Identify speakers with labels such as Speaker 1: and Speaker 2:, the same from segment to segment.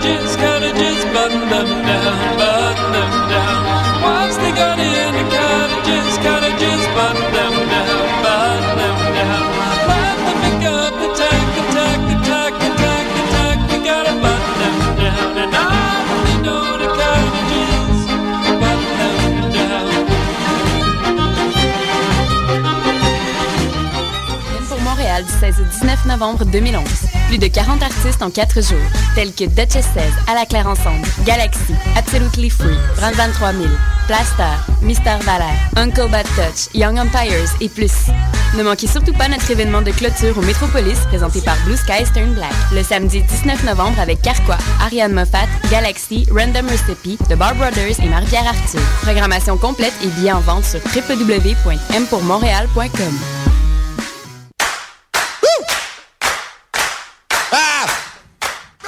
Speaker 1: these cottages, button them down, button them down. What's the got in the cottages, cottages, button them down, button them down. Let them pick up the tack, the tack, the tack, the tack, the tack. We gotta button them down, and I really know the cottages, button them down.
Speaker 2: pour Montréal du 16 au 19 novembre 2011. Plus de 40 artistes en 4 jours, tels que Duchess 16, À la Claire Ensemble, Galaxy, Absolutely Free, Brand 23000, Plaster, Mister Valère, Uncle Bad Touch, Young Empires et plus. Ne manquez surtout pas notre événement de clôture au Métropolis présenté par Blue Sky Stern Black le samedi 19 novembre avec Carquois, Ariane Moffat, Galaxy, Random Recipe, The Bar Brothers et Marie-Pierre Arthur. Programmation complète et billets en vente sur www.mpourmontréal.com.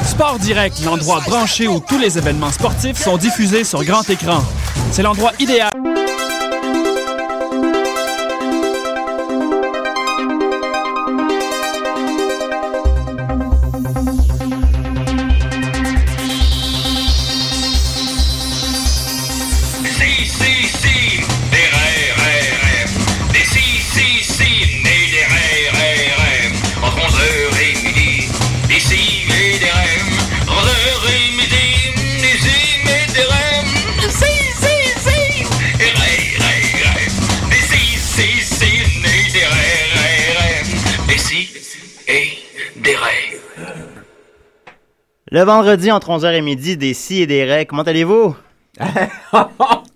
Speaker 3: Sport Direct, l'endroit branché où tous les événements sportifs sont diffusés sur grand écran. C'est l'endroit idéal.
Speaker 4: Si, si, si, des RRRM. Des si, si, si, nés des RRRM. Entre 11h et midi, des si et des REM. Entre 11h et midi, des si et des REM. Si, si, si, des RRRM. Des si, si, si, nés des RRRM. Des si et des RRRM.
Speaker 5: Le vendredi entre 11h et midi, des si et des raies. Comment allez-vous?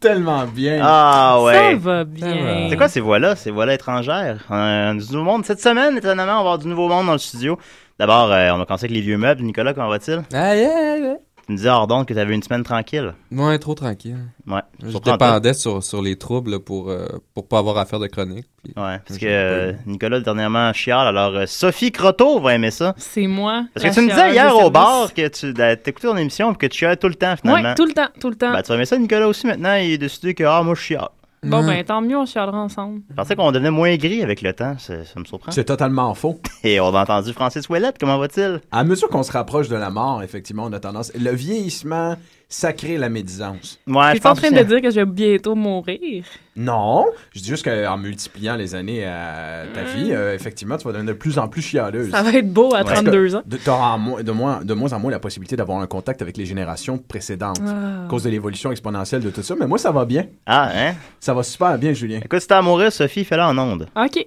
Speaker 6: Tellement bien.
Speaker 5: Ah ouais.
Speaker 7: Ça va bien.
Speaker 5: C'est quoi ces voix-là? Ces voix-là étrangères? Euh, du nouveau monde. Cette semaine, étonnamment, on va avoir du nouveau monde dans le studio. D'abord, euh, on a commencé avec les vieux meubles. Nicolas, comment va-t-il?
Speaker 6: Ah, yeah, yeah.
Speaker 5: Tu me disais hors d'onde que t'avais une semaine tranquille.
Speaker 8: Ouais, trop tranquille.
Speaker 5: Ouais.
Speaker 8: Je
Speaker 5: Surprends-toi.
Speaker 8: dépendais sur, sur les troubles pour, euh, pour pas avoir affaire de chronique. puis-
Speaker 5: Ouais, parce que
Speaker 8: J'ai pas
Speaker 5: euh, Nicolas, dernièrement, chiale. Alors, euh, Sophie Croteau va aimer ça.
Speaker 7: C'est moi.
Speaker 5: Parce que
Speaker 7: la
Speaker 5: tu me disais
Speaker 7: chialeuse
Speaker 5: hier
Speaker 7: de
Speaker 5: au
Speaker 7: service.
Speaker 5: bar que tu euh, t'écoutais ton émission et que tu chiales tout le temps, finalement.
Speaker 7: Ouais, tout le temps, tout le temps.
Speaker 5: Ben, tu vas aimer ça, Nicolas, aussi, maintenant. Il est décidé que, ah, moi, je chiale.
Speaker 7: bon,
Speaker 8: Mm.
Speaker 7: ben, tant mieux, on chialera ensemble.
Speaker 5: Je pensais qu'on devenait moins gris avec le temps. Ça, ça me surprend.
Speaker 6: C'est totalement faux.
Speaker 5: Et on a entendu Francis Ouellette. Comment va-t-il?
Speaker 6: À mesure qu'on se rapproche de la mort, effectivement, on a tendance. Le vieillissement sacré la médisance.
Speaker 5: Ouais,
Speaker 7: je
Speaker 5: je
Speaker 7: suis en
Speaker 5: pense que
Speaker 7: train de
Speaker 5: c'est-
Speaker 7: dire que je vais bientôt mourir.
Speaker 6: Non, je dis juste qu'en multipliant les années à ta vie, euh, effectivement, tu vas devenir de plus en plus chialeuse.
Speaker 7: Ça va être beau à
Speaker 6: Parce que
Speaker 7: 32 ans.
Speaker 6: de- T'auras en moins- de moins, de moins en moins la possibilité d'avoir un contact avec les générations précédentes.
Speaker 7: Ah.
Speaker 6: À cause de l'évolution exponentielle de tout ça. Mais moi, ça va bien.
Speaker 5: Ah, hein?
Speaker 6: Ça va super bien, Julien.
Speaker 5: Écoute, si t'es amoureux, Sophie, fais-la en onde.
Speaker 7: OK.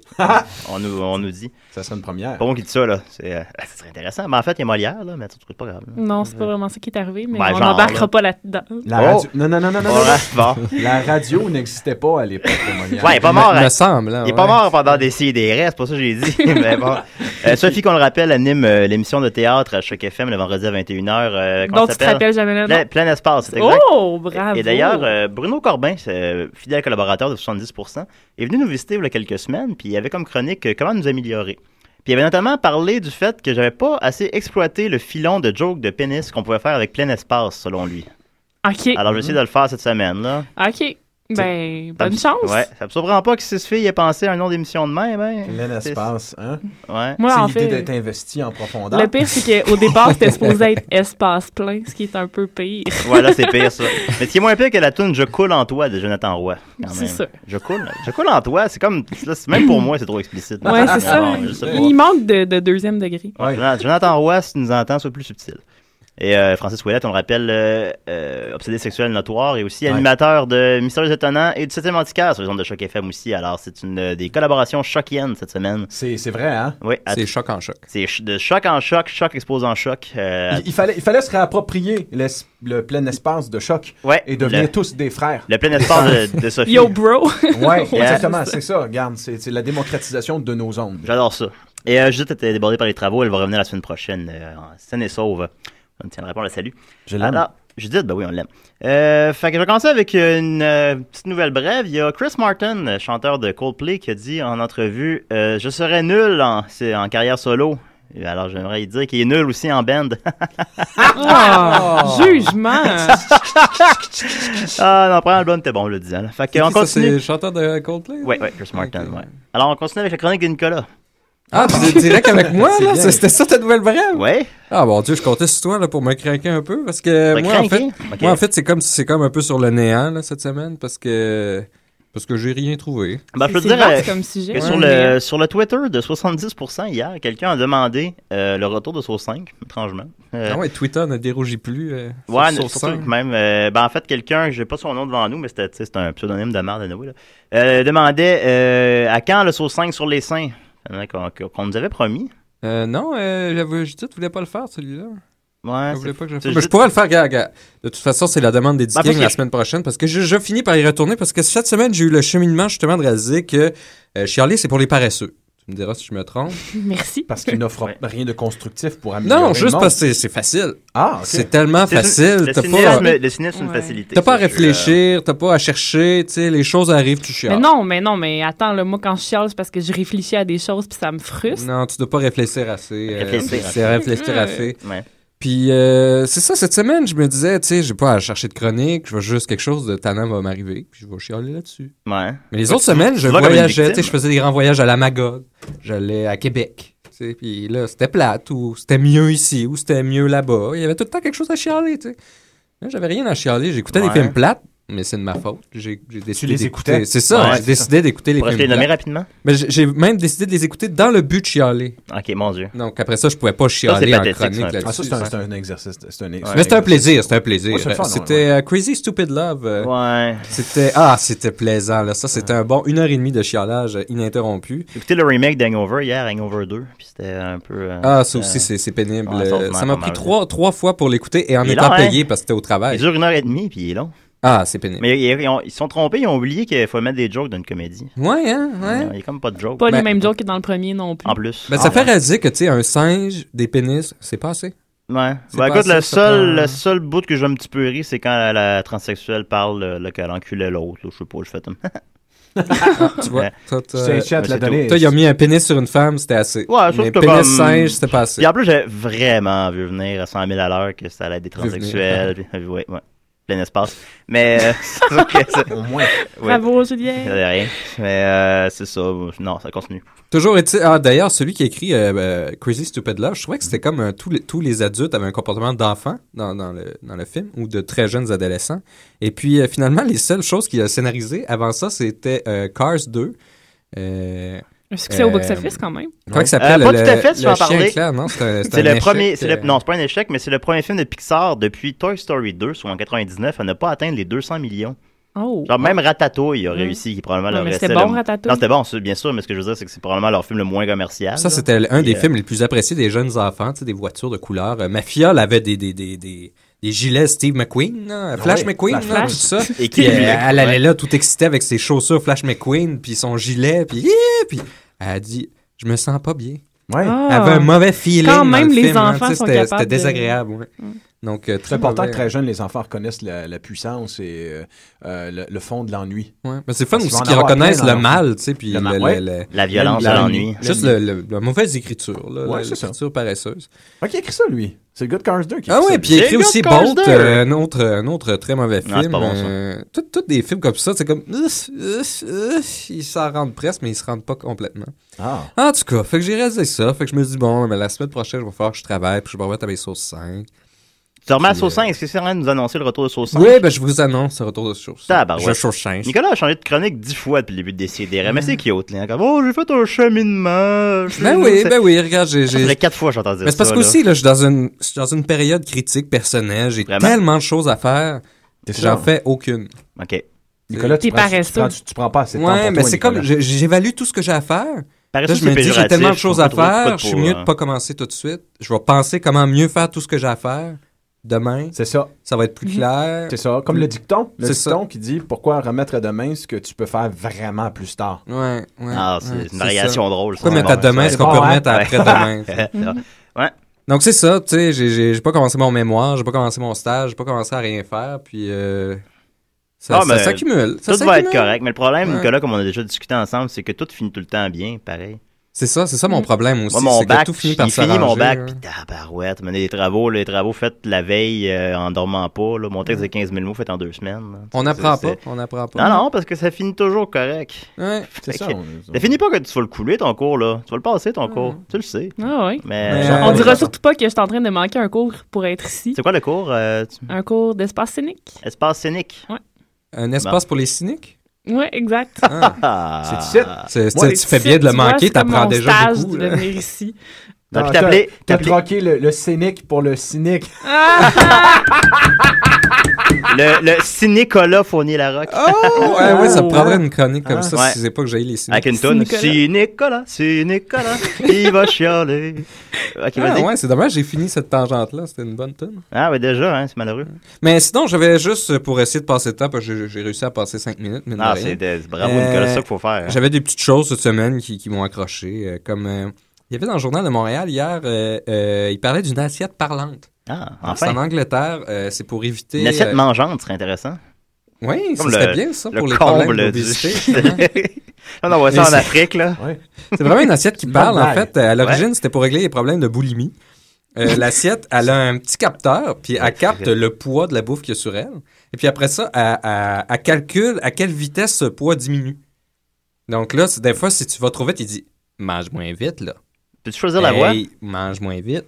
Speaker 5: On nous, on nous dit.
Speaker 6: Ça serait une première.
Speaker 5: Pas moi qui dis ça, là. C'est euh, ça serait intéressant. Mais en fait, il y a Molière, là, mais ça, c'est pas grave. là.
Speaker 7: Non, c'est pas vraiment ça qui est arrivé, mais
Speaker 5: Ben,
Speaker 7: on
Speaker 5: genre, là.
Speaker 7: n'embarquera pas là-dedans.
Speaker 6: La
Speaker 5: Oh!
Speaker 6: radio... Non, non, non, non, non. non.
Speaker 5: Bon, là, bon.
Speaker 6: La radio n'existait pas à l'époque.
Speaker 5: Ouais, il est pas mort.
Speaker 8: Me,
Speaker 5: hein.
Speaker 8: me semble. hein,
Speaker 5: Il est
Speaker 8: ouais.
Speaker 5: pas mort pendant des CDR, c'est pas ça que j'ai dit. mais bon. Euh, Sophie, qu'on le rappelle, anime euh, l'émission de théâtre à Choc FM le vendredi à 21h. Euh, comment
Speaker 7: Donc,
Speaker 5: ça
Speaker 7: tu te
Speaker 5: s'appelle?
Speaker 7: rappelles jamais là
Speaker 5: Plein, plein espace, c'est exact.
Speaker 7: Oh, bravo.
Speaker 5: Et d'ailleurs, euh, Bruno Corbin, c'est, euh, fidèle collaborateur de 70%, est venu nous visiter il y a quelques semaines, puis il avait comme chronique euh, Comment nous améliorer. Puis il avait notamment parlé du fait que j'avais pas assez exploité le filon de joke de pénis qu'on pouvait faire avec plein espace, selon lui.
Speaker 7: OK.
Speaker 5: Alors je vais essayer de le faire cette semaine, là.
Speaker 7: OK. Ben,
Speaker 5: Ça
Speaker 7: bonne
Speaker 5: me-
Speaker 7: chance.
Speaker 5: Ouais, ça me surprend pas que si ce fille ait pensé à un nom d'émission de même, hein.
Speaker 6: Plein espace, hein?
Speaker 5: Ouais.
Speaker 7: Moi, en
Speaker 6: c'est l'idée
Speaker 7: fait,
Speaker 6: d'être investi en profondeur.
Speaker 7: le pire, c'est qu'au départ, c'était supposé être espace plein, ce qui est un peu pire.
Speaker 5: Voilà, c'est pire, ça. Mais ce qui est moins pire que la tune Je coule en toi de Jonathan Roy. quand
Speaker 7: C'est
Speaker 5: même.
Speaker 7: ça.
Speaker 5: Je coule, je coule en toi, c'est comme. là, c'est- Même pour moi, c'est trop explicite.
Speaker 7: Ouais, c'est ça.
Speaker 5: Bon, Ah, je sais pas.
Speaker 7: Il manque de, de deuxième degré.
Speaker 6: Ouais.
Speaker 5: Jonathan- Jonathan Roy, si tu nous entends, sois plus subtil. Et euh, Francis Ouellet, on le rappelle, euh, euh, obsédé sexuel notoire et aussi
Speaker 6: Ouais.
Speaker 5: animateur de Mystérieux Étonnants et du 7 antiquaire sur les ondes de Choc FM aussi. Alors, c'est une euh, des collaborations chociennes cette semaine.
Speaker 6: C'est c'est vrai, hein?
Speaker 5: Oui, à-
Speaker 8: C'est choc en choc.
Speaker 5: c'est ch- de choc en choc, choc expose en choc. euh, à-
Speaker 6: Il, il fallait, il fallait se réapproprier l'es- le plein espace de choc
Speaker 5: ouais,
Speaker 6: et devenir
Speaker 5: le,
Speaker 6: tous des frères.
Speaker 5: le plein espace de, de Sophie.
Speaker 7: Yo, bro.
Speaker 6: Ouais,
Speaker 5: Yeah.
Speaker 6: exactement, c'est ça. Regarde, c'est c'est la démocratisation de nos ondes.
Speaker 5: J'adore ça. Et euh, Judith était débordée par les travaux, elle va revenir la semaine prochaine, euh, en saine et sauve. On ne tiendra pas, on la salue.
Speaker 6: Je
Speaker 5: Alors, Judith, ben oui, on l'aime. Euh, fait que je vais commencer avec une euh, petite nouvelle brève. Il y a Chris Martin, euh, chanteur de Coldplay, qui a dit en entrevue euh, Je serais nul en, c'est en carrière solo. Et Alors, j'aimerais y dire qu'il est nul aussi en band.
Speaker 7: Ah, Jugement.
Speaker 5: ah, non, prends l'album, t'es bon, je le disant. là. Fait
Speaker 8: C'est
Speaker 5: qu'on
Speaker 8: qui, ça, C'est
Speaker 5: continue.
Speaker 8: le chanteur de Coldplay?
Speaker 5: Ouais, ouais, Chris Martin,
Speaker 8: Ok.
Speaker 5: ouais. Alors, on continue avec la chronique de Nicolas.
Speaker 8: Ah, tu es direct avec moi,
Speaker 6: C'est
Speaker 8: là?
Speaker 6: bien.
Speaker 8: Ça, C'était ça ta nouvelle brève?
Speaker 5: Ouais,
Speaker 8: Ah, mon Dieu, je comptais sur toi là, pour me craquer un peu. Parce que
Speaker 5: t'as
Speaker 8: euh, moi, en fait,
Speaker 5: craqué? hein? Ok.
Speaker 8: moi, en fait c'est comme, c'est comme un peu sur le néant là, cette semaine parce que, parce que j'ai rien trouvé.
Speaker 5: Ben, je peux te
Speaker 7: C'est
Speaker 5: dire
Speaker 7: vaste
Speaker 5: euh,
Speaker 7: comme sujet.
Speaker 5: que sur le, sur le Twitter de 70% hier, quelqu'un a demandé euh, le retour de Source 5, étrangement. Euh,
Speaker 8: Ah ouais, Twitter ne dérougit plus. euh, sur-
Speaker 5: Ouais,
Speaker 8: sur
Speaker 5: surtout
Speaker 8: scène.
Speaker 5: que même. euh, ben, en fait, quelqu'un, j'ai pas son nom devant nous, mais c'était tu sais, c'était un pseudonyme de merde, anyway, là, euh, demandait euh, à quand le saut 5 sur les seins Hein, qu'on qu'on nous avait promis.
Speaker 8: Euh, non, euh, j'avais- je dis, tu voulais pas le faire celui-là.
Speaker 5: Ouais,
Speaker 8: Je
Speaker 5: c'est-
Speaker 8: voulais pas que je le
Speaker 5: c'est juste-
Speaker 8: fasse. Mais Ah, je pourrais le faire, gars, gars. De toute façon, c'est la demande des
Speaker 5: parce
Speaker 8: Dicking
Speaker 5: Bah,
Speaker 8: la
Speaker 5: que-
Speaker 8: semaine prochaine parce que je, je finis par y retourner parce que cette semaine, j'ai eu le cheminement justement de réaliser que euh, chialer, c'est pour les paresseux. Tu me diras si je me trompe.
Speaker 7: Merci.
Speaker 6: Parce qu'il n'offre
Speaker 5: Ouais.
Speaker 6: rien de constructif pour améliorer.
Speaker 8: Non,
Speaker 6: le
Speaker 8: juste
Speaker 6: monde.
Speaker 8: parce que c'est- c'est facile.
Speaker 6: Ah, ok.
Speaker 8: C'est tellement
Speaker 5: c'est-
Speaker 8: facile.
Speaker 5: Le
Speaker 8: T'as
Speaker 5: cynisme,
Speaker 8: pas,
Speaker 5: le cynisme, c'est une
Speaker 7: Ouais.
Speaker 5: facilité.
Speaker 8: t'as pas à
Speaker 5: ça, je-
Speaker 8: réfléchir, t'as pas à chercher, tu sais, les choses arrivent, tu chiales.
Speaker 7: Mais non, mais non, mais attends, là, moi, quand je chiale, c'est parce que je réfléchis à des choses puis ça me frustre.
Speaker 8: Non, tu dois pas réfléchir assez. euh,
Speaker 5: Réfléchir
Speaker 8: c'est-
Speaker 5: assez.
Speaker 8: c'est réfléchir
Speaker 7: Ouais.
Speaker 8: assez.
Speaker 5: Ouais.
Speaker 8: Puis euh, c'est ça, cette semaine, je me disais, tu sais, j'ai pas à chercher de chronique, je veux juste quelque chose de tannant va m'arriver, puis je vais chialer là-dessus.
Speaker 5: euh, ouais.
Speaker 8: Mais les autres semaines,
Speaker 5: Tu
Speaker 8: je
Speaker 5: vas comme une
Speaker 8: voyageais, tu sais,
Speaker 5: victime.
Speaker 8: je faisais des grands voyages à la Magog, j'allais à Québec, tu sais, puis là, c'était plate, ou c'était mieux ici, ou c'était mieux là-bas, il y avait tout le temps quelque chose à chialer, tu sais. Là, j'avais rien à chialer, j'écoutais des
Speaker 5: Ouais.
Speaker 8: films plates, mais c'est de ma faute, j'ai j'ai décidé
Speaker 6: les
Speaker 8: d'écouter.
Speaker 6: écoutais?
Speaker 8: C'est ça,
Speaker 5: Ouais,
Speaker 8: j'ai
Speaker 5: c'est
Speaker 8: décidé d'écouter les
Speaker 5: Pourrais-je les
Speaker 8: films
Speaker 5: nommer
Speaker 8: plates.
Speaker 5: rapidement
Speaker 8: Mais j'ai- j'ai même décidé de les écouter dans le but de chialer.
Speaker 5: Ok, mon Dieu.
Speaker 8: Donc après ça, je pouvais pas chialer en
Speaker 5: pathétique,
Speaker 8: chronique
Speaker 5: ça, un peu.
Speaker 8: là-dessus.
Speaker 6: Ah, ça, c'est un, c'est un exercice. C'est un,
Speaker 8: Mais c'était un plaisir, c'était un plaisir.
Speaker 6: Ouais, c'est le fun, ouais,
Speaker 8: c'était euh, Crazy Stupid Love. euh,
Speaker 5: Ouais.
Speaker 8: C'était ah, c'était plaisant là. Ça, c'était un bon une heure et demie de chialage euh, ininterrompu.
Speaker 5: J'ai écouté le remake d'Hangover hier, Hangover 2, puis c'était un peu. euh,
Speaker 8: Ah, ça aussi,
Speaker 5: euh,
Speaker 8: c'est c'est pénible.
Speaker 5: ouais, ça,
Speaker 8: Euh,
Speaker 5: on
Speaker 8: ça
Speaker 5: m'a
Speaker 8: m'a
Speaker 5: pas
Speaker 8: pris
Speaker 5: mal.
Speaker 8: trois trois fois pour l'écouter et en
Speaker 5: Il est
Speaker 8: étant
Speaker 5: long, hein?
Speaker 8: payé parce que c'était au
Speaker 5: Il
Speaker 8: travail.
Speaker 5: dure une heure et demie, puis il est long.
Speaker 8: Ah, c'est pénible.
Speaker 5: Mais ils, ils ont- ils se sont trompés, ils ont oublié qu'il faut mettre des jokes dans une comédie.
Speaker 8: Ouais, hein, ouais.
Speaker 5: Il n'y a comme pas de jokes.
Speaker 7: Pas
Speaker 8: Ben-
Speaker 7: les mêmes jokes que dans le premier non plus.
Speaker 5: En plus.
Speaker 8: Ben, ça fait réaliser que, tu sais, un singe, des pénis, c'est pas assez.
Speaker 5: Ouais. Ben
Speaker 8: C'est pas
Speaker 5: écoute,
Speaker 8: assez,
Speaker 5: le
Speaker 8: ça
Speaker 5: seul,
Speaker 8: prend-
Speaker 5: le seul bout que j'ai un petit peu ri, c'est quand la, la transsexuelle parle euh, là, qu'elle enculait l'autre. là. Je sais pas, je fais comme.
Speaker 8: Ah, Tu vois,
Speaker 5: Ouais.
Speaker 8: toi,
Speaker 6: Tu
Speaker 8: t'as-
Speaker 6: sais, chat,
Speaker 5: c'est
Speaker 6: la
Speaker 5: tout.
Speaker 6: donnée.
Speaker 8: toi, il a mis un pénis sur une femme, c'était assez.
Speaker 5: Ouais, sauf
Speaker 8: Mais
Speaker 5: que
Speaker 8: pénis
Speaker 5: comme-
Speaker 8: singe, c'était pas assez.
Speaker 5: Puis en plus, j'avais vraiment vu venir à 100 000 à l'heure que ça allait être des
Speaker 8: venir.
Speaker 5: transsexuels. puis- ouais, ouais. Plein espace. Mais. euh, c'est sûr que ça-
Speaker 6: Au moins.
Speaker 5: ouais.
Speaker 7: Bravo,
Speaker 5: Ça
Speaker 7: Julien.
Speaker 5: veut rien. Mais euh, c'est ça. Non, ça continue.
Speaker 8: Toujours est Ah, d'ailleurs, celui qui a écrit euh, euh, Crazy Stupid Love, je trouvais que c'était comme un- tous, les, tous les adultes avaient un comportement d'enfant dans, dans le, dans le film ou de très jeunes adolescents. Et puis, euh, finalement, les seules choses qu'il a scénarisées avant ça, c'était euh, Cars 2. Euh,
Speaker 7: Un succès
Speaker 8: Euh,
Speaker 7: au box-office quand même.
Speaker 8: Comment il s'appelle
Speaker 5: Euh, pas
Speaker 8: le-
Speaker 5: tout à fait, tu
Speaker 8: le
Speaker 5: vas en
Speaker 8: chien
Speaker 5: parler.
Speaker 8: éclair, non? C'est un-
Speaker 5: C'est
Speaker 8: un
Speaker 5: le
Speaker 8: échec,
Speaker 5: premier, c'est le-
Speaker 8: euh,
Speaker 5: non, c'est pas un échec, mais c'est le premier film de Pixar depuis Toy Story 2, soit en 99, à ne pas atteindre les 200 millions.
Speaker 7: Oh.
Speaker 5: Genre, Ah, même Ratatouille a
Speaker 7: Mm.
Speaker 5: réussi, qui probablement
Speaker 7: Ouais,
Speaker 5: leur
Speaker 7: mais
Speaker 5: restait
Speaker 7: c'était
Speaker 5: le-
Speaker 7: bon, Ratatouille.
Speaker 5: Non, c'était bon, c'est- bien sûr, mais ce que je veux dire, c'est que c'est probablement leur film le moins commercial. là.
Speaker 8: Ça, c'était l- un des
Speaker 5: euh,
Speaker 8: films les plus appréciés des jeunes enfants, tu sais, des voitures de couleur. Euh, ma fiole avait des, des, des, des, des gilets Steve McQueen,
Speaker 5: Ah
Speaker 8: là, Flash
Speaker 6: ouais,
Speaker 8: McQueen,
Speaker 6: Flash.
Speaker 8: là, tout ça.
Speaker 5: Et
Speaker 8: Puis,
Speaker 5: qui
Speaker 8: euh, elle allait là, tout excitée avec ses chaussures Flash McQueen, puis son gilet, puis yeah! puis elle a dit Je me sens pas bien.
Speaker 6: Ouais.
Speaker 7: Ah.
Speaker 8: Elle avait un mauvais feeling.
Speaker 7: Quand
Speaker 8: dans
Speaker 7: même,
Speaker 8: le
Speaker 7: les
Speaker 8: film, hein,
Speaker 7: enfants
Speaker 8: tu sais,
Speaker 7: sont
Speaker 8: c'était-
Speaker 7: capables
Speaker 8: C'était
Speaker 7: de-
Speaker 8: désagrable. ouais.
Speaker 7: Mm.
Speaker 8: Donc, euh, très
Speaker 6: C'est important
Speaker 8: mauvais.
Speaker 6: que très jeunes, les enfants reconnaissent la, la puissance et euh, euh, le, le fond de l'ennui.
Speaker 8: Ouais. Mais c'est fun
Speaker 6: Parce
Speaker 8: aussi qu'ils
Speaker 6: qu'ils vont en avoir
Speaker 8: reconnaissent
Speaker 6: plein dans
Speaker 8: le
Speaker 6: leur-
Speaker 8: mal, tu sais, puis
Speaker 5: Le
Speaker 8: le-
Speaker 5: mal,
Speaker 8: le-
Speaker 6: ouais.
Speaker 8: le-
Speaker 5: La violence,
Speaker 8: la-
Speaker 5: l'ennui.
Speaker 8: Juste le, le- la mauvaise écriture, là,
Speaker 6: Ouais,
Speaker 8: la-
Speaker 6: c'est ça.
Speaker 8: l'écriture paresseuse.
Speaker 6: Ah, qui a écrit ça, lui C'est le gars de Cars 2 qui a
Speaker 8: Ah
Speaker 6: écrit
Speaker 8: ouais,
Speaker 6: ça,
Speaker 8: puis il
Speaker 5: J'ai
Speaker 8: écrit
Speaker 5: le
Speaker 8: aussi
Speaker 5: goût de
Speaker 8: Bolt,
Speaker 5: Cars
Speaker 8: euh, un autre, un autre très mauvais
Speaker 6: Ah,
Speaker 5: Non, c'est
Speaker 8: film.
Speaker 5: pas bon, ça.
Speaker 8: euh, tout- Toutes des films comme ça, c'est comme Ouf, ouf, ouf, ils s'en rendent presque, mais ils se rendent pas complètement.
Speaker 6: lui. Ah.
Speaker 8: En tout cas, fait que j'ai réalisé ça, fait que je me dis bon, mais la semaine prochaine, je vais falloir que je travaille, puis je vais me remettre à mes sauces 5.
Speaker 5: Tu remets à
Speaker 7: euh,
Speaker 8: Puis,
Speaker 5: Saucin, est-ce que c'est rien de nous annoncer le retour de Saucin?
Speaker 8: Oui, ben je vous annonce le retour de sauce.
Speaker 5: Tabarouette.
Speaker 8: Je sauce 5.
Speaker 5: Nicolas a changé de chronique dix fois depuis le début de Décideret, mais c'est cute, là. Comme, oh, j'ai fait un cheminement. je-
Speaker 8: Ben oui,
Speaker 5: c'est-
Speaker 8: ben oui, regarde, j'ai-
Speaker 5: Ça faisait
Speaker 8: j'ai
Speaker 5: quatre fois que j'entends dire
Speaker 8: Mais c'est parce
Speaker 5: ça,
Speaker 8: qu'aussi, là, je suis dans une, je suis dans une période critique personnelle. J'ai
Speaker 5: Vraiment?
Speaker 8: tellement de choses à faire.
Speaker 6: T'es
Speaker 8: J'en
Speaker 6: sûr?
Speaker 8: fais aucune.
Speaker 5: là. OK.
Speaker 6: Nicolas, tu
Speaker 7: T'es
Speaker 6: prends, tu,
Speaker 7: paresseux.
Speaker 6: prends, tu, tu prends pas assez de temps.
Speaker 8: Ouais,
Speaker 6: pour
Speaker 8: mais
Speaker 6: toi,
Speaker 8: c'est
Speaker 6: Nicolas.
Speaker 8: comme, je- j'évalue tout ce que j'ai à faire.
Speaker 5: Paraît
Speaker 8: Là,
Speaker 5: ça,
Speaker 8: je me
Speaker 5: c'est
Speaker 8: dis, j'ai
Speaker 5: péjoratif,
Speaker 8: tellement de
Speaker 5: je
Speaker 8: choses
Speaker 5: trouve pas
Speaker 8: à
Speaker 5: trop- pas
Speaker 8: faire.
Speaker 5: de
Speaker 8: Je suis
Speaker 5: pour,
Speaker 8: mieux
Speaker 5: euh,
Speaker 8: de pas commencer tout de suite. Je vais penser comment mieux faire tout ce que j'ai à faire. Demain,
Speaker 6: C'est ça,
Speaker 8: ça va être
Speaker 5: Mhm.
Speaker 8: plus clair.
Speaker 6: c'est ça. Comme le dicton. Le
Speaker 8: C'est
Speaker 6: dicton qui dit pourquoi remettre à demain ce que tu peux faire vraiment plus tard.
Speaker 8: Ouais, ouais.
Speaker 5: Ah,
Speaker 8: ouais,
Speaker 5: c'est une
Speaker 8: ça.
Speaker 5: variation drôle.
Speaker 8: Pourquoi
Speaker 5: ça.
Speaker 8: mettre à
Speaker 5: Bon,
Speaker 8: demain
Speaker 5: ouais,
Speaker 8: ce
Speaker 6: c'est
Speaker 8: qu'on
Speaker 6: bon,
Speaker 8: peut
Speaker 6: hein?
Speaker 8: remettre à après demain?
Speaker 5: c'est vrai.
Speaker 8: Donc c'est ça, tu sais, j'ai- j'ai j'ai pas commencé mon mémoire, j'ai pas commencé mon stage, j'ai pas commencé à rien faire, puis euh, ça,
Speaker 5: Ah,
Speaker 8: ça
Speaker 5: mais
Speaker 8: s'accumule. Ça
Speaker 5: Tout va être
Speaker 8: s'accumule.
Speaker 5: correct, mais le problème,
Speaker 8: hein? Ouais.
Speaker 5: Nicolas, comme on a déjà discuté ensemble, c'est que tout finit tout le temps bien, pareil.
Speaker 8: C'est ça, c'est ça mon problème aussi.
Speaker 5: Mm. Moi, mon
Speaker 8: c'est que
Speaker 5: bac,
Speaker 8: tout finit
Speaker 5: j'ai
Speaker 8: par hein.
Speaker 5: fini mon
Speaker 8: s'arranger,
Speaker 5: bac,
Speaker 8: là.
Speaker 5: puis tabarouette, mener des travaux, là, les travaux faits la veille euh, en dormant pas. Là. Mon texte de 15 000 mots fait en deux semaines. là.
Speaker 8: On
Speaker 5: C'est-
Speaker 8: n'apprend pas,
Speaker 5: c'est-
Speaker 8: on n'apprend pas.
Speaker 5: Non, non, parce que ça finit toujours correct.
Speaker 8: Ouais.
Speaker 6: C'est ça. on-
Speaker 5: Ça finit pas que tu vas le couler, ton cours, là. Tu vas le passer, ton cours. Tu le sais.
Speaker 7: Ah
Speaker 8: Euh,
Speaker 7: oui.
Speaker 5: Mais,
Speaker 8: Mais,
Speaker 5: genre,
Speaker 7: On
Speaker 8: Ouais,
Speaker 7: dira
Speaker 8: ouais.
Speaker 7: surtout pas que je suis en train de manquer un cours pour être ici.
Speaker 5: C'est quoi le cours? euh, tu-
Speaker 7: Un cours d'espace scénique.
Speaker 5: Espace scénique.
Speaker 8: Un espace pour les cyniques?
Speaker 7: Ouais, exact.
Speaker 8: Ah.
Speaker 5: Ah.
Speaker 6: C'est ici.
Speaker 8: C'est-
Speaker 6: Moi,
Speaker 8: tu-
Speaker 6: les
Speaker 8: tu fais bien de le
Speaker 7: Tu vois,
Speaker 8: manquer,
Speaker 7: c'est comme
Speaker 8: t'apprends
Speaker 7: mon
Speaker 8: déjà
Speaker 7: stage
Speaker 8: beaucoup.
Speaker 7: de
Speaker 8: là.
Speaker 7: venir ici.
Speaker 5: Non,
Speaker 6: Non,
Speaker 5: puis
Speaker 6: t'as-
Speaker 5: t'appelais-
Speaker 6: T'as
Speaker 5: t'appelais-
Speaker 6: troqué le, le scénique pour le cynique.
Speaker 8: Ah!
Speaker 5: Le, le cinécola fournier Larocque.
Speaker 8: Oh! Ouais, ouais, ça me prendrait une chronique comme
Speaker 6: Ah.
Speaker 8: ça
Speaker 5: Ouais.
Speaker 8: si c'est pas que j'ai les
Speaker 5: Avec
Speaker 8: cyniques.
Speaker 5: une tonne.
Speaker 7: Cinécola.
Speaker 5: Cinécola, Cinécola, il va chialer. Ok,
Speaker 8: Ah,
Speaker 5: vas-y.
Speaker 8: ouais, c'est dommage, j'ai fini cette tangente-là. C'était une bonne tonne.
Speaker 5: Ah, ouais, déjà, hein, c'est malheureux.
Speaker 8: Mais sinon, j'avais juste euh, pour essayer de passer le temps, parce que j'ai- j'ai réussi à passer 5 minutes. mine de
Speaker 5: Ah,
Speaker 8: rien.
Speaker 5: c'est des- bravo,
Speaker 8: Euh,
Speaker 5: Nicolas, c'est ça qu'il faut faire.
Speaker 8: J'avais des petites choses cette semaine qui, qui m'ont accroché. euh, comme euh, il y avait dans le journal de Montréal hier, euh, euh, il parlait d'une assiette parlante.
Speaker 5: Ah,
Speaker 8: C'est en
Speaker 5: enfin.
Speaker 8: Angleterre, euh, c'est pour éviter. euh,
Speaker 5: Une assiette mangeante serait intéressant.
Speaker 8: Oui,
Speaker 5: Comme
Speaker 8: c'était
Speaker 5: le-
Speaker 8: bien ça
Speaker 5: Le
Speaker 8: pour les problèmes
Speaker 5: comble du.
Speaker 8: d'obésité. justement.
Speaker 5: Non, non, on voit ça
Speaker 8: Mais
Speaker 5: en
Speaker 8: c'est-
Speaker 5: Afrique, là.
Speaker 8: c'est vraiment une assiette qui
Speaker 6: Une
Speaker 8: parle.
Speaker 6: bonne
Speaker 8: En
Speaker 6: blague.
Speaker 8: fait, euh, à l'origine, c'était pour régler les problèmes de boulimie. Euh, L'assiette, elle a un petit capteur, puis
Speaker 5: Ouais,
Speaker 8: elle capte
Speaker 5: c'est vrai.
Speaker 8: le poids de la bouffe qu'il y a sur elle. Et puis après ça, elle, elle- elle calcule à quelle vitesse ce poids diminue. Donc là, c'est- des fois, si tu vas trop vite, il dit mange moins vite, là.
Speaker 5: Peux-tu choisir la voix?
Speaker 8: Hey, mange moins vite.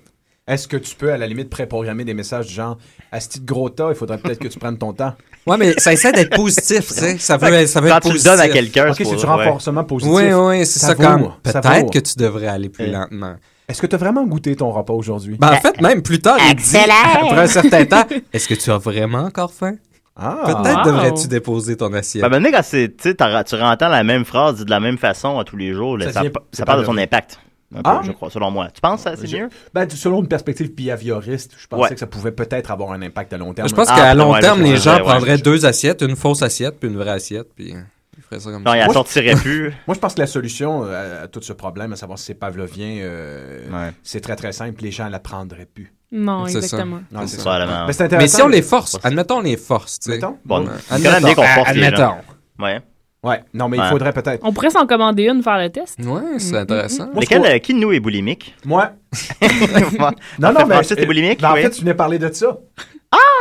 Speaker 6: Est-ce que tu peux, à la limite, préprogrammer des messages du genre à ce titre gros tas, il faudrait peut-être que tu prennes ton temps.
Speaker 8: Ouais, mais ça essaie d'être positif, tu sais. Ça veut, ça veut
Speaker 5: Quand
Speaker 8: être
Speaker 5: tu le
Speaker 8: positif.
Speaker 5: donnes à quelqu'un,
Speaker 6: ok, c'est
Speaker 5: pour-
Speaker 6: du
Speaker 5: ouais.
Speaker 6: renforcement positif.
Speaker 8: Oui, oui, c'est
Speaker 6: Ça
Speaker 8: ça,
Speaker 6: vaut,
Speaker 8: comme.
Speaker 6: ça vaut.
Speaker 8: Peut-être que tu devrais aller plus
Speaker 5: Euh.
Speaker 8: lentement.
Speaker 6: Est-ce que tu as vraiment goûté ton repas aujourd'hui?
Speaker 8: Ben, en fait, même plus tard, il dit, après un certain temps, est-ce que tu as vraiment encore faim?
Speaker 6: Ah,
Speaker 8: Peut-être
Speaker 7: Wow.
Speaker 8: devrais-tu déposer ton assiette.
Speaker 5: Ben, maintenant, quand c'est, tu sais, t'en- tu entends la même phrase de la même façon à tous les jours, là,
Speaker 6: Ça
Speaker 5: ça,
Speaker 6: devient-
Speaker 5: pa-
Speaker 6: c'est
Speaker 5: ça parle de
Speaker 6: malheureux.
Speaker 5: ton impact. Un peu,
Speaker 6: Ah.
Speaker 5: je crois, selon moi. Tu penses que c'est
Speaker 6: Je-
Speaker 5: mieux?
Speaker 6: Ben, selon une perspective behavioriste, je pensais
Speaker 5: Ouais.
Speaker 6: que ça pouvait peut-être avoir un impact à long terme.
Speaker 8: je pense
Speaker 5: Ah,
Speaker 8: qu'à
Speaker 5: ouais,
Speaker 8: long
Speaker 5: ouais,
Speaker 8: terme,
Speaker 5: ouais,
Speaker 8: les
Speaker 5: ouais,
Speaker 8: gens
Speaker 5: ouais,
Speaker 8: prendraient
Speaker 5: je-
Speaker 8: deux assiettes, une fausse assiette, puis une vraie assiette, puis euh, ils feraient ça comme
Speaker 5: Genre, il
Speaker 8: ça.
Speaker 5: la
Speaker 6: Moi, je-
Speaker 5: sortirait plus.
Speaker 6: Moi, je pense que la solution euh, à, à tout ce problème, à savoir si c'est pavlovien, euh,
Speaker 5: Ouais.
Speaker 6: c'est très très simple. Les gens la prendraient plus.
Speaker 7: Non,
Speaker 8: C'est ça.
Speaker 7: exactement.
Speaker 6: Non,
Speaker 8: C'est
Speaker 6: c'est
Speaker 8: ça.
Speaker 6: ça.
Speaker 5: Probablement.
Speaker 6: Mais c'est intéressant.
Speaker 8: Mais si on les force, admettons on les force, tu sais.
Speaker 6: Mettons.
Speaker 5: Bon,
Speaker 6: Ouais.
Speaker 5: c'est quand même bien qu'on force les gens.
Speaker 8: admettons.
Speaker 5: Ouais.
Speaker 6: Ouais. Non, mais il
Speaker 5: Ouais.
Speaker 6: faudrait peut-être.
Speaker 7: On pourrait s'en commander une, faire le test.
Speaker 8: Ouais, c'est intéressant.
Speaker 6: Moi, je
Speaker 5: Lesquels,
Speaker 6: crois-
Speaker 5: euh, qui de nous est boulimique?
Speaker 6: Moi.
Speaker 5: non,
Speaker 6: Non, non, mais.
Speaker 5: Francis, t'es
Speaker 6: euh,
Speaker 5: boulimique?
Speaker 6: ben, en
Speaker 5: oui.
Speaker 6: fait, tu venais parler de ça.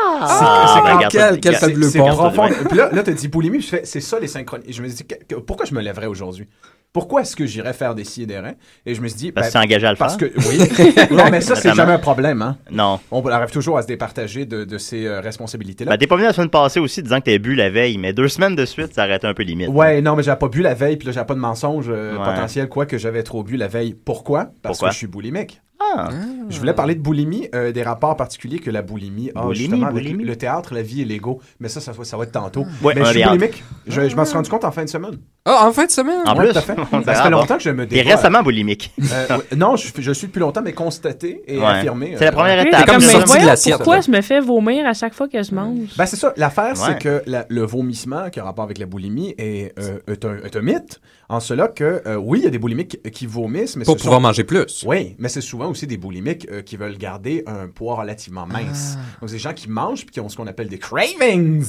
Speaker 5: Ah,
Speaker 8: c'est
Speaker 5: ben,
Speaker 8: quand
Speaker 5: regarde,
Speaker 8: quel-
Speaker 5: ça,
Speaker 8: quel
Speaker 5: regarde.
Speaker 8: faible- Faible
Speaker 6: C'est c'est
Speaker 8: bord.
Speaker 6: profond. Puis là, là tu dit boulimie, je fais, c'est ça les synchronies. Je me suis dit, que- que- pourquoi je me lèverais aujourd'hui? Pourquoi est-ce que j'irais faire des scies et des reins? Et je me suis dit,
Speaker 5: Parce que
Speaker 6: ben,
Speaker 5: c'est engagé à le
Speaker 6: parce
Speaker 5: faire.
Speaker 6: que, oui. non, mais ça, c'est
Speaker 5: Notamment.
Speaker 6: jamais un problème, hein.
Speaker 5: Non.
Speaker 6: On arrive toujours à se départager de, de ces euh, responsabilités-là.
Speaker 5: Ben, t'es pas venu la semaine passée aussi disant que t'avais bu la veille, mais deux semaines de suite, ça aurait été un peu limite.
Speaker 6: Ouais, non, mais j'avais pas bu la veille, puis là, j'avais pas de mensonge euh,
Speaker 5: Ouais.
Speaker 6: potentiel, quoi, que j'avais trop bu la veille. Pourquoi? Parce
Speaker 5: Pourquoi?
Speaker 6: que je suis boulimique.
Speaker 5: Ah.
Speaker 6: Je voulais parler de boulimie, euh, des rapports particuliers que la boulimie a,
Speaker 5: Boulimie,
Speaker 6: justement, avec
Speaker 5: boulimie. Hmm.
Speaker 6: le théâtre, la vie et l'ego. Mais ça, ça, va- ça va être tantôt.
Speaker 5: Ouais,
Speaker 6: mais
Speaker 5: on
Speaker 6: je
Speaker 5: a
Speaker 6: suis
Speaker 5: des hâtes.
Speaker 6: boulimique. Je, je m'en suis rendu compte en fin de semaine.
Speaker 8: Ah, en fin de semaine?
Speaker 5: En
Speaker 6: Ouais,
Speaker 5: plus,
Speaker 6: tout à fait.
Speaker 5: on
Speaker 6: Ça
Speaker 5: verra,
Speaker 6: fait
Speaker 5: bon.
Speaker 6: longtemps que je me
Speaker 5: T'es
Speaker 6: dévoile.
Speaker 5: récemment boulimique.
Speaker 6: Euh, ouais, non, je, je suis depuis longtemps, mais constaté et
Speaker 5: Ouais.
Speaker 6: affirmé. euh,
Speaker 5: C'est la première
Speaker 7: Oui,
Speaker 5: étape.
Speaker 7: t'es comme,
Speaker 8: Comme
Speaker 7: mais
Speaker 8: sorti de
Speaker 7: voyons
Speaker 8: l'assiette,
Speaker 7: pourquoi
Speaker 8: là.
Speaker 7: je me fais vomir à chaque fois que je mange.
Speaker 6: Ben, c'est ça. L'affaire, c'est
Speaker 5: Ouais.
Speaker 6: que la- le vomissement qui a rapport avec la boulimie est, euh, est un, est un mythe. En cela que, euh, oui, il y a des boulimiques qui- qui vomissent, mais
Speaker 8: Pour
Speaker 6: ce
Speaker 8: pouvoir
Speaker 6: sont-
Speaker 8: manger plus.
Speaker 6: Oui, mais c'est souvent aussi des boulimiques euh, qui veulent garder un poids relativement
Speaker 5: Ah.
Speaker 6: mince. Donc, c'est des gens qui mangent puis qui ont ce qu'on appelle des cravings,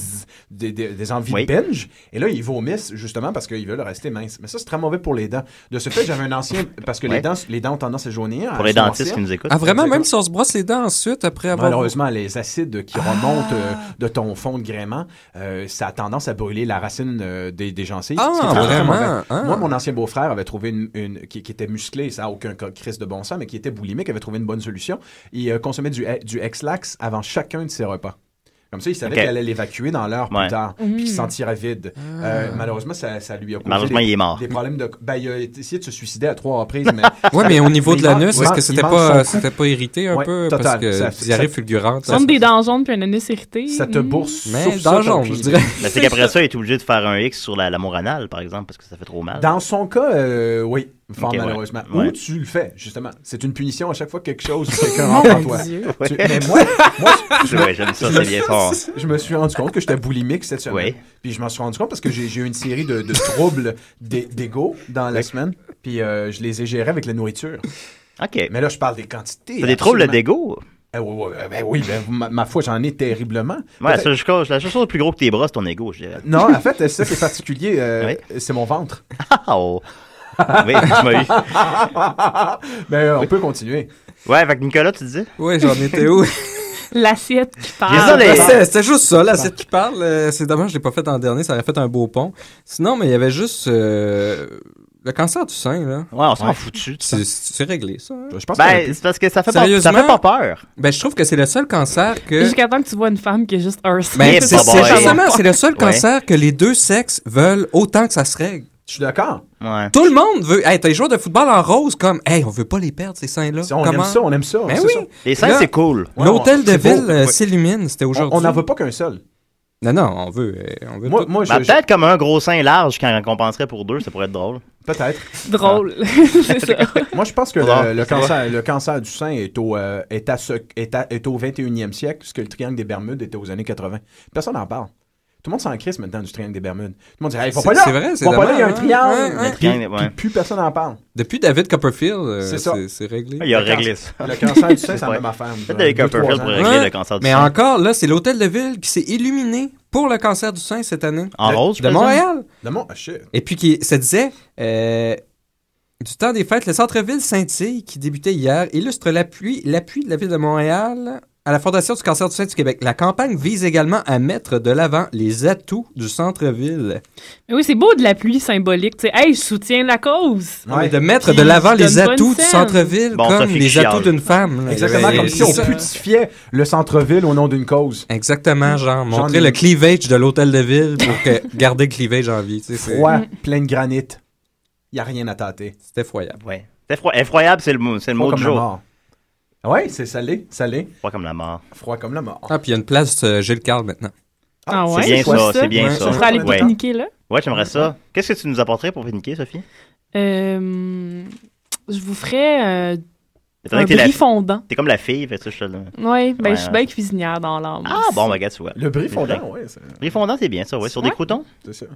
Speaker 6: des, des- des envies
Speaker 5: Oui.
Speaker 6: de binge. Et là, ils vomissent justement parce qu'ils veulent rester minces. Mais ça, c'est très mauvais pour les dents. De ce fait, j'avais un ancien. Parce que les,
Speaker 5: Ouais.
Speaker 6: dents, les dents ont tendance à jaunir.
Speaker 5: Pour
Speaker 6: à
Speaker 5: les
Speaker 6: se noircir.
Speaker 5: dentistes qui nous écoutent.
Speaker 8: Ah, vraiment, même si on se brosse les dents ensuite après avoir.
Speaker 6: Malheureusement, les acides qui
Speaker 5: Ah.
Speaker 6: remontent euh, de ton fond de gréement, euh, ça a tendance à brûler la racine euh, des, des gencives.
Speaker 8: Ah,
Speaker 6: ce qui est très, très
Speaker 8: vraiment?
Speaker 6: mauvais.
Speaker 8: Ah.
Speaker 6: Moi, mon ancien beau-frère avait trouvé une, une- qui, qui était musclé, ça n'a aucun co- crise de bon sens, mais qui était boulimique, avait trouvé une bonne solution. Il euh, consommait du, du Ex-Lax avant chacun de ses repas. Comme ça, il savait
Speaker 5: Ok.
Speaker 6: qu'il allait l'évacuer dans l'heure
Speaker 5: Ouais.
Speaker 6: plus tard, puis
Speaker 8: Mhm.
Speaker 6: il se sentirait vide.
Speaker 8: Ah.
Speaker 6: Euh, malheureusement, ça, ça lui a causé
Speaker 5: Malheureusement,
Speaker 6: des,
Speaker 5: il est mort.
Speaker 6: des problèmes de... Ben, il a essayé de se suicider à trois reprises, mais...
Speaker 8: Ouais, mais au niveau
Speaker 6: Il
Speaker 8: de l'anus,
Speaker 6: mange-
Speaker 8: est-ce
Speaker 6: il
Speaker 8: que c'était
Speaker 6: mange
Speaker 8: pas,
Speaker 6: son
Speaker 8: c'était pas irrité un
Speaker 6: Ouais,
Speaker 8: peu? Parce
Speaker 6: total.
Speaker 8: que
Speaker 6: Ça-
Speaker 8: diarrhée
Speaker 6: ça-
Speaker 8: fulgurante.
Speaker 7: Comme des dents jaunes puis un anus irrité.
Speaker 6: ça te
Speaker 7: Mm.
Speaker 6: bourse sur
Speaker 8: Mais
Speaker 6: ça, t'as
Speaker 8: dangereux,
Speaker 6: aucune
Speaker 8: je
Speaker 6: idée.
Speaker 8: dirais.
Speaker 5: Mais c'est qu'après ça, il est obligé de faire un X sur la- l'amour anal, par exemple, parce que ça fait trop mal.
Speaker 6: Dans son cas, euh, oui, fort
Speaker 5: Ok, ouais.
Speaker 6: malheureusement. Ou
Speaker 5: Ouais.
Speaker 6: tu le fais, justement. C'est une punition à chaque fois que quelque chose ou quelqu'un rentre en toi.
Speaker 7: Dieu.
Speaker 6: Tu- Mais moi, moi, je,
Speaker 5: Ouais, j'aime ça, c'est bien fort.
Speaker 6: je me suis rendu compte que j'étais boulimique cette semaine.
Speaker 5: Ouais.
Speaker 6: Puis je m'en suis rendu compte parce que j'ai j'ai eu une série de, de troubles d'é- d'ego dans la semaine. Puis euh, je les ai gérés avec la nourriture.
Speaker 5: OK.
Speaker 6: Mais là, je parle des quantités.
Speaker 5: T'as des troubles
Speaker 6: absolument.
Speaker 5: d'ego?
Speaker 6: Eh oui, oui, ben oui, ben, ma, ma foi, j'en ai terriblement.
Speaker 5: Ouais,
Speaker 6: Peut-être-
Speaker 5: ça, je cause- la chose la plus grosse que tes bras, c'est ton ego, je dirais.
Speaker 6: Non, en fait, c'est ça qui est particulier. euh, C'est mon ventre.
Speaker 5: Ah, oh. Oui, tu m'as eu.
Speaker 6: Ben, euh, on peut continuer.
Speaker 5: Ouais, avec Nicolas, tu disais?
Speaker 8: Ouais, j'en étais où?
Speaker 7: L'assiette qui parle.
Speaker 5: Désolé.
Speaker 8: Ben,
Speaker 6: Ah.
Speaker 8: c'est- C'était juste ça, là, c'est qui parle. Euh, C'est dommage, je l'ai pas fait en dernier, ça aurait fait un beau pont. Sinon, mais il y avait juste euh, le cancer du sein, là.
Speaker 5: Ouais, on s'en
Speaker 6: Ouais.
Speaker 5: fout dessus. tu sais.
Speaker 8: C'est- C'est réglé, ça. hein?
Speaker 6: Je pense qu'on a
Speaker 5: Ben,
Speaker 6: pu-
Speaker 5: c'est parce que ça fait, pas, ça
Speaker 8: Sérieusement?
Speaker 5: fait pas peur.
Speaker 8: Ben, je trouve que c'est le seul cancer que.
Speaker 7: Jusqu'à temps que tu vois une femme qui a juste un sein.
Speaker 8: Ben,
Speaker 5: Mais
Speaker 8: c'est
Speaker 5: pas
Speaker 8: c'est
Speaker 5: bon,
Speaker 8: justement,
Speaker 5: ouais.
Speaker 8: c'est le seul
Speaker 5: Ouais.
Speaker 8: cancer que les deux sexes veulent autant que ça se règle.
Speaker 6: Je suis d'accord.
Speaker 5: Ouais.
Speaker 8: Tout le monde veut. Hey, t'as les joueurs de football en rose, comme, hey, on veut pas les perdre, ces seins-là.
Speaker 6: Si on
Speaker 8: Comment?
Speaker 6: aime ça, on aime ça.
Speaker 8: Ben
Speaker 6: c'est
Speaker 8: oui.
Speaker 6: ça.
Speaker 5: Les seins,
Speaker 8: Là-
Speaker 5: c'est cool.
Speaker 6: Ouais,
Speaker 8: L'hôtel
Speaker 6: on-
Speaker 8: de
Speaker 6: c'est beau.
Speaker 8: ville euh,
Speaker 6: Ouais.
Speaker 8: s'illumine, c'était
Speaker 6: On-
Speaker 8: aujourd'hui.
Speaker 6: On n'en veut pas qu'un seul.
Speaker 8: Non, non, on veut. euh, on veut
Speaker 6: Moi,
Speaker 8: tout.
Speaker 6: moi je-
Speaker 5: Ben,
Speaker 6: je-
Speaker 5: peut-être comme un gros sein large quand on compenserait pour deux, ça pourrait être drôle.
Speaker 6: peut-être.
Speaker 7: Drôle.
Speaker 5: Ah.
Speaker 7: c'est ça.
Speaker 6: Moi, je pense que
Speaker 5: Faudra-
Speaker 6: le, le
Speaker 5: faudra-
Speaker 6: cancer, le cancer du sein est au, euh, est, à ce, est, à- est au 21e siècle, puisque le triangle des Bermudes était aux années 80. Personne n'en parle. Tout le monde s'en crisse maintenant du triangle des Bermudes. Tout le monde dit hey, faut
Speaker 8: C'est-
Speaker 6: pas là
Speaker 8: c'est vrai, c'est
Speaker 6: Faut pas là, il y a un
Speaker 8: dommage,
Speaker 6: triangle
Speaker 8: ouais, ouais.
Speaker 6: Puis-
Speaker 5: Le triangle,
Speaker 6: puis
Speaker 5: ouais.
Speaker 6: plus personne n'en parle.
Speaker 8: Depuis David Copperfield, euh,
Speaker 6: C'est ça.
Speaker 8: c'est c'est réglé.
Speaker 5: Il a
Speaker 6: Le
Speaker 5: réglé
Speaker 6: cancer-
Speaker 5: ça.
Speaker 6: Le cancer du sein, c'est la
Speaker 5: Ouais.
Speaker 6: même affaire.
Speaker 5: Peut-être avec
Speaker 6: Deux, trois
Speaker 5: Copperfield
Speaker 6: ans.
Speaker 5: pour régler
Speaker 8: Ouais,
Speaker 5: le cancer du
Speaker 8: mais
Speaker 5: sein.
Speaker 8: encore, là, c'est l'hôtel de ville qui s'est illuminé pour le cancer du sein cette année.
Speaker 5: En
Speaker 8: De-
Speaker 5: rose, je
Speaker 8: De
Speaker 5: présume?
Speaker 8: Montréal.
Speaker 6: Le monde- ah, shit.
Speaker 8: Et puis, qui, ça disait, euh, du temps des fêtes, le centre-ville Saint-Tille, qui débutait hier, illustre l'appui, l'appui de la ville de Montréal à la Fondation du cancer du sein du Québec. La campagne vise également à mettre de l'avant les atouts du centre-ville.
Speaker 7: Mais oui, c'est beau de l'appui symbolique. Tu sais, hey, je soutiens la cause.
Speaker 8: Et
Speaker 6: Ouais.
Speaker 8: de mettre
Speaker 7: Puis,
Speaker 8: de l'avant
Speaker 7: je donne
Speaker 8: les
Speaker 7: pas une
Speaker 8: atouts du
Speaker 7: scène.
Speaker 8: centre-ville
Speaker 5: Bon,
Speaker 8: comme
Speaker 5: Sophie
Speaker 8: les
Speaker 5: Chial.
Speaker 8: atouts d'une femme. là.
Speaker 6: Exactement
Speaker 8: Et-
Speaker 6: comme si on
Speaker 8: c'est ça.
Speaker 6: putifiait le centre-ville au nom d'une cause.
Speaker 8: Exactement, genre, montrer
Speaker 6: Genre-
Speaker 8: le cleavage de l'hôtel de ville pour que- garder le cleavage en vie. tu sais, c'est-
Speaker 6: Froid, plein de granit. Il n'y a rien à tâter.
Speaker 8: C'est effroyable.
Speaker 5: Ouais. C'est effro- effroyable, c'est le mot, c'est le
Speaker 6: Froid
Speaker 5: mot
Speaker 6: comme
Speaker 5: du
Speaker 6: la
Speaker 5: jour.
Speaker 6: mort. Oui, c'est salé, salé.
Speaker 5: Froid comme la mort.
Speaker 6: Froid comme la mort.
Speaker 8: Ah, puis il y a une place euh, Gilles Carl maintenant.
Speaker 7: Ah ouais?
Speaker 5: c'est bien
Speaker 7: quoi
Speaker 5: ça, c'est bien
Speaker 8: Ouais.
Speaker 5: ça.
Speaker 7: On pourrait aller
Speaker 5: Ouais,
Speaker 7: pique-niquer, là.
Speaker 5: Ouais, j'aimerais ça. Qu'est-ce que tu nous apporterais pour pique-niquer, Sophie?
Speaker 7: Euh, je vous ferai euh,
Speaker 5: Étant
Speaker 7: un
Speaker 5: donné que t'es la-
Speaker 7: brie fondant.
Speaker 5: t'es comme la fille, fait que ça, je te le-
Speaker 7: Oui, ben,
Speaker 5: Ouais.
Speaker 7: je suis bien cuisinière dans l'âme.
Speaker 5: Ah, bon, bah, regarde, tu vois.
Speaker 6: Le brie
Speaker 5: C'est
Speaker 6: fondant, oui, c'est
Speaker 5: Brie fondant, c'est bien ça, ouais. Sur des
Speaker 7: Ouais.
Speaker 5: croutons.
Speaker 6: c'est ça.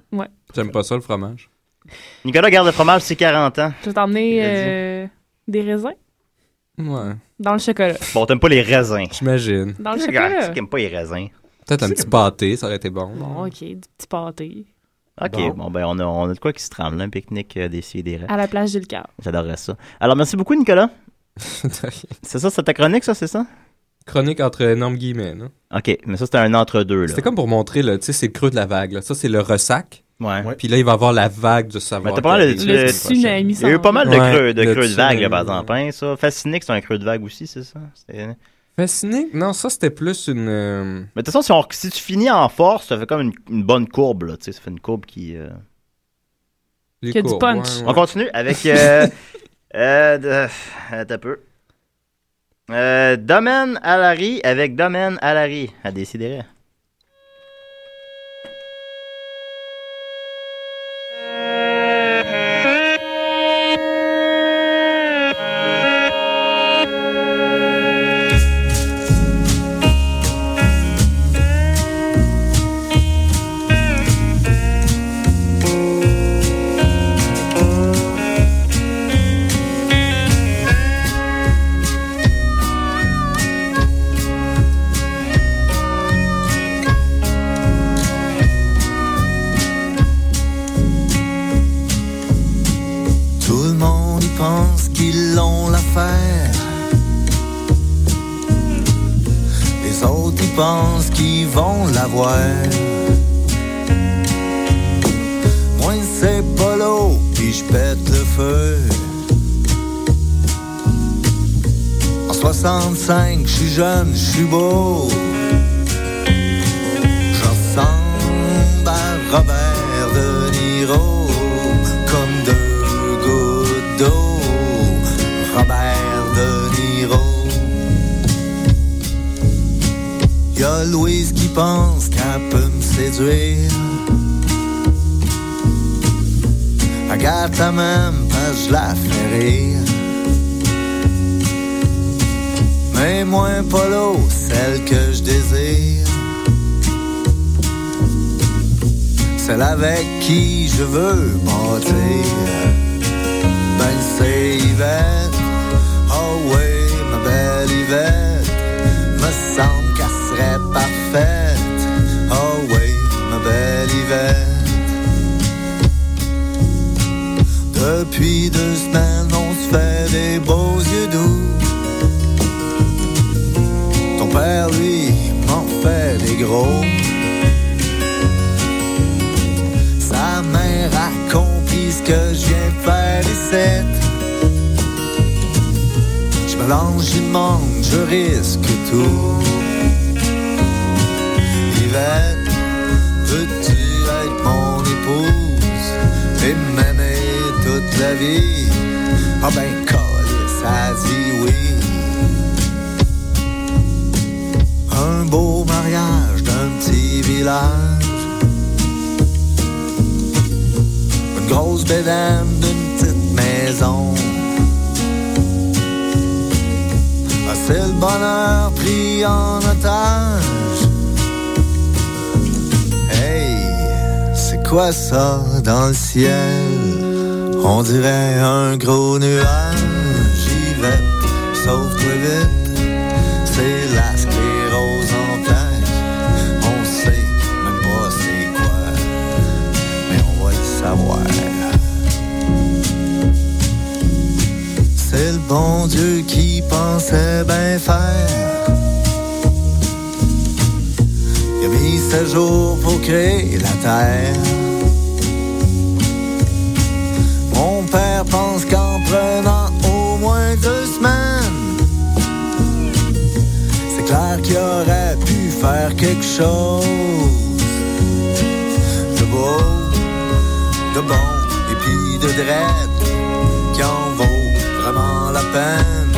Speaker 8: J'aime pas ça, le fromage.
Speaker 5: Nicolas garde le fromage, c'est 40 ans.
Speaker 7: Je vais t'emmener
Speaker 5: Il a dit.
Speaker 7: euh, des raisins
Speaker 8: Ouais,
Speaker 7: dans le chocolat.
Speaker 5: Bon, t'aimes pas les raisins.
Speaker 8: j'imagine.
Speaker 7: Dans le
Speaker 5: Regarde,
Speaker 7: chocolat.
Speaker 5: Tu aimes pas les raisins.
Speaker 8: Peut-être un
Speaker 6: C'est
Speaker 8: petit pâté, ça aurait été bon.
Speaker 5: Mm.
Speaker 7: Bon, OK, du petit pâté.
Speaker 5: Ok,
Speaker 6: Bon.
Speaker 5: bon, ben, on a, on a de quoi qui se tremble, un pique-nique euh, des scies et des rêves.
Speaker 7: À la plage du cœur.
Speaker 5: J'adorerais ça. Alors, merci beaucoup, Nicolas. C'est ça, c'est ta chronique, ça, c'est ça?
Speaker 8: Chronique entre énormes guillemets. là.
Speaker 5: Ok, mais ça, c'était un entre-deux, là.
Speaker 8: C'était comme pour montrer, là, tu sais, c'est le creux de la vague. Là. Ça, c'est le ressac.
Speaker 5: Ouais.
Speaker 6: Ouais.
Speaker 8: Puis là, il va y avoir la vague de savoir.
Speaker 5: Mais t'as pas mal de-
Speaker 8: qui
Speaker 5: Le
Speaker 8: arrive la semaine prochaine.
Speaker 7: tsunami
Speaker 5: Il y a eu pas mal de
Speaker 8: Ouais,
Speaker 5: creux de,
Speaker 8: le
Speaker 5: creux de vague, là, par
Speaker 8: tsunami.
Speaker 5: exemple. hein, ça. Fasciné que c'est un creux de vague aussi, c'est ça? C'est-
Speaker 8: Fasciné? Non, ça, c'était plus une... euh,
Speaker 5: Mais de toute façon, si, on- si tu finis en force, ça fait comme une, une bonne courbe, là. Tu sais, ça fait une courbe qui. euh,
Speaker 8: les
Speaker 7: Qu'il y a du
Speaker 8: courbes,
Speaker 7: punch.
Speaker 8: ouais, ouais.
Speaker 5: On continue avec. Euh, euh, de- attends un peu. Euh, Domaine Alary avec Domaine Alary à décider.
Speaker 9: Tout le monde y pense qu'ils l'ont l'affaire. Les autres y pensent qu'ils vont l'avoir. Moi c'est pas l'eau, puis je pète le feu. En 65, je suis jeune, je suis beau. Je ressemble à Robert De Niro Comme deux gouttes d'eau Robert De Niro Y'a Louise qui pense qu'elle peut me séduire Regarde ta même parce que je la fais rire Mais moins pas l'eau, celle que je désire celle avec qui je veux bâtir. Ben c'est Yvette, oh oui, ma belle Yvette, me semble qu'elle serait parfaite. Oh oui, ma belle Yvette. Depuis drôle. Sa mère a compris ce que je viens de faire les sept. Je mélange, je demande, je risque tout. Yvette, veux-tu être mon épouse et m'aimer toute la vie? Ah ben, colle, ça dit oui. Un beau mariage d'un petit village. Une grosse bédane d'une petite maison. Ah, c'est le bonheur pris en otage. Hey, c'est quoi ça dans le ciel? On dirait un gros nuage. J'y vais, sauve-toi vite. C'est la sclérose en plaques. On sait même pas c'est quoi, mais on va le savoir. C'est le bon Dieu qui pensait bien faire. Il a mis sept jours pour créer la terre. Mon père pense qu'en prenant au moins deux semaines, c'est clair qu'il aurait pu faire quelque chose de beau, de bon et puis de drette qui en vaut vraiment la peine,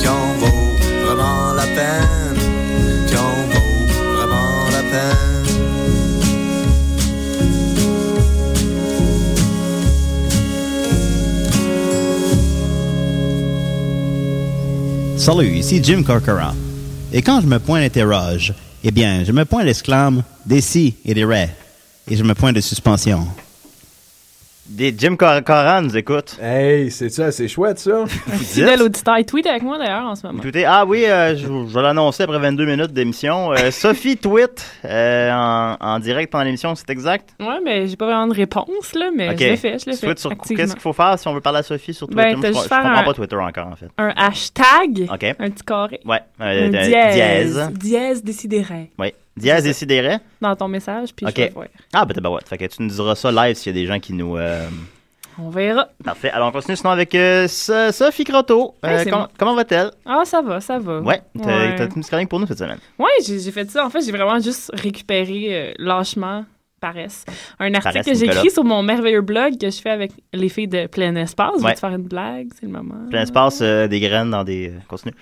Speaker 9: qui en vaut vraiment la peine, qui en vaut vraiment la peine.
Speaker 10: Salut, ici Jim Corcoran. Et quand je me pointe l'interroge, eh bien, je me pointe l'exclame des si et des raies. Et je me pointe de suspension.
Speaker 5: Des Jim Cor- Coran nous écoute.
Speaker 6: Hey, c'est ça, c'est chouette ça.
Speaker 7: Fidèle auditeur, il tweet avec moi d'ailleurs en ce moment.
Speaker 5: Écoutez, ah oui, euh, je, vous- je vais l'annoncer après 22 minutes d'émission. Euh, Sophie tweet euh, en, en direct pendant l'émission, c'est exact?
Speaker 7: Ouais, mais j'ai pas vraiment de réponse, là, mais
Speaker 5: Ok.
Speaker 7: je l'ai fait, je l'ai fait.
Speaker 5: Tweet sur
Speaker 7: activement.
Speaker 5: qu'est-ce qu'il faut faire si on veut parler à Sophie sur Twitter?
Speaker 7: Ben,
Speaker 5: Moi,
Speaker 7: t'as
Speaker 5: je
Speaker 7: juste
Speaker 5: je
Speaker 7: faire
Speaker 5: comprends
Speaker 7: un-
Speaker 5: pas Twitter encore, en fait.
Speaker 7: Un hashtag,
Speaker 5: OK.
Speaker 7: un petit carré.
Speaker 5: Ouais.
Speaker 7: un
Speaker 5: Euh, euh,
Speaker 7: dièse. Dièse décidéré
Speaker 5: Oui. Dièse et sidéré.
Speaker 7: dans ton message, puis
Speaker 5: Ok.
Speaker 7: je vais voir.
Speaker 5: Ah, ben, ben ouais. Fait que tu nous diras ça live s'il y a des gens qui nous. euh,
Speaker 7: On verra.
Speaker 5: Parfait. Alors, on continue sinon avec euh, So- Sophie Croteau. Euh,
Speaker 7: Ouais, c'est
Speaker 5: com-
Speaker 7: moi.
Speaker 5: Comment va-t-elle?
Speaker 7: Ah, ça va, ça va.
Speaker 5: Ouais. T'as
Speaker 7: Ouais.
Speaker 5: t'as une petite chronique pour nous cette semaine.
Speaker 7: Ouais, j'ai j'ai fait ça. En fait, j'ai vraiment juste récupéré euh, lâchement, paresse, un article
Speaker 5: Paresse,
Speaker 7: que j'ai
Speaker 5: Nicolas.
Speaker 7: écrit sur mon merveilleux blog que je fais avec les filles de Plein Espace.
Speaker 5: Ouais.
Speaker 7: Veux-tu faire une blague? C'est le moment.
Speaker 5: Plein espace, euh, des graines dans des. Continue.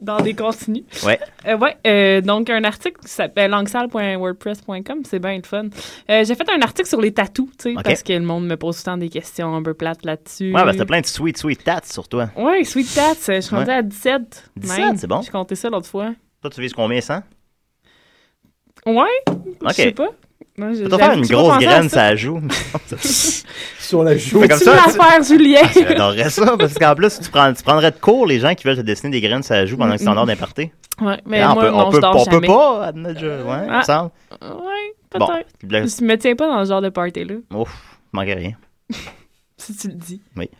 Speaker 7: Dans des contenus.
Speaker 5: Ouais.
Speaker 7: Euh, ouais, euh, donc un article qui s'appelle langsale.wordpress.com, c'est bien le fun. Euh, j'ai fait un article sur les tatous, tu sais,
Speaker 5: Ok.
Speaker 7: parce que le monde me pose tout le temps des questions un peu plates là-dessus.
Speaker 5: Ouais, ben, t'as plein de sweet, sweet tats sur toi.
Speaker 7: Ouais, Sweet Tats, euh, je suis rendue
Speaker 5: Ouais.
Speaker 7: à 17.
Speaker 5: 17,
Speaker 7: même.
Speaker 5: c'est bon.
Speaker 7: J'ai compté ça l'autre fois.
Speaker 5: Toi, tu vises combien, 100?
Speaker 7: Ouais,
Speaker 5: Ok.
Speaker 7: je sais pas. Non,
Speaker 5: Tu
Speaker 7: je-
Speaker 5: vas
Speaker 7: j'avoue
Speaker 5: faire une
Speaker 7: que j'ai pas
Speaker 5: grosse
Speaker 7: pensé à
Speaker 5: graine,
Speaker 7: ça.
Speaker 5: ça joue.
Speaker 6: Sur la joue.
Speaker 5: Fait comme
Speaker 7: Tu
Speaker 5: ça, tu- Ah,
Speaker 7: l'affaire, Julien.
Speaker 5: J'adorerais ça, parce qu'en plus, tu, prends- tu prendrais de court les gens qui veulent te dessiner des graines, ça joue pendant que c'est en ordre d'imparté.
Speaker 7: Ouais, mais
Speaker 5: Ah, on
Speaker 7: moi,
Speaker 5: peut,
Speaker 7: non,
Speaker 5: on
Speaker 7: je
Speaker 5: peut,
Speaker 7: dors
Speaker 5: on peut
Speaker 7: jamais.
Speaker 5: pas, admettre, je- ouais, il me
Speaker 7: Ah.
Speaker 5: semble.
Speaker 7: Ouais,
Speaker 5: Bon, euh.
Speaker 7: peut-être.
Speaker 5: tu blagues-
Speaker 7: Je me tiens pas dans ce genre de party-là,
Speaker 5: ouf, il manquait rien.
Speaker 7: si tu le dis.
Speaker 5: Oui.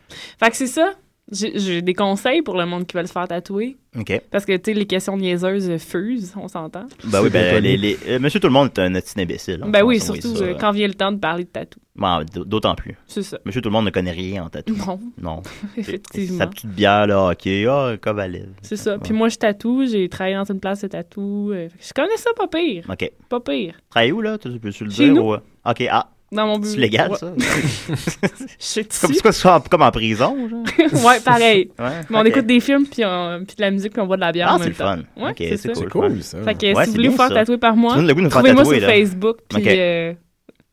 Speaker 7: Fait que c'est ça. J'ai j'ai des conseils pour le monde qui veut se faire tatouer.
Speaker 5: OK.
Speaker 7: Parce que, tu sais, les questions niaiseuses euh, fusent, on s'entend.
Speaker 5: Ben oui,
Speaker 6: bien
Speaker 5: ben,
Speaker 6: connu.
Speaker 5: les, les- euh, monsieur tout le monde est un petit imbécile. hein,
Speaker 7: Ben oui,
Speaker 5: on s'en-
Speaker 7: surtout
Speaker 5: ça,
Speaker 7: euh,
Speaker 5: euh,
Speaker 7: quand vient le temps de parler de tatou.
Speaker 5: bon, d- D'autant plus.
Speaker 7: C'est ça.
Speaker 5: Monsieur tout le monde ne connaît rien en tatou.
Speaker 7: Non,
Speaker 5: Non. Sa
Speaker 7: effectivement.
Speaker 5: petite bière, là, OK, ah, comme elle est.
Speaker 7: C'est ça. Puis moi, je tatoue. J'ai travaillé dans une place de tatou. euh, fait que je connais ça pas pire.
Speaker 5: OK.
Speaker 7: Pas pire.
Speaker 5: Travaille où, là? Tu peux-tu le
Speaker 7: Chez
Speaker 5: dire?
Speaker 7: nous.
Speaker 5: ou, euh, OK, ah,
Speaker 7: Dans mon bureau.
Speaker 5: c'est légal,
Speaker 7: Ouais.
Speaker 5: ça?
Speaker 7: Je suis dessus.
Speaker 5: Comme, c'est quoi, c'est en- comme en prison, genre?
Speaker 7: ouais, pareil.
Speaker 5: Ouais,
Speaker 7: Mais on
Speaker 5: ok.
Speaker 7: écoute des films, puis, on- puis de la musique, puis on boit de la bière.
Speaker 5: Ah,
Speaker 7: en
Speaker 5: c'est
Speaker 7: même
Speaker 5: le
Speaker 7: temps.
Speaker 5: fun.
Speaker 7: Ouais,
Speaker 5: Ok,
Speaker 7: c'est
Speaker 5: c'est
Speaker 7: ça.
Speaker 5: cool.
Speaker 6: C'est cool ça.
Speaker 7: Fait
Speaker 5: Ouais,
Speaker 7: que si
Speaker 5: c'est
Speaker 7: vous voulez vous
Speaker 5: bien,
Speaker 7: faire
Speaker 5: ça.
Speaker 7: tatouer par moi,
Speaker 5: Tu donnes le goût de nous faire
Speaker 7: trouvez-moi
Speaker 5: tatouer,
Speaker 7: sur
Speaker 5: là.
Speaker 7: Facebook. Puis,
Speaker 5: Ok.
Speaker 7: euh,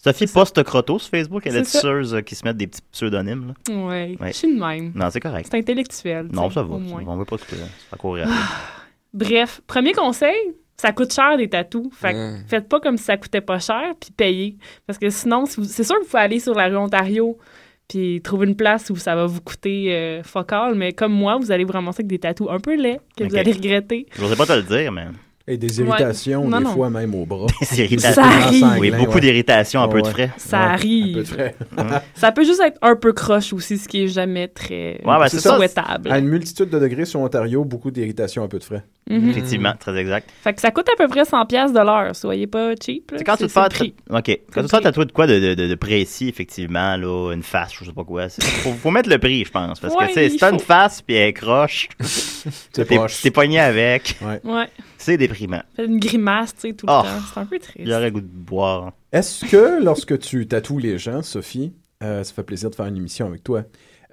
Speaker 5: Sophie
Speaker 7: C'est ça.
Speaker 5: poste croto sur Facebook. Elle est,
Speaker 7: C'est ça.
Speaker 5: sûre euh, qu'ils se mettent des petits pseudonymes. Là.
Speaker 7: ouais,
Speaker 5: Ouais.
Speaker 7: je suis de même.
Speaker 5: Non, c'est correct.
Speaker 7: C'est intellectuel. tu
Speaker 5: Non,
Speaker 7: sais,
Speaker 5: ça va.
Speaker 7: Au moins.
Speaker 5: On veut pas se euh, se faire courir après.
Speaker 7: Bref, premier conseil, ça coûte cher des tatous. Fait que
Speaker 8: Hein.
Speaker 7: faites pas comme si ça coûtait pas cher, puis payez. Parce que sinon, si vous- c'est sûr que vous pouvez aller sur la rue Ontario puis trouver une place où ça va vous coûter euh, focal, mais comme moi, vous allez vous ramasser avec des tatous un peu laids que vous
Speaker 5: Ok.
Speaker 7: allez regretter.
Speaker 5: Je n'osais pas te le dire, mais
Speaker 6: Et des irritations,
Speaker 7: Non,
Speaker 6: des
Speaker 7: non.
Speaker 6: fois même au bras.
Speaker 5: c'est irritant.
Speaker 7: Ça arrive.
Speaker 5: Oui,
Speaker 6: Sanglin,
Speaker 5: beaucoup
Speaker 6: ouais.
Speaker 5: d'irritation, un peu de
Speaker 6: Ouais.
Speaker 5: frais.
Speaker 7: Ça
Speaker 6: Ouais, Un peu
Speaker 7: arrive.
Speaker 6: de frais.
Speaker 7: Ça peut juste être un peu croche aussi, ce qui est jamais très
Speaker 5: Ouais, ben,
Speaker 6: c'est
Speaker 5: ça.
Speaker 7: souhaitable.
Speaker 6: À une multitude de degrés sur Ontario, beaucoup d'irritations, un peu de frais.
Speaker 7: Mhm.
Speaker 5: Effectivement, très exact.
Speaker 7: Fait que ça coûte à peu près 100 pièces de l'heure, soyez pas cheap. là.
Speaker 5: C'est quand tu te
Speaker 7: c'est
Speaker 5: fais
Speaker 7: le
Speaker 5: atta-
Speaker 7: prix.
Speaker 5: OK. Quand tu
Speaker 7: le
Speaker 5: te fais
Speaker 7: prix.
Speaker 5: tatouer de quoi de, de- de- de précis, effectivement, là, une face, je sais pas quoi. c'est- Faut, faut mettre le prix, je pense. Parce
Speaker 7: Ouais,
Speaker 5: que, tu sais, si
Speaker 7: il
Speaker 5: t'as une
Speaker 7: faut.
Speaker 5: face puis elle croche, t'es,
Speaker 6: C'est proche.
Speaker 5: t'es poigné avec,
Speaker 7: Ouais,
Speaker 5: c'est déprimant.
Speaker 7: fait une grimace, tu sais, tout
Speaker 5: Oh.
Speaker 7: le temps. C'est un peu triste.
Speaker 5: J'aurais le goût de boire.
Speaker 6: Est-ce que lorsque tu tatoues les gens, Sophie, euh, ça fait plaisir de faire une émission avec toi.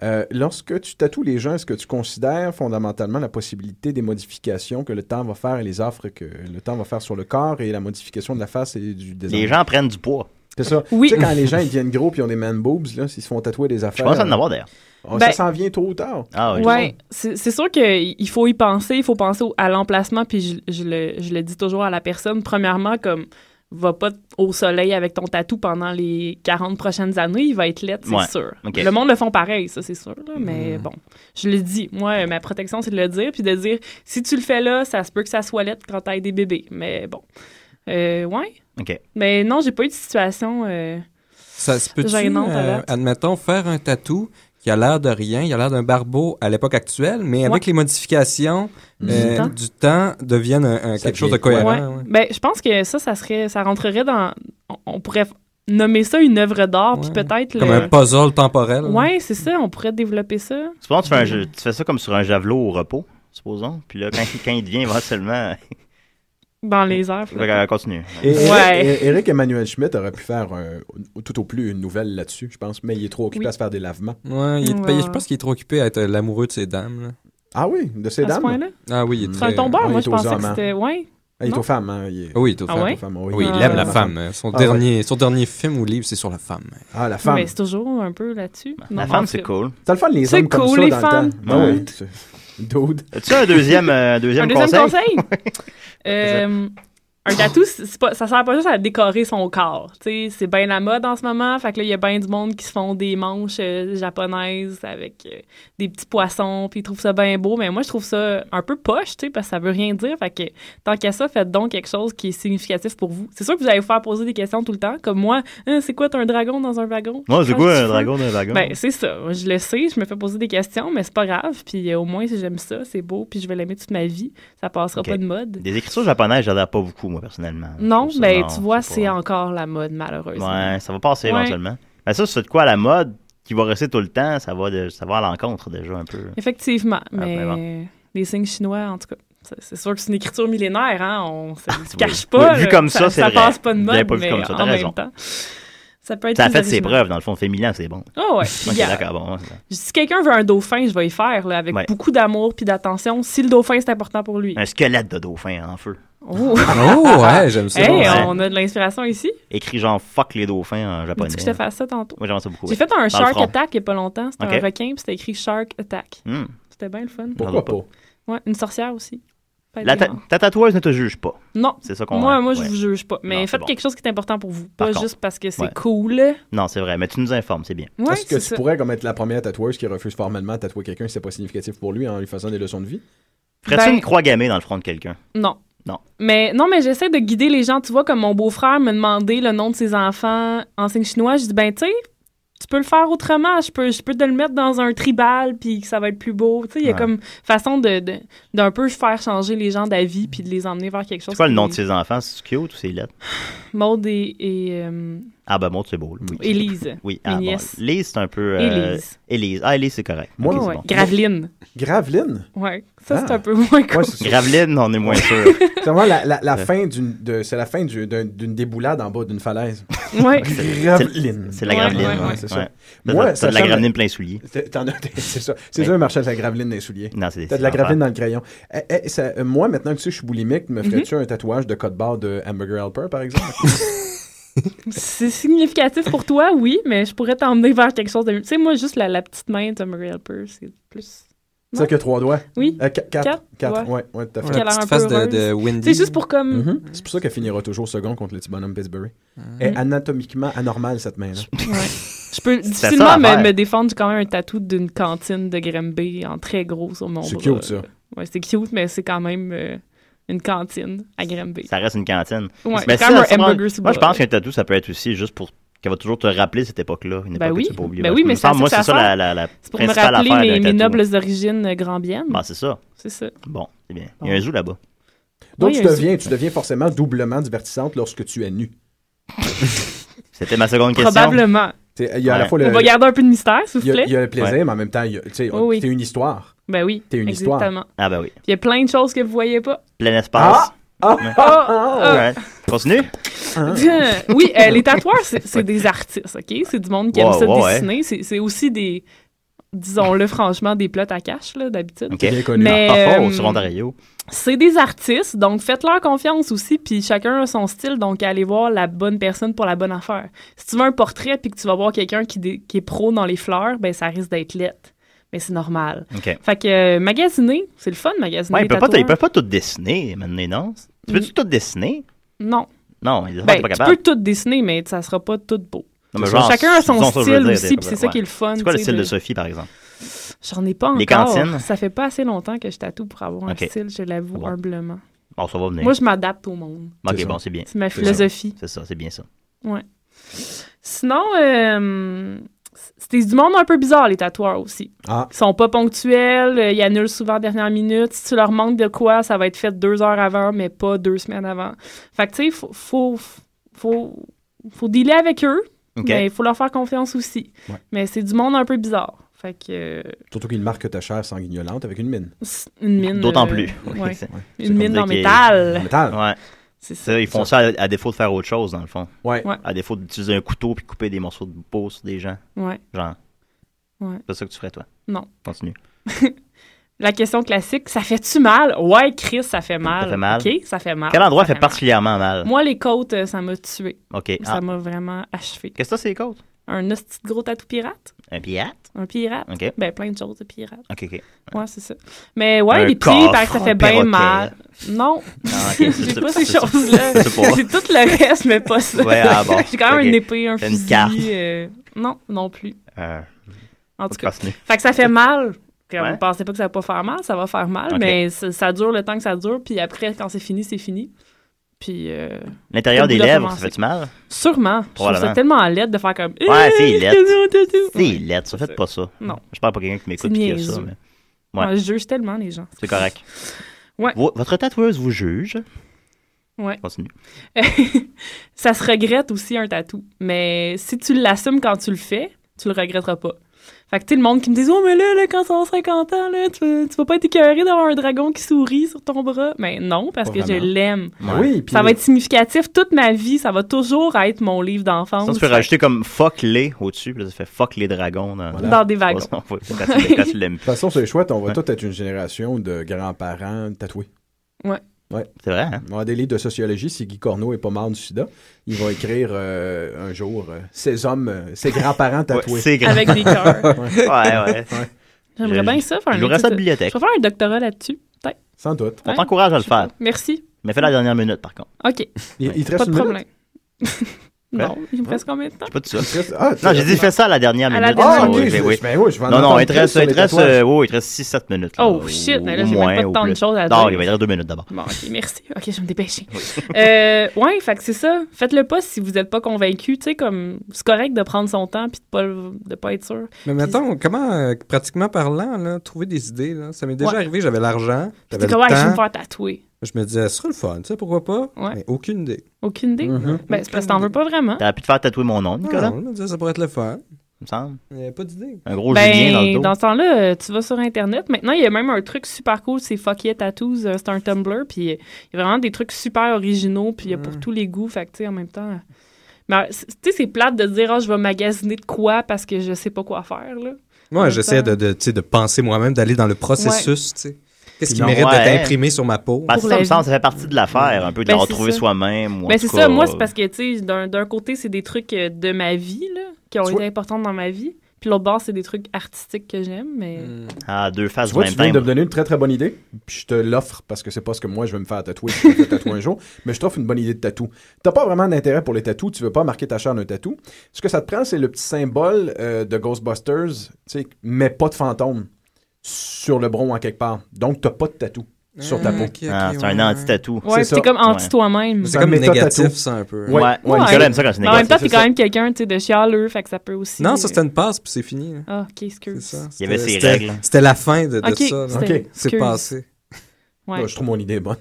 Speaker 6: euh, lorsque tu tatoues les gens, est-ce que tu considères fondamentalement la possibilité des modifications que le temps va faire et les offres que le temps va faire sur le corps et la modification de la face et du design?
Speaker 5: Les gens prennent du poids.
Speaker 6: C'est ça.
Speaker 7: Oui.
Speaker 6: Tu sais, quand les gens ils deviennent gros puis ils ont des man boobs, là, s'ils se font tatouer des
Speaker 5: Je
Speaker 6: affaires.
Speaker 5: pense en avoir d'ailleurs.
Speaker 6: oh,
Speaker 7: Ben-
Speaker 6: Ça s'en vient tôt ou tard.
Speaker 5: Ah oui.
Speaker 7: Ouais, c'est c'est sûr qu'il faut y penser, il faut penser au- à l'emplacement, puis je, je le, je le dis toujours à la personne, premièrement, comme va pas t- au soleil avec ton tatou pendant les 40 prochaines années, il va être laid, c'est
Speaker 5: Ouais,
Speaker 7: sûr.
Speaker 5: ok. Mm.
Speaker 7: Le monde le font pareil, ça c'est sûr, là, mais bon, je le dis. Moi, ma protection, c'est de le dire, puis de dire, si tu le fais là, ça se peut que ça soit laid quand t'as des bébés, mais bon. Euh, ouais,
Speaker 5: OK.
Speaker 7: mais non, j'ai pas eu de situation... euh,
Speaker 8: Ça se peut-tu,
Speaker 7: Gênante, à
Speaker 8: euh,
Speaker 7: date.
Speaker 8: admettons, faire un tatou qui a l'air de rien, il a l'air d'un barbeau à l'époque actuelle, mais avec les modifications
Speaker 5: Mm.
Speaker 8: euh,
Speaker 7: temps.
Speaker 8: du temps, deviennent un- un
Speaker 6: Ça
Speaker 8: quelque chose de
Speaker 6: devient- ouais.
Speaker 8: cohérent.
Speaker 7: Ouais.
Speaker 8: ouais.
Speaker 7: Ben, je pense que ça, ça serait, ça rentrerait dans, on, on pourrait f- nommer ça une œuvre d'art, puis
Speaker 8: Ouais.
Speaker 7: peut-être
Speaker 8: Comme un
Speaker 7: le.
Speaker 8: puzzle temporel.
Speaker 7: Ouais, c'est ça. On pourrait développer ça.
Speaker 5: Souvent, tu fais, un jeu- tu fais ça comme sur un javelot au repos, supposons. Puis là, quand, quand il devient éventuellement.
Speaker 7: Dans les airs.
Speaker 5: Fait qu'on Continue.
Speaker 6: Et Eric,
Speaker 7: Ouais.
Speaker 6: et- Eric Emmanuel Schmidt aurait pu faire un- tout au plus une nouvelle là-dessus, je pense, mais il est trop occupé
Speaker 7: Oui.
Speaker 6: à se faire des lavements.
Speaker 8: Ouais, il est- ben,
Speaker 7: Ouais.
Speaker 8: je pense qu'il est trop occupé à être euh, l'amoureux de ses dames. là.
Speaker 6: Ah oui, de ces
Speaker 7: À ce
Speaker 6: dames.
Speaker 7: point-là.
Speaker 8: Ah oui, il est
Speaker 7: C'est un
Speaker 8: très...
Speaker 7: tombeur.
Speaker 6: on
Speaker 7: Moi,
Speaker 6: est
Speaker 7: je
Speaker 6: aux
Speaker 7: pensais
Speaker 6: hommes,
Speaker 7: que
Speaker 6: hein.
Speaker 7: c'était. Ouais.
Speaker 6: Ah, il est
Speaker 7: Non?
Speaker 6: aux femmes. hein, il est-
Speaker 8: Ah oui, il est aux
Speaker 7: Ah
Speaker 6: il est aux
Speaker 8: femmes.
Speaker 7: ouais?
Speaker 6: femmes,
Speaker 8: Oui, il
Speaker 7: Ah.
Speaker 8: aime la femme. euh, Son,
Speaker 6: Ah
Speaker 8: dernier, son dernier film ou livre, c'est sur la femme.
Speaker 6: Ah, la femme.
Speaker 7: Mais c'est toujours un peu là-dessus.
Speaker 5: La
Speaker 7: Non, en
Speaker 5: femme,
Speaker 7: tout
Speaker 5: c'est
Speaker 7: cas.
Speaker 5: cool.
Speaker 6: Dans le fun, les
Speaker 7: C'est
Speaker 6: hommes comme
Speaker 7: cool,
Speaker 6: ça
Speaker 7: les
Speaker 6: dans
Speaker 7: femmes.
Speaker 6: le temps.
Speaker 5: Ouais.
Speaker 6: Ouais. c'est- Dude.
Speaker 5: As-tu un deuxième, euh, deuxième
Speaker 7: Un deuxième
Speaker 5: conseil?
Speaker 7: conseil. Euh, Un tatou, c'est pas, ça sert pas juste à décorer son corps. Tu sais, C'est bien la mode en ce moment. Fait que là, il y a bien du monde qui se font des manches euh, japonaises avec euh, des petits poissons, puis ils trouvent ça bien beau. Mais moi, je trouve ça un peu poche, tu sais, parce que ça veut rien dire. Fait que tant qu'à ça, faites donc quelque chose qui est significatif pour vous. C'est sûr que vous allez vous faire poser des questions tout le temps, comme moi. Hein, c'est quoi, t'as un dragon dans un wagon?
Speaker 5: Moi, c'est
Speaker 7: Quand
Speaker 5: quoi
Speaker 7: tu
Speaker 5: un
Speaker 7: fais-
Speaker 5: dragon d'un wagon?
Speaker 7: Ah, Ben, c'est ça. Je le sais, je me fais poser des questions, mais c'est pas grave. Puis euh, au moins, si j'aime ça, c'est beau, puis je vais l'aimer toute ma vie. Ça passera
Speaker 5: Ok.
Speaker 7: pas de mode.
Speaker 5: Des écritures japonaises, j'adore pas beaucoup, moi, personnellement.
Speaker 7: Non,
Speaker 5: Je trouve ça-
Speaker 7: ben tu vois,
Speaker 5: pas-
Speaker 7: c'est encore la mode, malheureusement.
Speaker 5: Ouais, ça va passer
Speaker 7: Ouais.
Speaker 5: éventuellement. Mais ça, c'est de quoi la mode qui va rester tout le temps, ça va, de, ça va à l'encontre déjà un peu.
Speaker 7: Effectivement, mais
Speaker 5: ben
Speaker 7: les signes chinois, en tout cas, c'est- c'est sûr que c'est une écriture millénaire, hein, on se
Speaker 5: Oui.
Speaker 7: cache pas.
Speaker 5: Oui, vu
Speaker 7: là,
Speaker 5: comme ça, c'est
Speaker 7: Ça
Speaker 5: vrai.
Speaker 7: passe pas de
Speaker 5: Je
Speaker 7: mode,
Speaker 5: l'avais pas vu
Speaker 7: mais
Speaker 5: comme ça, t'as
Speaker 7: en
Speaker 5: raison.
Speaker 7: même temps. Ça peut être
Speaker 5: Ça a
Speaker 7: plus
Speaker 5: fait ses
Speaker 7: original.
Speaker 5: preuves, dans le fond. Féminin, c'est bon.
Speaker 7: Ah ouais.
Speaker 5: Moi, je suis
Speaker 7: Yeah.
Speaker 5: d'accord, bon, hein, c'est ça.
Speaker 7: Si quelqu'un veut un dauphin, je vais y faire, là, avec
Speaker 5: Ouais.
Speaker 7: beaucoup d'amour puis d'attention, si le dauphin, c'est important pour lui.
Speaker 5: Un squelette de dauphin en feu.
Speaker 7: Oh!
Speaker 8: Oh, ouais, j'aime ça.
Speaker 7: Hey,
Speaker 5: bon, hein. ouais.
Speaker 7: on a de l'inspiration ici.
Speaker 5: Écrit genre fuck les dauphins en japonais.
Speaker 7: Dis-tu que je te fasse ça tantôt?
Speaker 5: Moi, j'aime ça beaucoup.
Speaker 7: J'ai fait un
Speaker 5: le
Speaker 7: Shark
Speaker 5: front.
Speaker 7: Attack il y a pas longtemps. C'était
Speaker 5: Ok.
Speaker 7: un requin, puis c'était écrit Shark Attack.
Speaker 5: Hmm.
Speaker 7: C'était bien le fun.
Speaker 6: Pourquoi pas?
Speaker 5: Non,
Speaker 7: Ouais, une sorcière aussi. Pas
Speaker 5: La ta,
Speaker 7: étonnant.
Speaker 5: ta tatoueuse ne te juge pas.
Speaker 7: Non.
Speaker 5: C'est ça qu'on
Speaker 7: Moi, moi, je
Speaker 5: ouais.
Speaker 7: vous juge pas. Mais
Speaker 5: Non, c'est
Speaker 7: faites
Speaker 5: bon.
Speaker 7: quelque chose qui est important pour vous.
Speaker 5: Par
Speaker 7: Pas
Speaker 5: contre.
Speaker 7: juste parce que c'est
Speaker 5: Ouais.
Speaker 7: cool. Ouais,
Speaker 5: Non, c'est vrai, mais tu nous informes, c'est bien.
Speaker 6: Est-ce que
Speaker 7: c'est
Speaker 6: tu
Speaker 7: ça.
Speaker 6: pourrais comme être la première tatoueuse qui refuse formellement de tatouer quelqu'un si c'est pas significatif pour lui en lui faisant des leçons de vie?
Speaker 5: Ferais-tu
Speaker 7: Ben- Oh,
Speaker 5: une croix gammée dans le front de quelqu'un?
Speaker 7: Non.
Speaker 5: Non.
Speaker 7: Mais non, mais j'essaie de guider les gens. Tu vois, comme mon beau-frère me demandait le nom de ses enfants en signe chinois, je dis ben tu sais, tu peux le faire autrement. Je peux, je peux te le mettre dans un tribal puis que ça va être plus beau. Tu sais, il y a
Speaker 5: Ouais.
Speaker 7: comme façon de de- d'un peu faire changer les gens d'avis puis de les emmener vers quelque chose.
Speaker 5: C'est quoi le nom de
Speaker 7: qui-
Speaker 5: ses enfants? C'est cute ou c'est lettre?
Speaker 7: Maud et, et euh,
Speaker 5: Ah, ben, montre, c'est beau. là. Oui.
Speaker 7: Élise.
Speaker 5: Oui,
Speaker 7: Mes
Speaker 5: ah, bon.
Speaker 7: nièces.
Speaker 5: Lise, c'est un peu. euh,
Speaker 7: Élise.
Speaker 5: Élise. Ah, Élise, c'est correct.
Speaker 6: Moi,
Speaker 5: Ok, c'est
Speaker 7: Ouais,
Speaker 5: bon.
Speaker 7: Graveline.
Speaker 6: Graveline?
Speaker 7: Ouais, ça c'est
Speaker 6: Ah.
Speaker 7: un peu moins cool.
Speaker 6: Ouais, c'est ça.
Speaker 5: Graveline, on est moins sûr.
Speaker 6: C'est vraiment la, la, la fin d'une de- c'est la fin du- d'un- d'une déboulade en bas d'une falaise.
Speaker 7: Ouais.
Speaker 6: Graveline.
Speaker 5: C'est la
Speaker 7: Ouais,
Speaker 5: graveline.
Speaker 7: ouais,
Speaker 5: ouais,
Speaker 6: ouais, c'est ça.
Speaker 5: ouais. T'as-
Speaker 6: Moi,
Speaker 5: T'as
Speaker 6: ça
Speaker 5: de la
Speaker 6: semble-
Speaker 5: graveline plein soulier.
Speaker 6: T'es- t'en as- t'es- C'est ça. C'est
Speaker 5: Ouais.
Speaker 6: sûr, Marshall, la graveline dans les souliers.
Speaker 5: Non, c'est
Speaker 6: T'as de la graveline dans le crayon. Eh, eh, ça- euh, moi, maintenant que tu sais que je suis boulimique, me
Speaker 7: Mhm.
Speaker 6: ferais-tu un tatouage de code barre de Hamburger Helper, par exemple?
Speaker 7: C'est significatif pour toi, oui, mais je pourrais t'emmener vers quelque chose de mieux. Tu sais, moi, juste la, la petite main de Murray Helper, c'est plus.
Speaker 6: C'est ça que trois doigts.
Speaker 7: Oui.
Speaker 6: Euh, qu- quatre.
Speaker 7: Quatre, Mm.
Speaker 6: Quatre, ouais, ouais, tout à fait.
Speaker 7: Qu'elle a
Speaker 8: La
Speaker 7: l'air un
Speaker 8: petite
Speaker 7: peu
Speaker 8: face de, de
Speaker 7: heureuse.
Speaker 8: Wendy.
Speaker 7: C'est juste pour comme.
Speaker 6: Mhm. C'est pour ça qu'elle finira toujours second contre le petit bonhomme Pittsburgh. Est anatomiquement anormale, cette main-là.
Speaker 7: Ouais. Je peux
Speaker 5: ça,
Speaker 7: difficilement
Speaker 5: l'affaire.
Speaker 7: me, me défendre. J'ai quand même un tatou d'une cantine de Grimby en très gros sur mon
Speaker 6: C'est
Speaker 7: bras.
Speaker 6: cute, ça.
Speaker 7: Ouais, c'est cute, mais c'est quand même euh, une cantine à Grimby.
Speaker 5: Ça reste une cantine.
Speaker 7: Ouais,
Speaker 5: Mais
Speaker 7: quand
Speaker 5: ça,
Speaker 7: même
Speaker 5: ça,
Speaker 7: un
Speaker 5: moi-
Speaker 7: hamburger sous
Speaker 5: Moi, je
Speaker 7: bras.
Speaker 5: pense qu'un tatou, ça peut être aussi juste pour qu'elle va toujours te rappeler cette époque-là. Une époque
Speaker 7: Ben oui.
Speaker 5: que tu peux oublier.
Speaker 7: Ben
Speaker 5: Parce
Speaker 7: oui,
Speaker 5: que
Speaker 7: mais
Speaker 5: me semble,
Speaker 7: ça,
Speaker 5: Moi,
Speaker 7: ça
Speaker 5: c'est ça
Speaker 7: sert.
Speaker 5: la, la, la
Speaker 7: C'est pour me
Speaker 5: principale
Speaker 7: rappeler
Speaker 5: affaire
Speaker 7: mes,
Speaker 5: d'un
Speaker 7: mes
Speaker 5: tatou.
Speaker 7: nobles origines euh, grambiennes.
Speaker 5: Ben, c'est ça.
Speaker 7: C'est ça.
Speaker 5: Bon. C'est bien. Il y a un zoo là-bas.
Speaker 6: Donc,
Speaker 7: Oui,
Speaker 6: tu,
Speaker 7: il y a
Speaker 6: deviens, tu deviens forcément doublement divertissante lorsque tu es nue.
Speaker 5: C'était ma seconde question.
Speaker 7: Probablement.
Speaker 6: Tu sais, Il y a à la
Speaker 5: Ouais.
Speaker 6: fois le,
Speaker 7: On va garder un peu de mystère, s'il
Speaker 6: il y
Speaker 7: vous
Speaker 6: a,
Speaker 7: plaît.
Speaker 6: il y a le plaisir,
Speaker 5: Ouais.
Speaker 6: mais en même temps, il y a- tu sais,
Speaker 7: Oui, oui.
Speaker 6: t'es une histoire.
Speaker 7: Ben oui.
Speaker 6: T'es une histoire.
Speaker 7: Exactement.
Speaker 5: Ah, bah oui.
Speaker 7: Puis Il y a plein de choses que vous voyez pas.
Speaker 5: Plein espace.
Speaker 7: Ah!
Speaker 5: Ouais. Continue.
Speaker 7: oui, euh, les tatoueurs, c'est c'est des artistes, OK? C'est du monde qui aime
Speaker 5: Wow,
Speaker 7: ça
Speaker 5: wow,
Speaker 7: dessiner. C'est- C'est aussi des, disons-le franchement, des plots à cache, là, d'habitude.
Speaker 5: OK.
Speaker 6: Bien connu.
Speaker 7: Mais
Speaker 5: Ah,
Speaker 7: euh,
Speaker 5: oh, sur Ontario.
Speaker 7: c'est des artistes, donc faites-leur confiance aussi, puis chacun a son style, donc allez voir la bonne personne pour la bonne affaire. Si tu veux un portrait, puis que tu vas voir quelqu'un qui, dé- qui est pro dans les fleurs, ben ça risque d'être lettre. Mais c'est normal.
Speaker 5: OK.
Speaker 7: Fait que euh, magasiner, c'est le fun, magasiner.
Speaker 5: Ouais,
Speaker 7: des
Speaker 5: ils peuvent pas, ils
Speaker 7: tatoueurs.
Speaker 5: peuvent pas tout dessiner, maintenant, non? Tu peux-tu tout dessiner?
Speaker 7: Non.
Speaker 5: Non, ils sont
Speaker 7: Ben,
Speaker 5: pas
Speaker 7: tu
Speaker 5: capables.
Speaker 7: peux tout dessiner, mais ça sera pas tout beau.
Speaker 5: Non, mais genre,
Speaker 7: Chacun a son
Speaker 5: disons ça, je veux
Speaker 7: style
Speaker 5: dire,
Speaker 7: aussi,
Speaker 5: des-
Speaker 7: puis c'est ça
Speaker 5: ouais.
Speaker 7: qui est le fun.
Speaker 5: C'est quoi le
Speaker 7: tu sais,
Speaker 5: style de
Speaker 7: de-
Speaker 5: Sophie, par exemple?
Speaker 7: J'en ai pas encore.
Speaker 5: Les cantines?
Speaker 7: Ça fait pas assez longtemps que je tatoue pour avoir
Speaker 5: Ok.
Speaker 7: un style, je l'avoue
Speaker 5: Bon.
Speaker 7: humblement.
Speaker 5: Bon, ça va venir.
Speaker 7: Moi, je m'adapte au monde.
Speaker 5: OK,
Speaker 6: C'est ça.
Speaker 5: bon, c'est bien.
Speaker 7: C'est ma
Speaker 6: C'est
Speaker 7: philosophie.
Speaker 5: C'est ça, c'est bien ça.
Speaker 7: Sinon, euh, c'était du monde un peu bizarre, les tatoueurs aussi.
Speaker 6: Ah.
Speaker 7: Ils sont pas ponctuels, euh, ils annulent souvent en dernière minute. Si tu leur manques de quoi, ça va être fait deux heures avant, mais pas deux semaines avant. Fait que, tu sais, faut, faut, faut, faut dealer avec eux,
Speaker 5: OK.
Speaker 7: mais il faut leur faire confiance aussi.
Speaker 6: Ouais.
Speaker 7: Mais c'est du monde un peu bizarre. Fait que, euh,
Speaker 6: Surtout qu'il marque ta chair sanguignolante avec une mine.
Speaker 7: c'est une mine.
Speaker 5: D'autant
Speaker 7: euh,
Speaker 5: plus. Oui,
Speaker 7: ouais.
Speaker 5: c'est-
Speaker 7: Une mine
Speaker 5: dire
Speaker 7: en
Speaker 5: qu'il est-
Speaker 6: En
Speaker 7: métal.
Speaker 6: métal.
Speaker 5: Ouais.
Speaker 7: C'est ça.
Speaker 5: Ça, ils font ça à, à défaut de faire autre chose, dans le fond.
Speaker 6: Ouais.
Speaker 7: Ouais.
Speaker 5: À défaut d'utiliser un couteau puis couper des morceaux de peau sur des gens.
Speaker 7: Ouais.
Speaker 5: Genre.
Speaker 7: Ouais.
Speaker 5: C'est pas ça que tu ferais, toi?
Speaker 7: Non.
Speaker 5: Continue.
Speaker 7: La question classique, ça fait-tu mal? Ouais, Chris, ça fait mal.
Speaker 5: fait mal.
Speaker 7: OK, ça fait mal.
Speaker 5: Quel endroit
Speaker 7: Ça
Speaker 5: fait
Speaker 7: mal.
Speaker 5: particulièrement mal?
Speaker 7: Ah, Moi, les côtes, euh, ça m'a tué.
Speaker 5: OK.
Speaker 7: Ça
Speaker 5: Ah.
Speaker 7: m'a vraiment achevé.
Speaker 5: Qu'est-ce que ça, c'est les côtes?
Speaker 7: Un hostie de gros tatou pirate.
Speaker 5: Un pirate?
Speaker 7: Un pirate.
Speaker 5: OK.
Speaker 7: Ben, plein de choses de pirate.
Speaker 5: OK, OK.
Speaker 7: Ouais, c'est ça. Mais ouais,
Speaker 5: Un
Speaker 7: les pieds, il paraît que
Speaker 5: coffre,
Speaker 7: ça fait
Speaker 5: un
Speaker 7: bien
Speaker 5: perroquet.
Speaker 7: mal. Non,
Speaker 5: Ah, ok,
Speaker 7: j'ai
Speaker 5: c'est-
Speaker 7: pas
Speaker 5: c'est-
Speaker 7: ces
Speaker 5: c'est-
Speaker 7: choses-là.
Speaker 5: c'est pas-
Speaker 7: J'ai tout le reste, mais pas ça.
Speaker 5: Ouais, ah bon.
Speaker 7: J'ai quand même
Speaker 5: Ok.
Speaker 7: une épée, un
Speaker 5: Une
Speaker 7: fusil.
Speaker 5: carte.
Speaker 7: euh, Non, non plus.
Speaker 5: Euh,
Speaker 7: En
Speaker 5: faut
Speaker 7: tout cas.
Speaker 5: continuer.
Speaker 7: Fait que ça fait mal. Vous
Speaker 5: Ouais.
Speaker 7: ne pensez pas que ça va pas faire mal, ça va faire mal,
Speaker 5: Ok.
Speaker 7: mais ça, ça dure le temps que ça dure, puis après, quand c'est fini, c'est fini. Puis, euh,
Speaker 5: L'intérieur
Speaker 7: Comme
Speaker 5: des
Speaker 7: vous l'avez
Speaker 5: lèvres, ça
Speaker 7: commencé.
Speaker 5: fait-tu mal?
Speaker 7: sûrement, je trouve
Speaker 5: Probablement.
Speaker 7: ça tellement laid de faire comme...
Speaker 5: Ouais, c'est
Speaker 7: Eh,
Speaker 5: laid.
Speaker 7: regardez mon tatou.
Speaker 5: C'est laid, ça fait pas ça.
Speaker 7: Non.
Speaker 5: Je parle pas quelqu'un qui m'écoute
Speaker 7: C'est
Speaker 5: et qui a ça,
Speaker 7: niaiseux.
Speaker 5: mais
Speaker 7: Ouais.
Speaker 5: Ouais.
Speaker 7: je juge tellement les gens.
Speaker 5: c'est correct.
Speaker 7: Ouais.
Speaker 5: Vo- votre tatoueuse vous juge.
Speaker 7: Ouais.
Speaker 5: Continue.
Speaker 7: ça se regrette aussi un tatou, mais si tu l'assumes quand tu le fais, tu le regretteras pas. Fait que, tu sais, le monde qui me dit « Oh, mais là, là quand tu vas 50 ans, là, tu, vas- tu vas pas être écœuré d'avoir un dragon qui sourit sur ton bras. Mais non, parce
Speaker 6: Pas
Speaker 7: que je
Speaker 6: vraiment.
Speaker 7: l'aime.
Speaker 6: Ah Oui, puis
Speaker 7: Ça va être significatif toute ma vie. Ça va toujours être mon livre d'enfance.
Speaker 5: Ça, tu peux rajouter comme fuck les au-dessus, puis là, ça fait fuck les dragons dans,
Speaker 6: Voilà.
Speaker 7: Dans des
Speaker 5: dans-
Speaker 7: wagons.
Speaker 5: quand tu l'aimes- quand tu l'aimes.
Speaker 6: De toute façon, c'est chouette. On va
Speaker 5: Ouais.
Speaker 6: tous être une génération de grands-parents tatoués.
Speaker 5: C'est vrai, hein?
Speaker 6: On va avoir des livres de sociologie. Si Guy Corneau est pas mort du sida, ils vont écrire euh, un jour euh, ces hommes, euh, ces grands-parents tatoués.
Speaker 5: Ouais, c'est grave.
Speaker 7: Avec des cœurs.
Speaker 5: Ouais, ouais.
Speaker 7: J'aimerais
Speaker 5: Je-
Speaker 7: bien ça faire
Speaker 5: Je
Speaker 7: un
Speaker 5: voudrais ça à la
Speaker 7: étude. Je
Speaker 5: bibliothèque.
Speaker 7: vais faire un doctorat là-dessus. Peut-être.
Speaker 6: Sans doute.
Speaker 5: On t'encourage à le
Speaker 7: Je sais pas. Ah.
Speaker 5: faire,
Speaker 7: Merci.
Speaker 5: mais fais la dernière minute, par contre.
Speaker 7: OK.
Speaker 6: Il, il te
Speaker 7: Pas
Speaker 6: reste
Speaker 7: de
Speaker 6: une minute?
Speaker 7: problème. non, il me reste combien de temps?
Speaker 5: Je sais pas de ça.
Speaker 6: Il te reste- Ah,
Speaker 5: Non, j'ai dit fais ça à la dernière
Speaker 7: À
Speaker 5: minute.
Speaker 7: la
Speaker 6: Ah,
Speaker 7: dernière
Speaker 5: oui,
Speaker 7: minute.
Speaker 6: ok.
Speaker 5: oui,
Speaker 6: je-
Speaker 5: oui.
Speaker 6: ben oui, je vais en
Speaker 5: Non, non,
Speaker 6: entendre
Speaker 5: il te reste,
Speaker 6: sur
Speaker 5: il
Speaker 6: les
Speaker 5: te reste,
Speaker 6: tatouages.
Speaker 5: euh, oui, il te reste 6-7 minutes. là,
Speaker 7: Oh,
Speaker 5: au-
Speaker 7: shit, mais là,
Speaker 5: au
Speaker 7: j'ai même
Speaker 5: moins,
Speaker 7: pas
Speaker 5: au
Speaker 7: tant de
Speaker 5: plus.
Speaker 7: choses à
Speaker 5: Non,
Speaker 7: dire.
Speaker 5: il va y avoir deux minutes d'abord.
Speaker 7: Bon, OK, merci. OK, je vais me dépêcher. Euh, ouais, fait que c'est ça. Faites-le pas si vous n'êtes pas convaincu. Tu sais, comme, c'est correct de prendre son temps puis de pas, le- de pas être sûr.
Speaker 8: Mais mettons, comment, euh, pratiquement parlant, là, trouver des idées, là, ça m'est déjà
Speaker 7: Ouais.
Speaker 8: arrivé, j'avais l'argent, j'avais
Speaker 7: C'est
Speaker 8: le
Speaker 7: comme, ouais, je vais me
Speaker 8: temps,
Speaker 7: faire tatouer.
Speaker 8: je me disais, ce serait le fun, tu sais, pourquoi pas,
Speaker 7: Ouais.
Speaker 8: mais aucune idée.
Speaker 7: Aucune idée.
Speaker 8: Mm-hmm.
Speaker 6: Mhm.
Speaker 7: Ben, c'est parce que t'en veux pas vraiment.
Speaker 5: T'aurais pu te faire tatouer mon nom,
Speaker 8: Non,
Speaker 5: Nicolas,
Speaker 8: je me disais, ça pourrait être le fun,
Speaker 5: il me semble.
Speaker 8: mais pas d'idée.
Speaker 5: Un gros Julien dans le
Speaker 7: Ben,
Speaker 5: dos.
Speaker 7: dans ce temps-là, euh, tu vas sur Internet. Maintenant, il y a même un truc super cool, c'est Fuck Yeah Tattoos. euh, C'est un Tumblr. Puis euh, il y a vraiment des trucs super originaux. Puis il y a
Speaker 8: Mm.
Speaker 7: pour tous les goûts. Fait que, tu sais, en même temps. euh, Mais euh, c'est- tu sais, c'est plate de dire, ah, je vais magasiner de quoi parce que je sais pas quoi faire, là.
Speaker 8: Moi,
Speaker 7: Ouais,
Speaker 8: j'essaie de,
Speaker 7: ça-
Speaker 8: de, tu sais, de penser moi-même, d'aller dans le processus, tu sais. Qu'est-ce qui
Speaker 5: non,
Speaker 8: mérite
Speaker 5: ouais.
Speaker 8: d'être imprimé sur ma peau?
Speaker 5: Parce que
Speaker 7: pour
Speaker 5: ça
Speaker 7: la
Speaker 5: me semble,
Speaker 7: vie.
Speaker 5: ça fait partie de l'affaire, un peu, de
Speaker 7: Ben,
Speaker 5: la
Speaker 7: c'est
Speaker 5: retrouver
Speaker 7: ça.
Speaker 5: soi-même. ou en
Speaker 7: Ben,
Speaker 5: tout
Speaker 7: c'est
Speaker 5: cas,
Speaker 7: ça. Moi, c'est
Speaker 5: euh,
Speaker 7: parce que, tu sais, d'un d'un côté, c'est des trucs euh, de ma vie, là, qui ont
Speaker 6: Tu vois-
Speaker 7: été importants dans ma vie. Puis l'autre bord, c'est des trucs artistiques que j'aime, mais...
Speaker 8: Mm. Hmm.
Speaker 5: Ah, deux faces
Speaker 6: Tu
Speaker 5: du
Speaker 6: vois, tu
Speaker 5: même
Speaker 6: viens de me
Speaker 5: timbre.
Speaker 6: donner une très très bonne idée, puis je te l'offre parce que c'est pas ce que moi je vais me faire tatouer, je vais me faire tatouer un jour, mais je t'offre une bonne idée de tatou. T'as pas vraiment d'intérêt pour les tatous, tu veux pas marquer ta chair d'un tatou. Ce que ça te prend, c'est le petit symbole euh, de Ghostbusters, tu sais, mais pas de fantôme sur le bron en quelque part. Donc t'as pas de tatou
Speaker 8: Hmm.
Speaker 6: sur ta peau.
Speaker 5: Ah, c'est un anti-tatou.
Speaker 6: C'est
Speaker 7: Ouais,
Speaker 6: ça.
Speaker 7: c'est comme anti
Speaker 5: Ouais.
Speaker 7: toi-même.
Speaker 8: C'est
Speaker 6: un
Speaker 8: comme
Speaker 6: méta-tatou.
Speaker 8: négatif, ça, un peu.
Speaker 5: Ouais, ouais,
Speaker 7: Ouais.
Speaker 5: Nicolas aime ça quand c'est
Speaker 7: Mais en même
Speaker 5: négatif.
Speaker 7: temps, t'es
Speaker 6: c'est
Speaker 7: quand
Speaker 6: ça.
Speaker 7: même quelqu'un, tu sais, de chialeux, fait que ça peut aussi... euh,
Speaker 8: Non, ça, c'était une passe, puis c'est fini. là.
Speaker 7: Ah, ok, excuse.
Speaker 8: C'est ça.
Speaker 5: Il y avait
Speaker 8: C'était-
Speaker 5: ses
Speaker 8: c'était-
Speaker 5: règles.
Speaker 8: C'était la fin de, de
Speaker 7: Ok,
Speaker 8: ça. là.
Speaker 6: Ok.
Speaker 7: c'était-
Speaker 8: C'est
Speaker 7: excuse.
Speaker 8: passé.
Speaker 7: Ouais.
Speaker 6: Ouais, Ah, je trouve mon idée bonne.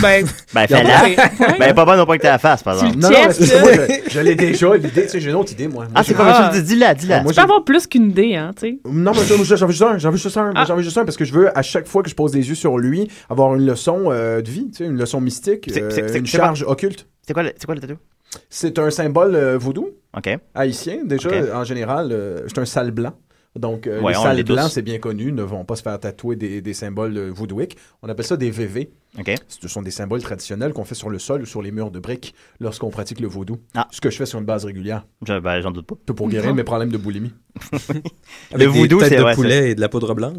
Speaker 7: Ben,
Speaker 5: Ben, fais-la.
Speaker 7: ouais.
Speaker 5: Ben, pas bonne au point que t'as la face, par exemple.
Speaker 7: Tu-
Speaker 6: Non, non,
Speaker 7: Jeff,
Speaker 6: parce que moi, je, je l'ai déjà, l'idée, tu sais, j'ai une autre idée, moi. Moi,
Speaker 5: Ah, c'est
Speaker 6: j'ai-
Speaker 5: comme ça, dis-la, dis-la.
Speaker 6: Moi,
Speaker 7: tu peux avoir plus qu'une idée, hein, tu sais.
Speaker 6: Non, mais j'en j'en veux juste un, j'en veux juste un,
Speaker 7: Ah.
Speaker 6: j'en veux juste un, parce que je veux, à chaque fois que je pose des yeux sur lui, avoir une leçon euh, de vie, tu sais, une leçon mystique,
Speaker 5: C'est-
Speaker 6: euh,
Speaker 5: c'est- c'est-
Speaker 6: une
Speaker 5: c'est quoi?
Speaker 6: charge occulte.
Speaker 5: C'est quoi le, c'est quoi le tatou?
Speaker 6: C'est un symbole euh, vaudou
Speaker 5: OK.
Speaker 6: haïtien, déjà,
Speaker 5: Ok.
Speaker 6: en général, euh, je suis un sale blanc. Donc, euh,
Speaker 5: Ouais,
Speaker 6: les
Speaker 5: on
Speaker 6: sales
Speaker 5: l'est tous.
Speaker 6: blancs, c'est bien connu, ne vont pas se faire tatouer des, des symboles euh, voodooiques. On appelle ça des VV.
Speaker 5: OK.
Speaker 6: Ce sont des symboles traditionnels qu'on fait sur le sol ou sur les murs de briques lorsqu'on pratique le vaudou.
Speaker 5: Ah.
Speaker 6: Ce que je fais sur une base régulière.
Speaker 5: Je- ben, j'en doute pas.
Speaker 6: Tout pour guérir mes problèmes de boulimie.
Speaker 8: Avec des
Speaker 5: voodoo,
Speaker 8: têtes
Speaker 5: c'est-
Speaker 8: de
Speaker 5: ouais, c'est-
Speaker 8: poulet et de la poudre blanche.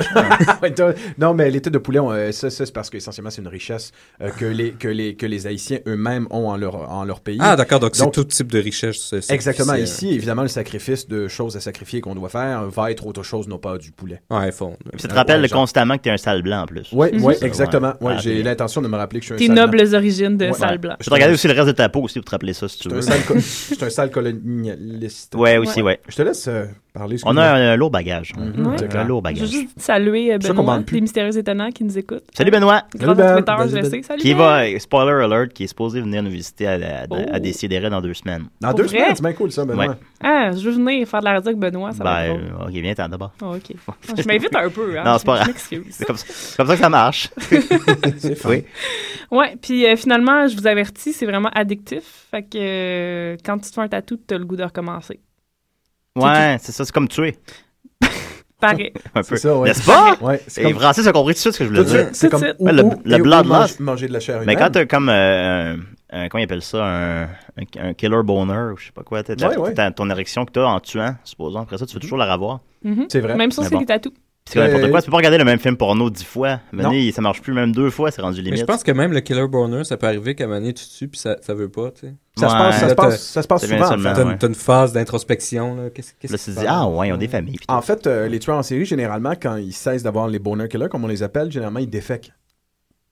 Speaker 6: Ouais, t'as- non, Ah, mais les têtes de poulet, on, euh, ça, ça, c'est parce qu'essentiellement, c'est une richesse euh, que, les, que, les, que les Haïtiens eux-mêmes ont en leur, en leur pays.
Speaker 8: Ah, d'accord, donc c'est
Speaker 6: Donc-
Speaker 8: tout type de richesse. c'est- c'est-
Speaker 6: Exactement.
Speaker 8: c'est-
Speaker 6: Ici, évidemment, le sacrifice de choses à sacrifier qu'on doit faire va être autre chose, non pas du poulet.
Speaker 8: Ouais, fond.
Speaker 5: Puis ça te rappelle
Speaker 6: ouais, genre.
Speaker 5: constamment que t'es un sale blanc, en plus.
Speaker 6: Oui, ouais,
Speaker 5: Ça,
Speaker 6: exactement.
Speaker 5: ouais.
Speaker 6: Ouais,
Speaker 5: Mhm. Ah,
Speaker 6: j'ai
Speaker 5: bien.
Speaker 6: l'intention de me rappeler que je suis
Speaker 7: Tes
Speaker 6: un sale blanc.
Speaker 7: nobles origines de
Speaker 6: Ouais.
Speaker 7: sale blanc.
Speaker 5: Je vais te regarder aussi le reste de ta peau aussi pour te rappeler ça, si tu veux.
Speaker 6: Je suis un sale co- je suis un sale colonialiste.
Speaker 5: Ouais, aussi, ouais.
Speaker 6: Je te laisse euh, parler.
Speaker 5: On a
Speaker 6: excuse-moi.
Speaker 5: un, un lourd bagage.
Speaker 6: Mhm,
Speaker 7: Ouais.
Speaker 6: c'est
Speaker 5: Un
Speaker 6: clair.
Speaker 5: lourd
Speaker 7: Je veux
Speaker 5: bagage.
Speaker 7: juste saluer euh,
Speaker 6: C'est ça qu'on
Speaker 7: Benoît,
Speaker 6: parle plus.
Speaker 7: les mystérieux étonnants qui nous écoutent.
Speaker 5: Salut, Benoît!
Speaker 6: Salut,
Speaker 7: Grâce à
Speaker 6: Ben.
Speaker 7: Twitter, je
Speaker 6: Vas-y,
Speaker 7: le
Speaker 6: Ben.
Speaker 7: sais. Salut,
Speaker 5: Qui
Speaker 7: Ben.
Speaker 5: va, spoiler alert, qui est supposé venir nous visiter à, à,
Speaker 7: Oh.
Speaker 5: à Décideret dans deux semaines.
Speaker 6: Dans
Speaker 7: Pour
Speaker 6: deux
Speaker 7: vrai?
Speaker 6: semaines, c'est bien cool ça, Benoît.
Speaker 5: Ouais.
Speaker 7: Ah, je veux venir faire de la radio avec Benoît, Ah, ça va être
Speaker 5: ben,
Speaker 7: drôle.
Speaker 5: euh, ok, viens, t'en d'abord.
Speaker 7: Oh, OK. Je m'invite un peu. Hein.
Speaker 5: Non, c'est pas
Speaker 7: Je-
Speaker 5: grave.
Speaker 7: Je m'excuse.
Speaker 5: C'est comme, ça- c'est comme ça que ça marche.
Speaker 6: C'est fun.
Speaker 5: Oui.
Speaker 7: Ouais, puis euh, finalement, je vous avertis, c'est vraiment addictif. Fait que euh, quand tu te fais un tatou, t'as le goût de recommencer.
Speaker 5: Ouais, c'est ça, c'est comme tuer.
Speaker 7: Pareil.
Speaker 5: Un
Speaker 6: C'est
Speaker 5: peu.
Speaker 6: ça, ouais.
Speaker 5: N'est-ce pas?
Speaker 6: Ouais, c'est
Speaker 5: Et
Speaker 6: comme
Speaker 5: Francis a compris tout de suite ce que je
Speaker 6: Tout
Speaker 5: voulais
Speaker 6: de
Speaker 5: dire.
Speaker 6: suite, c'est
Speaker 7: Tout
Speaker 6: comme
Speaker 7: de suite.
Speaker 6: ou-
Speaker 5: Ouais, le-
Speaker 6: ou-
Speaker 5: le
Speaker 6: et- ou
Speaker 5: bloodlust.
Speaker 6: mange- manger de la chair
Speaker 5: Mais
Speaker 6: humaine.
Speaker 5: quand t'as comme euh, un, un- comment ils appellent ça, un, un, un killer boner ou je sais pas quoi, t'as, t'as-
Speaker 6: Ouais, ouais.
Speaker 5: t'as ton érection que t'as en tuant, supposons, après ça, tu veux toujours la revoir.
Speaker 7: Mhm.
Speaker 6: c'est vrai.
Speaker 7: Même chose
Speaker 5: Mais
Speaker 7: c'est
Speaker 5: bon.
Speaker 7: les tatous.
Speaker 5: C'est comme n'importe
Speaker 6: Euh,
Speaker 5: quoi. Tu peux pas regarder le même film porno dix fois.
Speaker 6: Non.
Speaker 5: Mais ça marche plus, même deux fois, c'est rendu
Speaker 8: Mais je
Speaker 5: limite.
Speaker 8: pense que même le killer boner, ça peut arriver qu'à un moment donné, tu tues, puis ça, ça veut pas, tu sais.
Speaker 6: Ça se
Speaker 5: Ouais.
Speaker 6: passe, ça se
Speaker 8: Là, t'as-
Speaker 6: passe, ça se passe
Speaker 5: t'as bien
Speaker 6: Ah, souvent.
Speaker 5: seulement.
Speaker 6: en fait.
Speaker 8: T'as une-
Speaker 5: Ah, ouais.
Speaker 8: t'as une phase d'introspection, là. Qu'est-ce qu'est-ce
Speaker 5: Là,
Speaker 8: qui
Speaker 5: tu
Speaker 8: se
Speaker 5: te dis,
Speaker 8: passe?
Speaker 5: ah ouais, ils ont des familles.
Speaker 6: En fait, euh, les tueurs en série, généralement, quand ils cessent d'avoir les bonheurs killers, comme on les appelle, généralement, ils défèquent.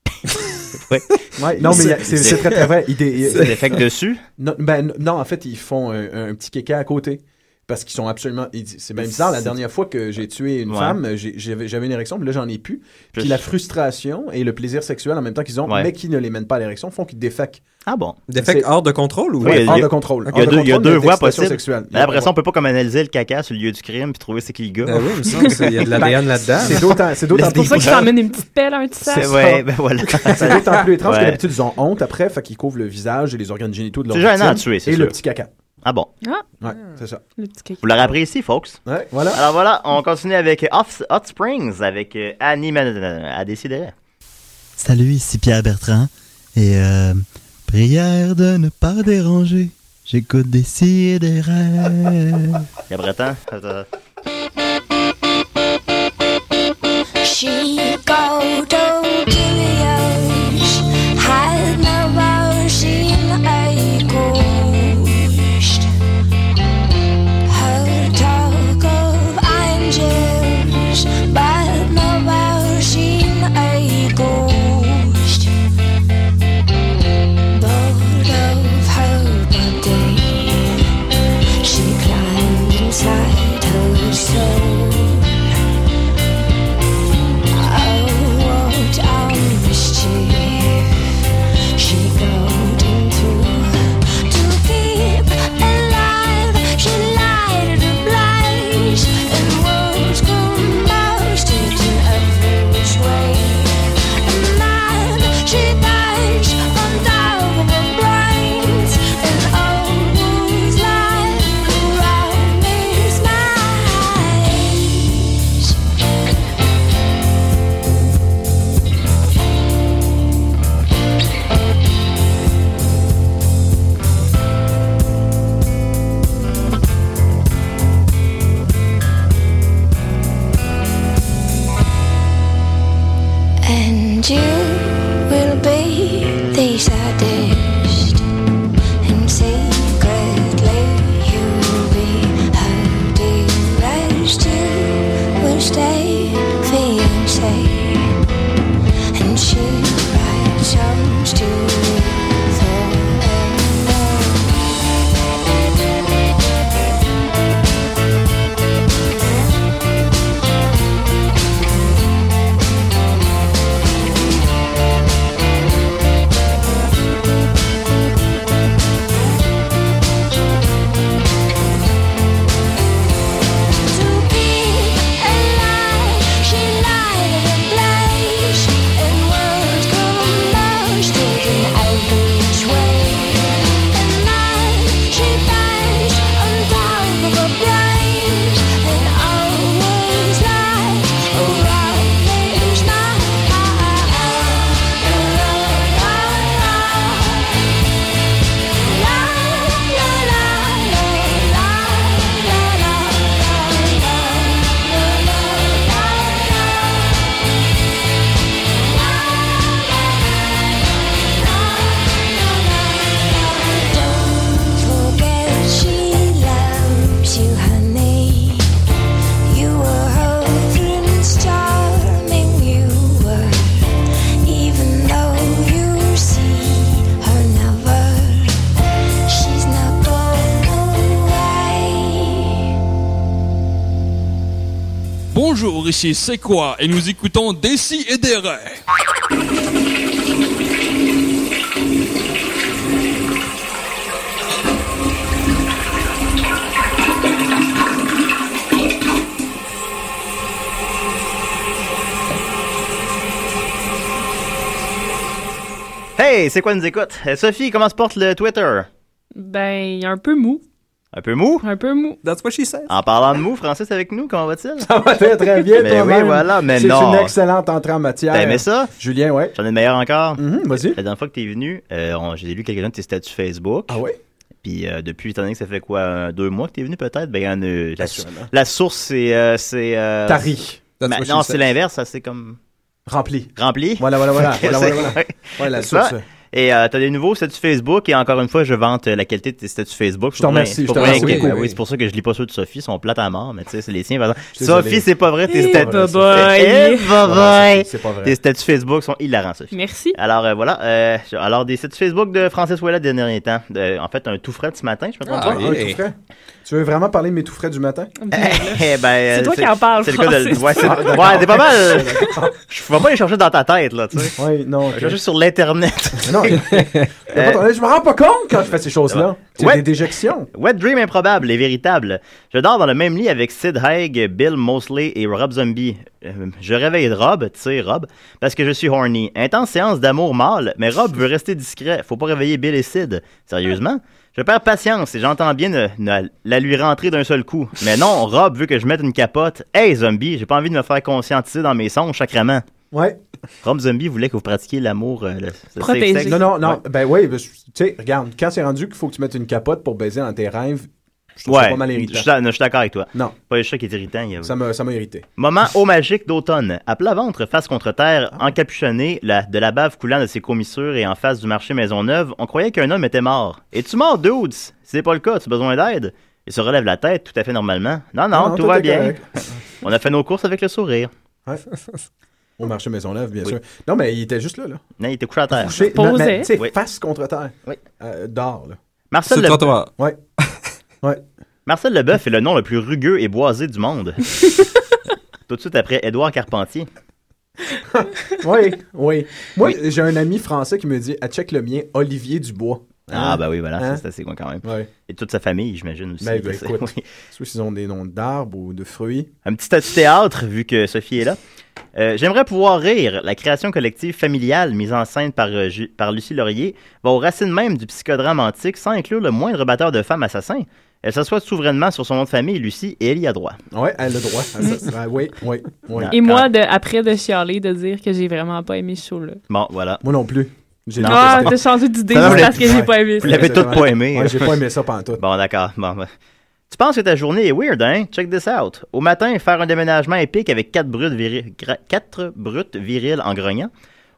Speaker 5: Ouais.
Speaker 6: Ouais, non, mais il y a- c'est c'est très, très vrai. Ils dé- ils-
Speaker 5: Des effets dessus.
Speaker 6: non, ben, non, en fait, ils font un, un petit kéké à côté. Parce qu'ils sont absolument. ils- C'est même bizarre. La dernière fois que j'ai tué une
Speaker 5: Ouais.
Speaker 6: femme, j'ai- j'avais j'avais une érection, puis là, j'en ai plus. Puis
Speaker 5: Puis-
Speaker 6: la frustration et le plaisir sexuel en même temps qu'ils ont,
Speaker 5: Ouais.
Speaker 6: mais qui ne les mènent pas à l'érection, font qu'ils défèquent.
Speaker 5: Ah bon.
Speaker 8: Des faits
Speaker 6: C'est-
Speaker 8: hors de contrôle ou
Speaker 5: Oui,
Speaker 6: Ouais,
Speaker 5: il y a-
Speaker 6: hors de contrôle.
Speaker 5: Il y a
Speaker 6: Hors de
Speaker 5: deux, il y a
Speaker 6: contrôle, mais
Speaker 5: deux voies
Speaker 6: d'excitation
Speaker 5: possibles.
Speaker 6: sexuelle.
Speaker 5: Mais après ça, on peut pas comme analyser le caca sur le lieu du crime puis trouver c'est qui le gars.
Speaker 8: Ben oui, il me semble qu'il y a de l'ADN là-dedans.
Speaker 6: C'est d'autant c'est d'autant
Speaker 5: Laisse
Speaker 7: C'est pour
Speaker 6: plus
Speaker 7: ça que je t'emmène une petite pelle, un petit sac.
Speaker 5: C'est
Speaker 6: ça.
Speaker 5: ouais, ben voilà.
Speaker 6: C'est d'autant plus étrange
Speaker 5: Ouais.
Speaker 6: que d'habitude, ils ont honte après, fait qu'ils couvrent le visage et les organes génitaux de leur
Speaker 5: C'est gênant à
Speaker 6: victime
Speaker 5: tuer, c'est
Speaker 6: Et
Speaker 5: sûr.
Speaker 6: le petit caca.
Speaker 5: Ah bon.
Speaker 6: Ouais, c'est ça.
Speaker 7: Le petit cake.
Speaker 5: Vous l'aurez appris ici, folks.
Speaker 6: Ouais, voilà.
Speaker 5: Alors voilà, on continue avec Hot, Hot Springs avec euh, Annie Man à décider.
Speaker 10: Salut, ici Pierre Bertrand. Et euh, prière de ne pas déranger. J'écoute des cires des rêves.
Speaker 5: Il y a Breton. Attends.
Speaker 11: She got old curious, had never seen a ghost. Her talk of angels, but never seen a ghost. Bored of her body, she climbed inside her soul. I
Speaker 12: Bonjour, ici c'est quoi Et nous écoutons Dessy et des raies.
Speaker 5: Hey, c'est quoi nous écoute? Euh, Sophie, comment se porte le Twitter?
Speaker 7: Ben, un peu mou.
Speaker 5: Un peu mou?
Speaker 7: Un peu mou.
Speaker 8: That's what she said.
Speaker 5: En parlant de mou, Francis avec nous, comment va-t-il?
Speaker 6: Ça va Ah, très très bien,
Speaker 5: Mais
Speaker 6: toi-même.
Speaker 5: oui, voilà, mais
Speaker 6: C'est
Speaker 5: non.
Speaker 6: une excellente entrée en matière.
Speaker 5: T'as aimé ça?
Speaker 6: Julien, ouais.
Speaker 5: J'en ai de meilleur encore.
Speaker 6: Mhm, Vas-y.
Speaker 5: La dernière fois que t'es venu, euh, on- j'ai lu quelques-uns de tes statuts Facebook.
Speaker 6: Ah ouais?
Speaker 5: Puis euh, depuis, étant donné que ça fait quoi, un- deux mois que t'es venu peut-être, ben il y en a. La,
Speaker 6: Assurément.
Speaker 5: la source, c'est. euh, c'est euh,
Speaker 6: T'as ri.
Speaker 8: That's
Speaker 5: ma-
Speaker 8: what she
Speaker 5: non,
Speaker 8: said.
Speaker 5: c'est l'inverse, ça c'est comme
Speaker 6: Rempli.
Speaker 5: rempli.
Speaker 6: Voilà, voilà, voilà.
Speaker 5: C'est-
Speaker 6: voilà, voilà, voilà. Ouais, la
Speaker 5: C'est ça.
Speaker 6: source.
Speaker 5: Et euh, t'as des nouveaux statuts Facebook et encore une fois, je vante euh, la qualité de tes statuts Facebook.
Speaker 6: Je te remercie,
Speaker 5: C'est
Speaker 6: je
Speaker 5: pas
Speaker 6: te
Speaker 5: vrai
Speaker 6: remercie
Speaker 5: que-
Speaker 6: beaucoup,
Speaker 5: oui,
Speaker 6: oui.
Speaker 5: c'est pour ça que je lis pas ceux de Sophie, ils sont plates à mort, mais tu sais, c'est les siens. par exemple.
Speaker 6: Je suis désolé.
Speaker 5: Sophie, c'est pas vrai, tes
Speaker 7: Eh,
Speaker 5: statuts.
Speaker 7: bye
Speaker 5: Eh,
Speaker 7: bye.
Speaker 5: bye bye.
Speaker 6: C'est pas
Speaker 5: Tes
Speaker 6: vrai.
Speaker 5: statuts Facebook sont hilarants, Sophie.
Speaker 7: Merci.
Speaker 5: Alors euh, voilà, euh, alors des sites Facebook de Francis Ouellet des derniers temps. De- en fait, un tout frais de ce matin, je me trompe
Speaker 8: Ah,
Speaker 5: pas.
Speaker 6: Ah,
Speaker 8: Eh,
Speaker 6: tout frais. Tu veux vraiment parler de mes tout frais du matin?
Speaker 5: Eh ben,
Speaker 7: C'est toi
Speaker 5: euh,
Speaker 7: qui en parles,
Speaker 5: C'est le cas de le-
Speaker 7: Francis.
Speaker 5: Ouais, c'est ouais, t'es pas mal. euh, Je vais pas les chercher dans ta tête, là, tu sais.
Speaker 6: Oui, non.
Speaker 5: Je
Speaker 6: ok.
Speaker 5: vais chercher sur l'Internet.
Speaker 6: Mais Non, T'as pas ton- je me rends pas compte quand je fais ces choses-là. C'est
Speaker 5: Ouais.
Speaker 6: des déjections.
Speaker 5: Wet Dream improbable et véritable. Je dors dans le même lit avec Sid Haig, Bill Mosley et Rob Zombie. Euh, Je réveille Rob, tu sais, Rob, parce que je suis horny. Intense séance d'amour mâle, mais Rob veut rester discret. Faut pas réveiller Bill et Sid. Sérieusement? Je perds patience et j'entends bien ne- ne- la lui rentrer d'un seul coup. Mais non, Rob veut que je mette une capote. Hey, zombie, j'ai pas envie de me faire conscientiser dans mes sons sacrément.
Speaker 6: Ouais.
Speaker 5: Rob Zombie voulait que vous pratiquiez l'amour, euh, le, le safe
Speaker 7: Protégé.
Speaker 5: sex.
Speaker 6: Non, non, non. Ben oui, ben, je- tu sais, regarde, quand c'est rendu qu'il faut que tu mettes une capote pour baiser dans tes rêves, je trouve ça
Speaker 5: Ouais,
Speaker 6: pas mal
Speaker 5: je
Speaker 6: irritant.
Speaker 5: suis d'a- je suis d'accord avec toi.
Speaker 6: Non,
Speaker 5: Pas le chat qui est irritant. Il y a-
Speaker 6: ça m'a ça m'a irrité.
Speaker 5: Moment eau magique d'automne. À plat ventre, face contre terre,
Speaker 6: Ah.
Speaker 5: encapuchonné, la- de la bave coulant de ses commissures et en face du marché Maisonneuve, on croyait qu'un homme était mort. Es-tu mort, dudes? Si c'est pas le cas, tu as besoin d'aide? Il se relève la tête tout à fait normalement. Non, non, tout va
Speaker 6: est
Speaker 5: bien.
Speaker 6: correct.
Speaker 5: On a fait nos courses avec le sourire.
Speaker 6: Au marché Maisonneuve, bien
Speaker 5: Oui.
Speaker 6: sûr. Non, mais il était juste là, là.
Speaker 5: Non, il était couché à terre.
Speaker 6: Couché,
Speaker 7: Posé.
Speaker 6: mais- mais, tu sais,
Speaker 5: Oui.
Speaker 6: face contre terre.
Speaker 5: Oui.
Speaker 6: Euh, dehors, là.
Speaker 5: Marcel,
Speaker 8: Sur le
Speaker 5: Le-
Speaker 8: trottoir.
Speaker 5: Marcel Leboeuf est le nom le plus rugueux et boisé du monde. tout de suite après Édouard Carpentier.
Speaker 6: Oui, oui. Moi, j'ai un ami français qui me dit ah, check le mien, Olivier Dubois.
Speaker 5: Ah, bah oui, voilà, ça,
Speaker 6: Hein?
Speaker 5: c'est assez con quand même.
Speaker 6: Ouais.
Speaker 5: Et toute sa famille, j'imagine aussi.
Speaker 6: Ben, ben,
Speaker 5: C'est-
Speaker 6: écoute.
Speaker 5: oui.
Speaker 6: Soit ils ont des noms d'arbres ou de fruits.
Speaker 5: Un petit tas de théâtre, vu que Sophie est là. Euh, J'aimerais pouvoir rire. La création collective familiale mise en scène par, euh, Ju- par Lucie Laurier va aux racines même du psychodrame antique sans inclure le moindre batteur de femmes assassin. Elle s'assoit souverainement sur son nom de famille, Lucie, et elle y a droit.
Speaker 6: Oui, elle a le droit. à ça. Ah, oui, oui, oui.
Speaker 5: Non.
Speaker 7: Et moi, de, après de chialer, de dire que j'ai vraiment pas aimé ce show-là.
Speaker 5: Bon, voilà.
Speaker 6: Moi non plus. J'ai
Speaker 5: Non,
Speaker 7: Ah, t'as changé d'idée
Speaker 5: Ça,
Speaker 7: juste
Speaker 5: vous
Speaker 7: parce que
Speaker 6: l'avez-
Speaker 7: j'ai pas aimé
Speaker 5: Vous
Speaker 7: ça.
Speaker 5: l'avez toutes
Speaker 6: Exactement.
Speaker 5: pas aimé. hein.
Speaker 6: Ouais, j'ai pas aimé ça pantoute.
Speaker 5: Bon, d'accord. Bon, ben. Tu penses que ta journée est weird, hein? Check this out. Au matin, faire un déménagement épique avec quatre brutes, viri- gra- quatre brutes viriles en grognant.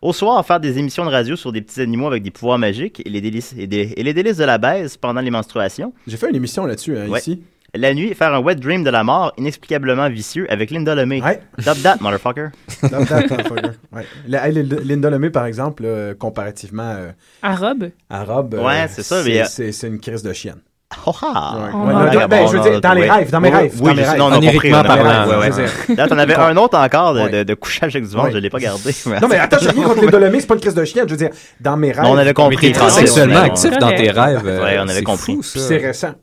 Speaker 5: Au soir, faire des émissions de radio sur des petits animaux avec des pouvoirs magiques et les délices, et des- et les délices de la baise pendant les menstruations.
Speaker 6: J'ai fait une émission là-dessus, hein,
Speaker 5: Ouais.
Speaker 6: ici.
Speaker 5: La nuit, faire un wet dream de la mort inexplicablement vicieux avec Linda Lemay.
Speaker 6: Ouais.
Speaker 5: Stop that, motherfucker.
Speaker 6: Dans- dans- dans- dans- ouais. La- elle, Linda Lemay, par exemple, là, comparativement euh,
Speaker 7: À robe?
Speaker 6: à Rob, euh,
Speaker 5: Ouais, c'est ça, mais, euh,
Speaker 6: c'est c'est une crise de chienne.
Speaker 5: Oh, ah.
Speaker 6: Ouais.
Speaker 7: on
Speaker 6: Ouais,
Speaker 7: va-
Speaker 6: non, ben, je veux dire, dans les rêves, dans mes
Speaker 5: Oui,
Speaker 6: rêves,
Speaker 5: oui,
Speaker 6: dans mes
Speaker 5: je-
Speaker 6: rêves.
Speaker 5: non, non,
Speaker 8: En
Speaker 5: compris,
Speaker 8: irritement
Speaker 5: on a
Speaker 8: parlant,
Speaker 5: compris, ouais,
Speaker 6: je veux
Speaker 5: ouais.
Speaker 6: dire.
Speaker 5: Là, t'en avais un autre encore de,
Speaker 6: Ouais.
Speaker 5: de- de couchage avec du vent,
Speaker 6: Ouais.
Speaker 5: je l'ai pas gardé.
Speaker 6: Non, mais attends, j'ai rien contre Linda Lemay, c'est pas une crise de chienne. Je veux dire, dans mes rêves,
Speaker 5: Non, on avait
Speaker 8: Mais
Speaker 5: compris.
Speaker 8: t'es
Speaker 5: Francis,
Speaker 8: transsexuellement
Speaker 5: on avait-
Speaker 8: actif
Speaker 7: on-
Speaker 8: dans tes rêves. euh,
Speaker 5: Ouais, on avait
Speaker 8: c'est
Speaker 5: compris.
Speaker 8: fou,
Speaker 6: puis
Speaker 8: ça.
Speaker 6: c'est récent.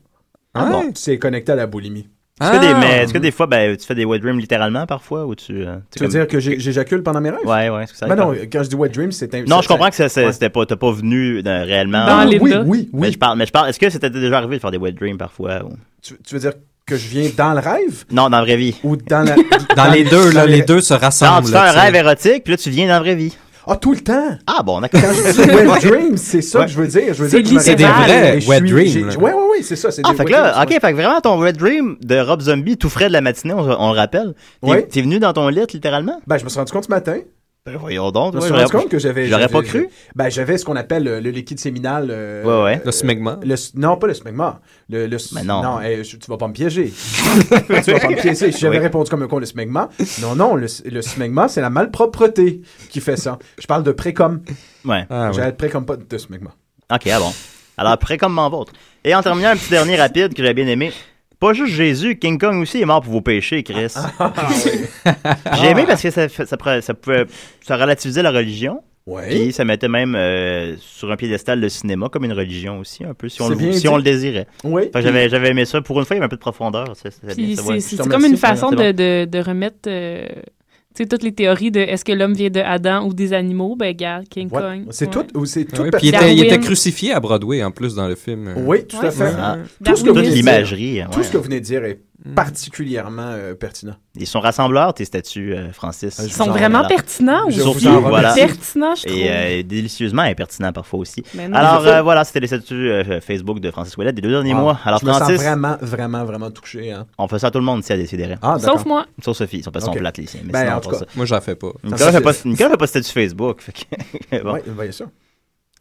Speaker 8: Ah bon?
Speaker 6: C'est connecté à la boulimie.
Speaker 5: Est-ce que, des-
Speaker 8: Ah.
Speaker 5: mais est-ce que des fois, ben, tu fais des wet dreams littéralement parfois ou tu. euh,
Speaker 6: Tu veux
Speaker 5: comme-
Speaker 6: dire que j'ai- j'éjacule pendant mes rêves?
Speaker 5: Ouais, ouais, est-ce que ça
Speaker 6: Ben non,
Speaker 5: arrive?
Speaker 6: quand je dis wet dream, c'est... un-
Speaker 5: Non,
Speaker 6: c'est-
Speaker 5: je comprends
Speaker 6: c'est-
Speaker 5: que ça- c'est-
Speaker 6: ouais. Ah
Speaker 5: c'était pas, t'as pas venu euh, réellement.
Speaker 7: Dans les-
Speaker 6: oui,
Speaker 7: Linda.
Speaker 6: oui,
Speaker 5: Mais
Speaker 6: oui.
Speaker 5: je parle, mais je parle. Est-ce que c'était déjà arrivé de faire des wet dreams parfois ou-
Speaker 6: Tu, tu veux dire que je viens dans le rêve
Speaker 5: Non, dans la vraie vie.
Speaker 6: ou dans la...
Speaker 8: Dans les deux, là,
Speaker 6: dans
Speaker 8: les deux se
Speaker 5: Non,
Speaker 8: rassemblent.
Speaker 5: tu fais
Speaker 8: là,
Speaker 5: un
Speaker 8: tu sais.
Speaker 5: rêve érotique, puis là, tu viens dans la vraie vie.
Speaker 6: Ah, tout le temps!
Speaker 5: Ah bon, d'accord.
Speaker 6: Quand je dis wet dreams, c'est ça
Speaker 5: Ouais.
Speaker 6: que je veux dire. Je veux
Speaker 7: C'est
Speaker 6: dire que je me
Speaker 7: des
Speaker 6: réveille
Speaker 8: vrais
Speaker 6: et je
Speaker 8: wet
Speaker 6: suis-
Speaker 8: dreams,
Speaker 6: j'ai-
Speaker 8: là.
Speaker 6: Ouais, ouais, ouais, c'est ça. c'est
Speaker 5: Ah,
Speaker 6: des
Speaker 5: fait que
Speaker 6: wet
Speaker 5: là,
Speaker 6: dreams,
Speaker 5: ok, fait que vraiment ton wet dream de Rob Zombie, tout frais de la matinée, on, on le rappelle. T'es,
Speaker 6: Ouais.
Speaker 5: t'es venu dans ton lit littéralement?
Speaker 6: Ben, je me suis rendu compte ce matin.
Speaker 5: Ben voyons donc.
Speaker 6: Je me
Speaker 5: ouais,
Speaker 6: suis
Speaker 5: j'aurais-
Speaker 6: rendu compte que j'avais.
Speaker 5: J'aurais
Speaker 6: j'avais-
Speaker 5: pas cru.
Speaker 6: Ben, j'avais ce qu'on appelle euh, le liquide séminal. euh,
Speaker 5: Ouais, ouais.
Speaker 8: Le smegma.
Speaker 6: Le, s- non, pas le smegma. Le, le, s-
Speaker 5: Mais non.
Speaker 6: hey, je- tu vas pas me piéger. tu vas pas me piéger. Si j'avais
Speaker 5: Oui.
Speaker 6: répondu comme un con, le smegma. Non, non, le, s- le smegma, c'est la malpropreté qui fait ça. Je parle de précom.
Speaker 5: Ouais.
Speaker 8: Ah, ouais.
Speaker 6: J'avais le précom pas de smegma.
Speaker 5: Ok, ah bon. Alors, précomment vôtre. Et en terminant, un petit dernier rapide que j'ai bien aimé. pas juste Jésus, King Kong aussi est mort pour vos péchés, Chris.
Speaker 6: Ah.
Speaker 5: Ah, J'ai aimé parce que ça, fait- ça, pre- ça pouvait, ça relativisait la religion.
Speaker 6: Ouais.
Speaker 5: Puis ça mettait même euh, sur un piédestal le cinéma comme une religion aussi, un peu, si on,
Speaker 6: C'est
Speaker 5: le,
Speaker 6: bien
Speaker 5: si
Speaker 6: dit.
Speaker 5: on le désirait.
Speaker 6: Oui.
Speaker 5: Fait que J'avais j'avais aimé ça. Pour une fois, il y avait un peu de profondeur. ça, c'était bien,
Speaker 7: Puis
Speaker 5: ça,
Speaker 7: c'est
Speaker 5: ouais.
Speaker 7: c'est comme une façon de, de, de remettre euh, tu sais, toutes les théories de est-ce que l'homme vient de Adam ou des animaux. Ben, regarde, King
Speaker 6: Ouais.
Speaker 7: Kong.
Speaker 6: C'est
Speaker 7: ouais.
Speaker 6: tout, ou c'est tout.
Speaker 8: Ah oui,
Speaker 6: parce-
Speaker 8: puis il était, il était
Speaker 7: Darwin.
Speaker 8: crucifié à Broadway en plus dans le film. euh.
Speaker 6: Oui, tout
Speaker 7: Ouais, Mm.
Speaker 6: à fait.
Speaker 8: c'est
Speaker 5: Ah,
Speaker 6: Tout ce
Speaker 7: Darwiniste.
Speaker 6: que vous
Speaker 5: toute
Speaker 6: venez de dire,
Speaker 5: l'imagerie. hein,
Speaker 6: tout ce
Speaker 5: ouais.
Speaker 6: que vous venez de dire est particulièrement euh, pertinent.
Speaker 5: Ils sont rassembleurs, tes statues, euh, Francis.
Speaker 6: Ah, je
Speaker 7: Ils sont vraiment pertinents
Speaker 6: Je
Speaker 7: aussi.
Speaker 5: vous en remercie.
Speaker 7: Pertinents, je trouve.
Speaker 5: Et euh, délicieusement impertinent parfois aussi.
Speaker 7: Mais non.
Speaker 5: Alors
Speaker 6: Je sais.
Speaker 5: euh, voilà, c'était les statuts euh, Facebook de Francis Ouellet des deux derniers
Speaker 6: Ah,
Speaker 5: mois. Alors
Speaker 6: je me sens
Speaker 5: Francis,
Speaker 6: vraiment, vraiment, vraiment touché. Hein.
Speaker 5: on fait ça à tout le monde ici à décider.
Speaker 6: Ah, d'accord.
Speaker 7: Sauf moi.
Speaker 5: Sauf Sophie, ils sont pas
Speaker 6: Ok.
Speaker 5: son plates les siens, mais
Speaker 6: Ben,
Speaker 5: sinon,
Speaker 6: en
Speaker 5: on
Speaker 6: tout
Speaker 5: passe
Speaker 6: cas.
Speaker 5: ça.
Speaker 8: Moi, j'en fais pas.
Speaker 5: Nicolas fait pas, Nicolas fait pas de statut Facebook. fait que- bon.
Speaker 6: Oui, bien sûr.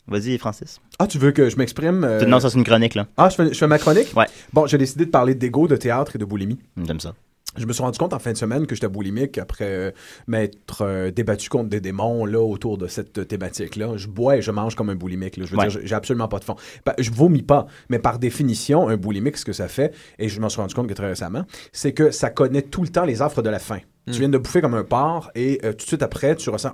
Speaker 5: Vas-y Francis.
Speaker 6: Ah, tu veux que je m'exprime euh,
Speaker 5: Non, ça c'est une chronique là.
Speaker 6: Ah, je fais, je fais ma chronique
Speaker 5: Ouais.
Speaker 6: Bon, j'ai décidé de parler d'ego, de théâtre et de boulimie.
Speaker 5: J'aime ça.
Speaker 6: Je me suis rendu compte en fin de semaine que j'étais boulimique après euh, m'être euh, débattu contre des démons là, autour de cette euh, thématique-là. Je bois et je mange comme un boulimique. là. Je veux
Speaker 5: Ouais.
Speaker 6: dire, j'ai- j'ai absolument pas de fond. Pa- je vomis pas, mais par définition, un boulimique, ce que ça fait, et je m'en suis rendu compte que très récemment, c'est que ça connaît tout le temps les affres de la faim. Tu viens de bouffer comme un porc et euh, tout de suite après, tu ressens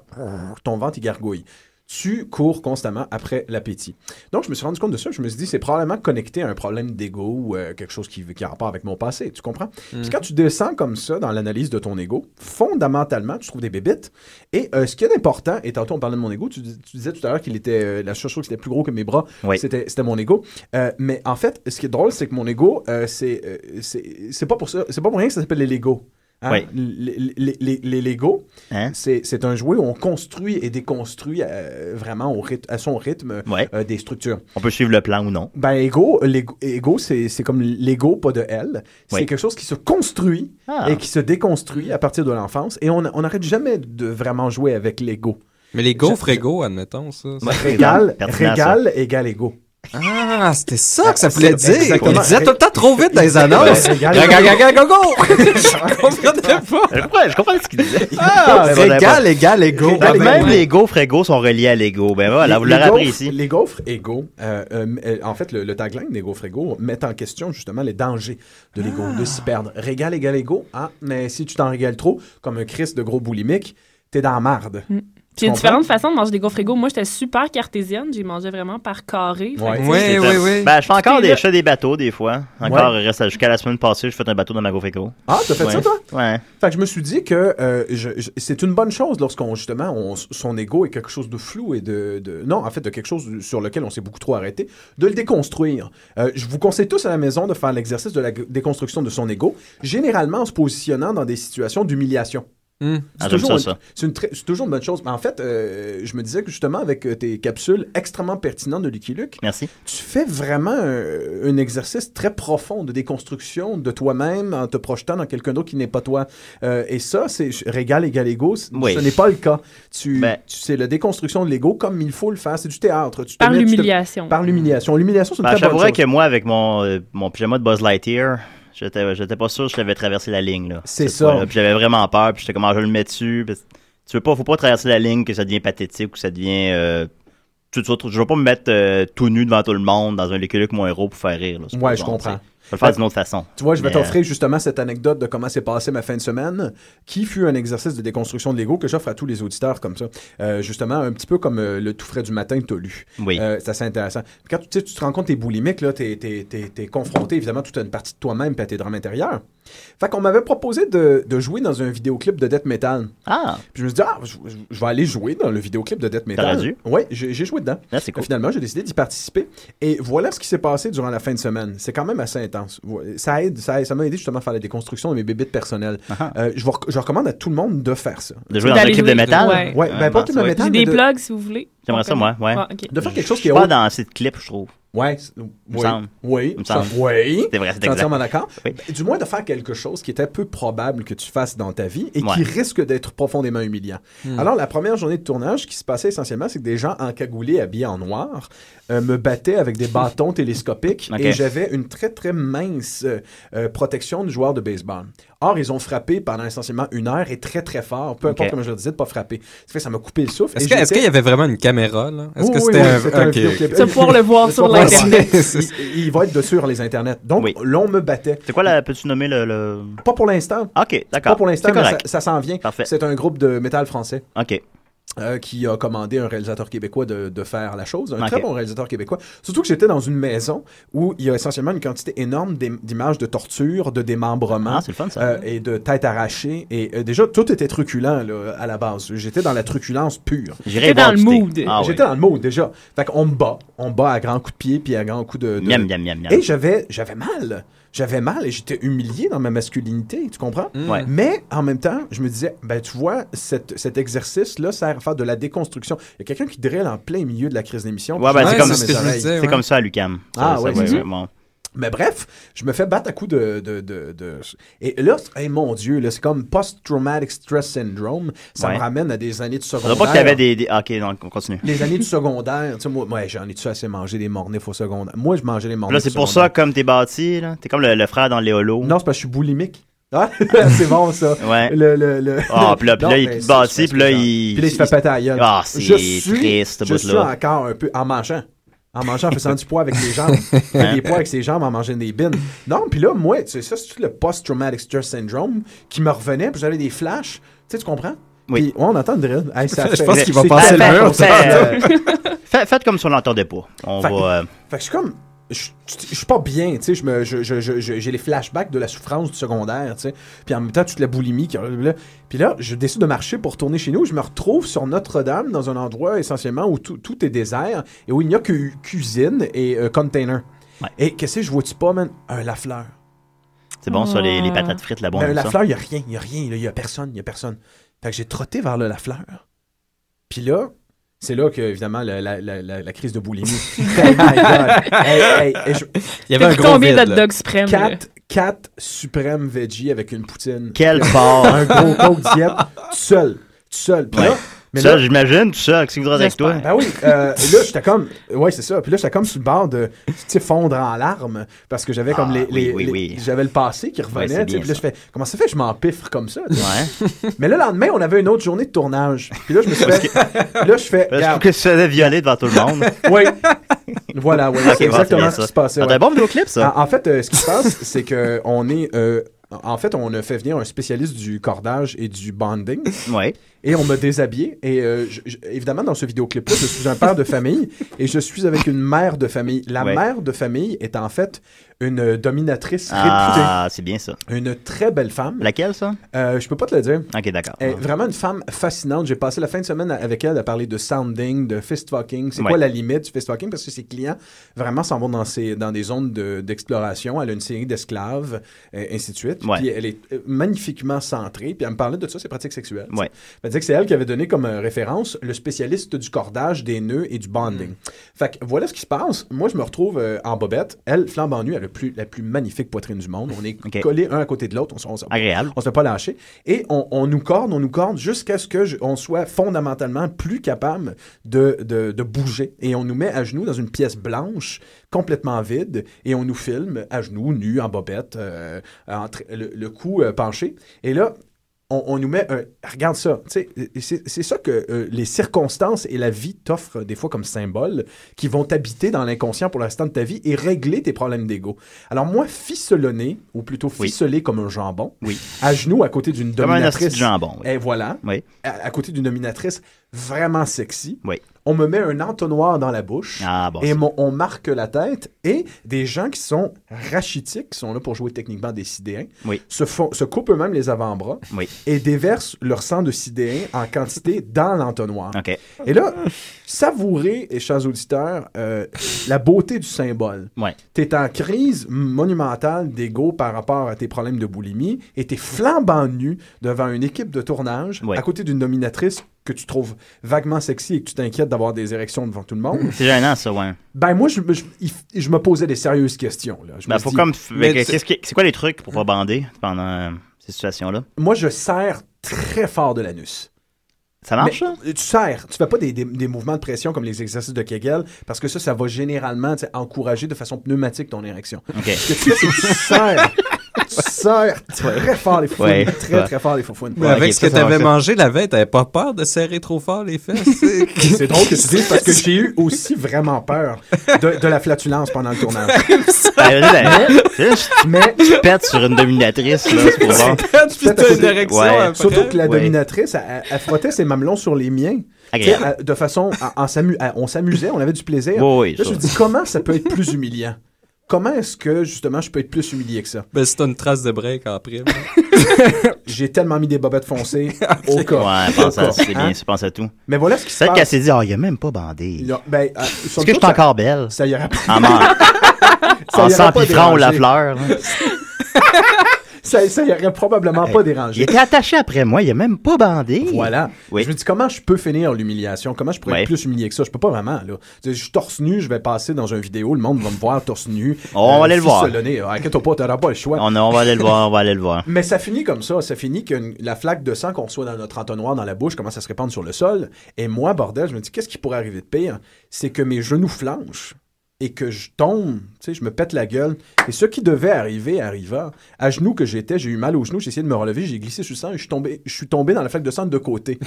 Speaker 6: ton ventre, il gargouille. Tu cours constamment après l'appétit. Donc, je me suis rendu compte de ça. Je me suis dit, c'est probablement connecté à un problème d'ego ou euh, quelque chose qui, qui a rapport avec mon passé. Tu comprends? Puis quand tu descends comme ça dans l'analyse de ton ego, fondamentalement, tu trouves des bébites. Et euh, ce qui est important, et tantôt on parlait de mon ego, tu, dis- tu disais tout à l'heure qu'il était euh, la seule chose qui était plus gros que mes bras,
Speaker 5: Oui.
Speaker 6: c'était c'était mon ego. Euh, mais en fait, ce qui est drôle, c'est que mon ego, euh, c'est euh, c'est- c'est pas pour ça, c'est pas pour rien que ça s'appelle les Lego. Hein?
Speaker 5: Oui.
Speaker 6: Les, les- les- les Lego,
Speaker 5: Hein?
Speaker 6: c'est c'est un jouet où on construit et déconstruit euh, vraiment au rythme, à son rythme
Speaker 5: Ouais.
Speaker 6: euh, des structures.
Speaker 5: On peut suivre le plan ou non.
Speaker 6: Ben, ego, l'ego- ego, c'est c'est comme l'ego, pas de L. C'est
Speaker 5: Oui.
Speaker 6: quelque chose qui se construit
Speaker 5: Ah.
Speaker 6: et qui se déconstruit à partir de l'enfance. Et on on n'arrête jamais de vraiment jouer avec l'ego.
Speaker 8: Mais les gaufres
Speaker 6: Je-
Speaker 8: égaux, admettons ça. ça-
Speaker 6: Régal,
Speaker 5: Pertinent, ça.
Speaker 6: régal égale ego.
Speaker 8: Ah, c'était ça que ça voulait
Speaker 6: C'est-
Speaker 8: dire.
Speaker 6: exactement.
Speaker 8: Il disait tout le temps trop vite dans les annonces.
Speaker 6: Ouais, régal,
Speaker 8: Gaga,
Speaker 6: égale
Speaker 8: gaga, gogo! Je comprenais pas.
Speaker 5: Je comprends, je comprends ce qu'il disait.
Speaker 8: Ah,
Speaker 5: Ouais, bon,
Speaker 8: régal, égal, égo.
Speaker 6: Ah,
Speaker 5: Donc, même les gaufres égaux sont reliés à l'ego. Ben voilà, vous l'aurez appris
Speaker 6: gaufres-
Speaker 5: ici.
Speaker 6: Ben, Les gaufres égaux, euh, euh, m- euh, en fait, le, le tagline des gaufres égaux met en question justement les dangers de l'ego,
Speaker 5: Ah.
Speaker 6: de s'y perdre. Régal égale égaux, ah, mais si tu t'en régales trop, comme un Christ de gros boulimique, t'es dans la marde.
Speaker 5: Mm.
Speaker 7: Puis il y a
Speaker 6: comprends?
Speaker 7: différentes façons de manger des gaufres égaux. Moi, j'étais super cartésienne. J'ai mangé vraiment par carré. Fait
Speaker 6: Ouais.
Speaker 7: que, tu sais,
Speaker 8: Oui, oui, oui.
Speaker 5: Ben, je fais encore
Speaker 7: Écoutez,
Speaker 5: des
Speaker 7: là-
Speaker 5: chats des bateaux, des fois. Encore, reste jusqu'à la semaine passée, je fais un bateau dans ma gaufre égo.
Speaker 6: Ah, t'as fait
Speaker 5: ouais.
Speaker 6: ça, toi?
Speaker 5: Ouais.
Speaker 6: Fait que je me suis dit que euh, je- je- c'est une bonne chose lorsqu'on, justement, on- son ego est quelque chose de flou et de, de- Non, en fait, de quelque chose sur lequel on s'est beaucoup trop arrêté, de le déconstruire. Euh, je vous conseille tous à la maison de faire l'exercice de la g- déconstruction de son ego, généralement en se positionnant dans des situations d'humiliation.
Speaker 8: Hmm.
Speaker 5: Ah,
Speaker 6: C'est
Speaker 5: j'aime
Speaker 6: toujours,
Speaker 5: ça,
Speaker 6: une-
Speaker 5: ça.
Speaker 6: c'est une très- c'est toujours une bonne chose. Mais en fait, euh, je me disais que justement, avec euh, tes capsules extrêmement pertinentes de Lucky Luke,
Speaker 5: Merci.
Speaker 6: tu fais vraiment un, un exercice très profond de déconstruction de toi-même en te projetant dans quelqu'un d'autre qui n'est pas toi. Euh, et ça, c'est je- régal égal égo. c-
Speaker 5: Oui.
Speaker 6: Ce n'est pas le cas. Tu,
Speaker 5: Ben.
Speaker 6: tu- c'est la déconstruction de l'ego comme il faut le faire. C'est du théâtre. Tu te
Speaker 7: Par
Speaker 6: mets- tu te-
Speaker 7: l'humiliation.
Speaker 6: Par l'humiliation. L'humiliation, c'est une
Speaker 5: Ben, je
Speaker 6: très bonne
Speaker 5: t'avouerais
Speaker 6: chose.
Speaker 5: que moi, avec mon, euh, mon pyjama de Buzz Lightyear, j'étais j'étais pas sûr que je l'avais traversé la ligne. là.
Speaker 6: C'est
Speaker 5: Cette
Speaker 6: ça.
Speaker 5: fois-là. Puis j'avais vraiment peur, puis j'étais comment je le mets dessus. parce que Tu veux pas, faut pas traverser la ligne que ça devient pathétique ou que ça devient. euh, tu, tu- tu- je veux pas me mettre euh, tout nu devant tout le monde dans un léculier avec mon héros pour faire rire. Là, c'est
Speaker 6: Ouais,
Speaker 5: pas
Speaker 6: je
Speaker 5: bon,
Speaker 6: comprends.
Speaker 5: tu sais. Je vais le faire d'une autre façon.
Speaker 6: Tu vois, je vais
Speaker 5: Mais, euh,
Speaker 6: t'offrir justement cette anecdote de comment s'est passée ma fin de semaine, qui fut un exercice de déconstruction de l'ego que j'offre à tous les auditeurs comme ça. Euh, justement, un petit peu comme euh, le tout frais du matin que tu lu.
Speaker 5: Oui.
Speaker 6: Euh, c'est assez intéressant. Puis Quand tu, tu sais, tu te rends compte que t'es boulimique, là, t'es, t'es- t'es- t'es confronté évidemment à toute une partie de toi-même et à tes drames intérieurs. Fait qu'on m'avait proposé de, de jouer dans un vidéoclip de death metal.
Speaker 5: Ah,
Speaker 6: Puis je me suis dit, ah, je, je- je vais aller jouer dans le vidéoclip de death metal.
Speaker 5: T'aurais dû.
Speaker 6: Oui, j'ai, j'ai joué dedans.
Speaker 5: là, c'est cool.
Speaker 6: Finalement, j'ai décidé d'y participer. Et voilà ce qui s'est passé durant la fin de semaine. C'est quand même assez intense. Vo- Ça aide, ça aide- ça m'a aidé justement à faire la déconstruction de mes bébites personnelles.
Speaker 5: Ah, ah.
Speaker 6: Euh, je, vous rec- je recommande à tout le monde de faire ça.
Speaker 5: De jouer dans un
Speaker 7: D'aller
Speaker 5: clip de
Speaker 7: jouer.
Speaker 5: métal.
Speaker 7: Ouais.
Speaker 6: Ouais, ben, pas tout le
Speaker 5: Ah, bah, ça va être-
Speaker 6: métal.
Speaker 7: J'ai
Speaker 6: mais
Speaker 7: des
Speaker 6: de-
Speaker 7: plugs, si vous voulez.
Speaker 5: J'aimerais ça, moi, ouais.
Speaker 7: Ah, ok.
Speaker 6: De faire quelque chose qui est
Speaker 5: Pas
Speaker 6: haut.
Speaker 5: dans cette clip, je trouve.
Speaker 6: Ouais, c'est- oui,
Speaker 5: semble.
Speaker 6: oui,
Speaker 5: Il me
Speaker 6: ça-
Speaker 5: semble.
Speaker 6: oui.
Speaker 5: C'est vrai, c'est
Speaker 6: Je suis
Speaker 5: exact.
Speaker 6: entièrement d'accord.
Speaker 5: Oui.
Speaker 6: Ben, Du moins de faire quelque chose qui était peu probable que tu fasses dans ta vie et
Speaker 5: Ouais.
Speaker 6: qui risque d'être profondément humiliant.
Speaker 8: Hmm.
Speaker 6: Alors, la première journée de tournage, ce qui se passait essentiellement, c'est que des gens encagoulés, habillés en noir, euh, me battaient avec des bâtons télescopiques
Speaker 5: Ok.
Speaker 6: et j'avais une très, très mince euh, euh, protection du joueur de baseball. Or, ils ont frappé pendant essentiellement une heure et très, très fort, peu importe
Speaker 5: Ok.
Speaker 6: comment je leur disais, de pas frapper. Ça fait que ça m'a coupé le souffle.
Speaker 8: Est-ce
Speaker 6: et
Speaker 8: que- est-ce
Speaker 6: j'étais-
Speaker 8: qu'il y avait vraiment une caméra, là? Est-ce
Speaker 6: Oui,
Speaker 8: que
Speaker 6: oui,
Speaker 8: c'était
Speaker 6: oui,
Speaker 8: un...
Speaker 6: c'était
Speaker 8: ok.
Speaker 6: vidéoclip.
Speaker 7: Tu vas pouvoir le voir sur
Speaker 6: Tu vas Ouais,
Speaker 7: Internet.
Speaker 6: c'est- il, il va être de sur les internets. Donc, l'on me battait.
Speaker 5: C'est quoi, la, peux-tu nommer le. le- Ah,
Speaker 6: Pas pour l'instant.
Speaker 5: Ok, d'accord.
Speaker 6: Pas pour l'instant,
Speaker 5: C'est
Speaker 6: mais ça,
Speaker 5: correct.
Speaker 6: ça s'en vient. C'est un groupe de métal français. euh,
Speaker 5: OK.
Speaker 6: qui a commandé un réalisateur québécois de, de faire la chose, un
Speaker 5: Ok.
Speaker 6: très bon réalisateur québécois. Surtout que j'étais dans une maison où il y a essentiellement une quantité énorme d'im- d'images de torture, de démembrement euh,
Speaker 5: Ah, c'est le fun, ça.
Speaker 6: et de têtes arrachées. Et euh, déjà, tout était truculent là, à la base. J'étais dans la truculence pure.
Speaker 5: J'irais T'étais boire dans le du thé. mood. Ah oui.
Speaker 6: J'étais dans le mood déjà. Fait qu'on me bat. On me bat à grands coups de pied puis à grands coups de. de-
Speaker 5: Miam, miam, miam, miam.
Speaker 6: Et j'avais, j'avais mal. J'avais mal et j'étais humilié dans ma masculinité, tu comprends?
Speaker 5: Mm. Ouais.
Speaker 6: Mais en même temps, je me disais, ben tu vois, cet, cet exercice-là sert à faire de la déconstruction. Il y a quelqu'un qui drille en plein milieu de la crise d'émission.
Speaker 5: Ouais, ben,
Speaker 6: puis
Speaker 5: c'est
Speaker 6: je Ah,
Speaker 5: comme,
Speaker 6: dans
Speaker 5: c'est
Speaker 6: mes oreilles.
Speaker 5: c'est comme ça à l'UCAM. Ça,
Speaker 6: Ah,
Speaker 5: ça,
Speaker 6: ouais,
Speaker 5: ouais,
Speaker 6: c'est
Speaker 5: ouais,
Speaker 6: ça?
Speaker 5: bon.
Speaker 6: Mais bref, je me fais battre à coups de, de, de, de- Et là, c'est- hey, mon Dieu, là, c'est comme post-traumatic stress syndrome. Ça
Speaker 5: Ouais.
Speaker 6: me ramène à des années de
Speaker 5: Je
Speaker 6: secondaire.
Speaker 5: savais pas qu'il y avait des. des- ah, Ok, non, on continue.
Speaker 6: Les années du secondaire, tu sais, moi, ouais, j'en ai-tu assez mangé des mornifs au secondaire? Moi, je mangeais les mornifs
Speaker 5: Là, c'est
Speaker 6: au
Speaker 5: pour
Speaker 6: secondaire.
Speaker 5: ça, comme t'es bâti, là. T'es comme le, le frère dans les holos.
Speaker 6: Non, c'est parce que je suis boulimique. Ah, c'est bon, ça.
Speaker 5: Ouais.
Speaker 6: Le, le, le...
Speaker 5: Ah, puis là, puis
Speaker 6: Non,
Speaker 5: là, il
Speaker 6: mais
Speaker 5: te
Speaker 6: c'est-
Speaker 5: bâtit,
Speaker 6: c'est
Speaker 5: puis là,
Speaker 6: parce que
Speaker 5: il.
Speaker 6: Puis là, il se fait péter la gueule.
Speaker 5: Ah,
Speaker 6: Je
Speaker 5: c'est
Speaker 6: suis-
Speaker 5: triste, ce
Speaker 6: Je suis
Speaker 5: bout-là.
Speaker 6: encore un peu en mangeant. En mangeant, en faisant du poids avec les jambes. Il fait
Speaker 5: Hein?
Speaker 6: des poids avec ses jambes en mangeant des bines. Non, puis là, moi, tu sais, ça, c'est tout le post-traumatic stress syndrome qui me revenait, puis j'avais des flashs. Tu sais, tu comprends? Oui. on entend une drill. Hey, ça
Speaker 5: Je
Speaker 6: fait-
Speaker 5: pense qu'il va
Speaker 6: c'est-
Speaker 5: passer le
Speaker 6: fait-
Speaker 5: mur,
Speaker 6: fait-
Speaker 5: ça.
Speaker 6: euh,
Speaker 5: Fait- Faites comme si on l'entendait pas. On
Speaker 6: Fait-
Speaker 5: va. euh,
Speaker 6: fait que je suis comme. Je je- je suis pas bien, tu sais. je me- je- je- je- je- J'ai les flashbacks de la souffrance du secondaire, tu sais. Puis en même temps, toute la boulimie. qui- là. Puis là, je décide de marcher pour retourner chez nous. Je me retrouve sur Notre-Dame, dans un endroit essentiellement où tout, tout est désert et où il n'y a que u- cuisine et euh, container. Et qu'est-ce que je vois-tu pas, man? Un Lafleur.
Speaker 5: C'est bon, ça, les, les patates frites, là-bas. on
Speaker 6: Mais un
Speaker 5: aime ça.
Speaker 6: Lafleur, il n'y a rien, il n'y a rien, il n'y a personne, il n'y a personne. Fait que j'ai trotté vers le Lafleur. Puis là, c'est là que, évidemment, la, la- la- la- la crise de boulimie. hey, my God. Hey, hey, hey, je-
Speaker 7: Il y avait T'as un pris gros combien vide, d'hot là. dogs suprêmes, là?
Speaker 6: Quatre, quatre suprêmes veggies avec une poutine.
Speaker 5: Quel porc.
Speaker 6: fort! Un gros coke diète, tout seul. Tout seul. Puis
Speaker 5: Ouais.
Speaker 6: là, mais
Speaker 5: ça,
Speaker 6: là-
Speaker 5: j'imagine, tout ça, qu'est-ce qu'il voudra avec toi?
Speaker 6: ben oui, euh, là, j'étais comme. Ouais, c'est ça. Puis là, j'étais comme sur le bord de tu sais, fondre en larmes parce que j'avais comme les.
Speaker 5: Ah, oui,
Speaker 6: les-
Speaker 5: oui,
Speaker 6: les-
Speaker 5: oui.
Speaker 6: J'avais le passé qui revenait.
Speaker 5: Ouais, c'est
Speaker 6: tu sais,
Speaker 5: bien
Speaker 6: puis là, je
Speaker 5: ça.
Speaker 6: fais. Comment ça fait que je m'empiffre comme ça? tu sais? Mais là, le lendemain, on avait une autre journée de tournage. Puis là, je me suis fait. là, je fais.
Speaker 5: Parce
Speaker 6: regarde.
Speaker 5: que je faisais violer devant tout le monde.
Speaker 6: Oui. Voilà, oui,
Speaker 5: Ok,
Speaker 6: c'est
Speaker 5: bon,
Speaker 6: exactement
Speaker 5: c'est bien
Speaker 6: ce
Speaker 5: ça.
Speaker 6: qui se passait.
Speaker 5: Ah, t'as un bon vidéoclip, ça.
Speaker 6: En, en fait, euh, ce qui se passe, c'est que on est. euh, en fait, on a fait venir un spécialiste du cordage et du bonding.
Speaker 5: Ouais.
Speaker 6: Et on m'a déshabillé. Et euh, je- je- évidemment, dans ce vidéoclip-là, je suis un père de famille et je suis avec une mère de famille. La
Speaker 5: Ouais.
Speaker 6: mère de famille est en fait une euh, dominatrice
Speaker 5: Ah, c'est bien ça.
Speaker 6: réputée. Une très belle femme.
Speaker 5: Laquelle, ça?
Speaker 6: Euh, je peux pas te le dire.
Speaker 5: Ok, d'accord.
Speaker 6: Elle est Eh, vraiment une femme fascinante. J'ai passé la fin de semaine avec elle à parler de sounding, de fist fucking. C'est
Speaker 5: Ouais.
Speaker 6: quoi la limite du fist fucking? Parce que ses clients vraiment s'en vont dans, ses- dans des zones de- d'exploration. elle a une série d'esclaves, et ainsi de suite.
Speaker 5: Ouais.
Speaker 6: Puis elle est euh, magnifiquement centrée. Puis elle me parlait de ça, ses pratiques sexuelles. tu sais.
Speaker 5: Ouais.
Speaker 6: Elle disait que c'est elle qui avait donné comme euh, référence le spécialiste du cordage, des nœuds et du
Speaker 5: Mm.
Speaker 6: bonding. Fait que voilà ce qui se passe. Moi, je me retrouve euh, en bobette. Elle, flambe en nue, elle a le plus, la plus magnifique poitrine du monde. On est
Speaker 5: Ok.
Speaker 6: collés un à côté de l'autre. On, se- on se-
Speaker 5: Agréable.
Speaker 6: on se fait pas lâcher. Et on, on nous corde, on nous corde jusqu'à ce que je- on soit fondamentalement plus capable de, de, de bouger. Et on nous met à genoux dans une pièce blanche, complètement vide, et on nous filme à genoux, nus, en bobette, euh, en tra- le, le cou euh, penché. Et là, on, on nous met un... Regarde ça. Tu sais, C'est c'est ça que euh, les circonstances et la vie t'offrent des fois comme symbole qui vont t'habiter dans l'inconscient pour le restant de ta vie et régler tes problèmes d'ego. Alors moi, ficelonné, ou plutôt ficelé comme un jambon, à genoux à côté d'une
Speaker 5: Comme un hostie
Speaker 6: dominatrice...
Speaker 5: de jambon, oui.
Speaker 6: Et voilà.
Speaker 5: Oui.
Speaker 6: À, à côté d'une dominatrice vraiment sexy.
Speaker 5: Oui.
Speaker 6: On me met un entonnoir dans la bouche
Speaker 5: Ah, bon.
Speaker 6: et
Speaker 5: ça.
Speaker 6: mon- on marque la tête et des gens qui sont rachitiques, qui sont là pour jouer techniquement des sidéens,
Speaker 5: Oui.
Speaker 6: se, font, se coupent eux-mêmes les avant-bras
Speaker 5: Oui.
Speaker 6: et déversent leur sang de sidéen en quantité dans l'entonnoir.
Speaker 5: OK.
Speaker 6: Et là, savourez, et chers auditeurs, euh, la beauté du symbole.
Speaker 5: Ouais.
Speaker 6: T'es en crise monumentale d'ego par rapport à tes problèmes de boulimie et t'es flambant nu devant une équipe de tournage à côté d'une dominatrice que tu trouves vaguement sexy et que tu t'inquiètes d'avoir des érections devant tout le monde.
Speaker 5: C'est gênant, ça, ouais.
Speaker 6: Ben moi, je, me- je- il f- je me posais des sérieuses questions. Là. Je me
Speaker 5: Ben,
Speaker 6: suis
Speaker 5: faut
Speaker 6: dit,
Speaker 5: comme. mais qu'est-ce qui- C'est quoi les trucs pour pas bander pendant euh, ces situations-là?
Speaker 6: Moi, je serre très fort de l'anus.
Speaker 5: Ça marche,
Speaker 6: Mais euh, Tu serres. Tu fais pas des, des- des mouvements de pression comme les exercices de Kegel, parce que ça, ça va généralement tu sais, encourager de façon pneumatique ton érection.
Speaker 5: OK.
Speaker 6: Ce que tu fais, c'est que tu serres. tu sers très fort les foufounes.
Speaker 8: Ouais.
Speaker 6: très, très fort les foufounes.
Speaker 8: Mais avec ce que t'avais mangé la veille, t'avais pas peur de serrer trop fort les fesses?
Speaker 6: C'est drôle que tu dises parce que j'ai eu aussi vraiment peur de, de la flatulence pendant le tournage.
Speaker 5: Ben, là, là, là, je- Tu pètes sur une dominatrice, là, c'est pour voir.
Speaker 6: Peut-être à cause- Ouais. Surtout que la
Speaker 5: Ouais.
Speaker 6: dominatrice, elle, elle frottait ses mamelons sur les miens.
Speaker 5: Agréable.
Speaker 6: Tu sais, elle- De façon, à- en s'amu- à- on s'amusait, on avait du plaisir.
Speaker 5: Oui, oui,
Speaker 6: Là, je
Speaker 5: ça.
Speaker 6: me dis, comment ça peut être plus humiliant? Comment est-ce que, justement, je peux être plus humilié que ça?
Speaker 8: Ben, c'est une trace de break en prime.
Speaker 6: J'ai tellement mis des bobettes foncées au corps.
Speaker 5: Ouais, pense à, c'est
Speaker 6: Hein?
Speaker 5: bien, je pense à tout.
Speaker 6: Mais voilà ce qui se
Speaker 5: Peut-être
Speaker 6: passe.
Speaker 5: qu'elle s'est dit, oh, il a même pas bandé.
Speaker 6: Est-ce
Speaker 5: que je suis encore belle?
Speaker 6: Ça ira pas.
Speaker 5: En man-
Speaker 6: Ça
Speaker 5: en
Speaker 6: ira pas
Speaker 5: s'empiffrant au
Speaker 6: déranger.
Speaker 5: lave-fleur, là.
Speaker 6: ça, ça irait probablement pas
Speaker 5: Il
Speaker 6: dérangé.
Speaker 5: était attaché après moi, il a même pas bandé.
Speaker 6: Voilà. Je me dis, comment je peux finir l'humiliation? Comment je pourrais
Speaker 5: Ouais.
Speaker 6: être plus humilié que ça? Je peux pas vraiment, là. Je suis torse nu, je vais passer dans une vidéo, le monde va me voir torse nu. Euh,
Speaker 5: On va aller le voir.
Speaker 6: ficelonné. Ah, Inquiète-toi pas, t'auras pas le choix.
Speaker 5: On, a- on va aller le voir, on va aller le voir.
Speaker 6: Mais ça finit comme ça. Ça finit que une- la flaque de sang qu'on reçoit dans notre entonnoir dans la bouche commence à se répandre sur le sol. Et moi, bordel, je me dis, qu'est-ce qui pourrait arriver de pire? C'est que mes genoux flanchent et que je tombe, tu sais, je me pète la gueule. Et ce qui devait arriver arriva. À genoux que j'étais, j'ai eu mal aux genoux, j'ai essayé de me relever, j'ai glissé sur le sang et je suis tombé, je suis tombé dans la flaque de sang de côté.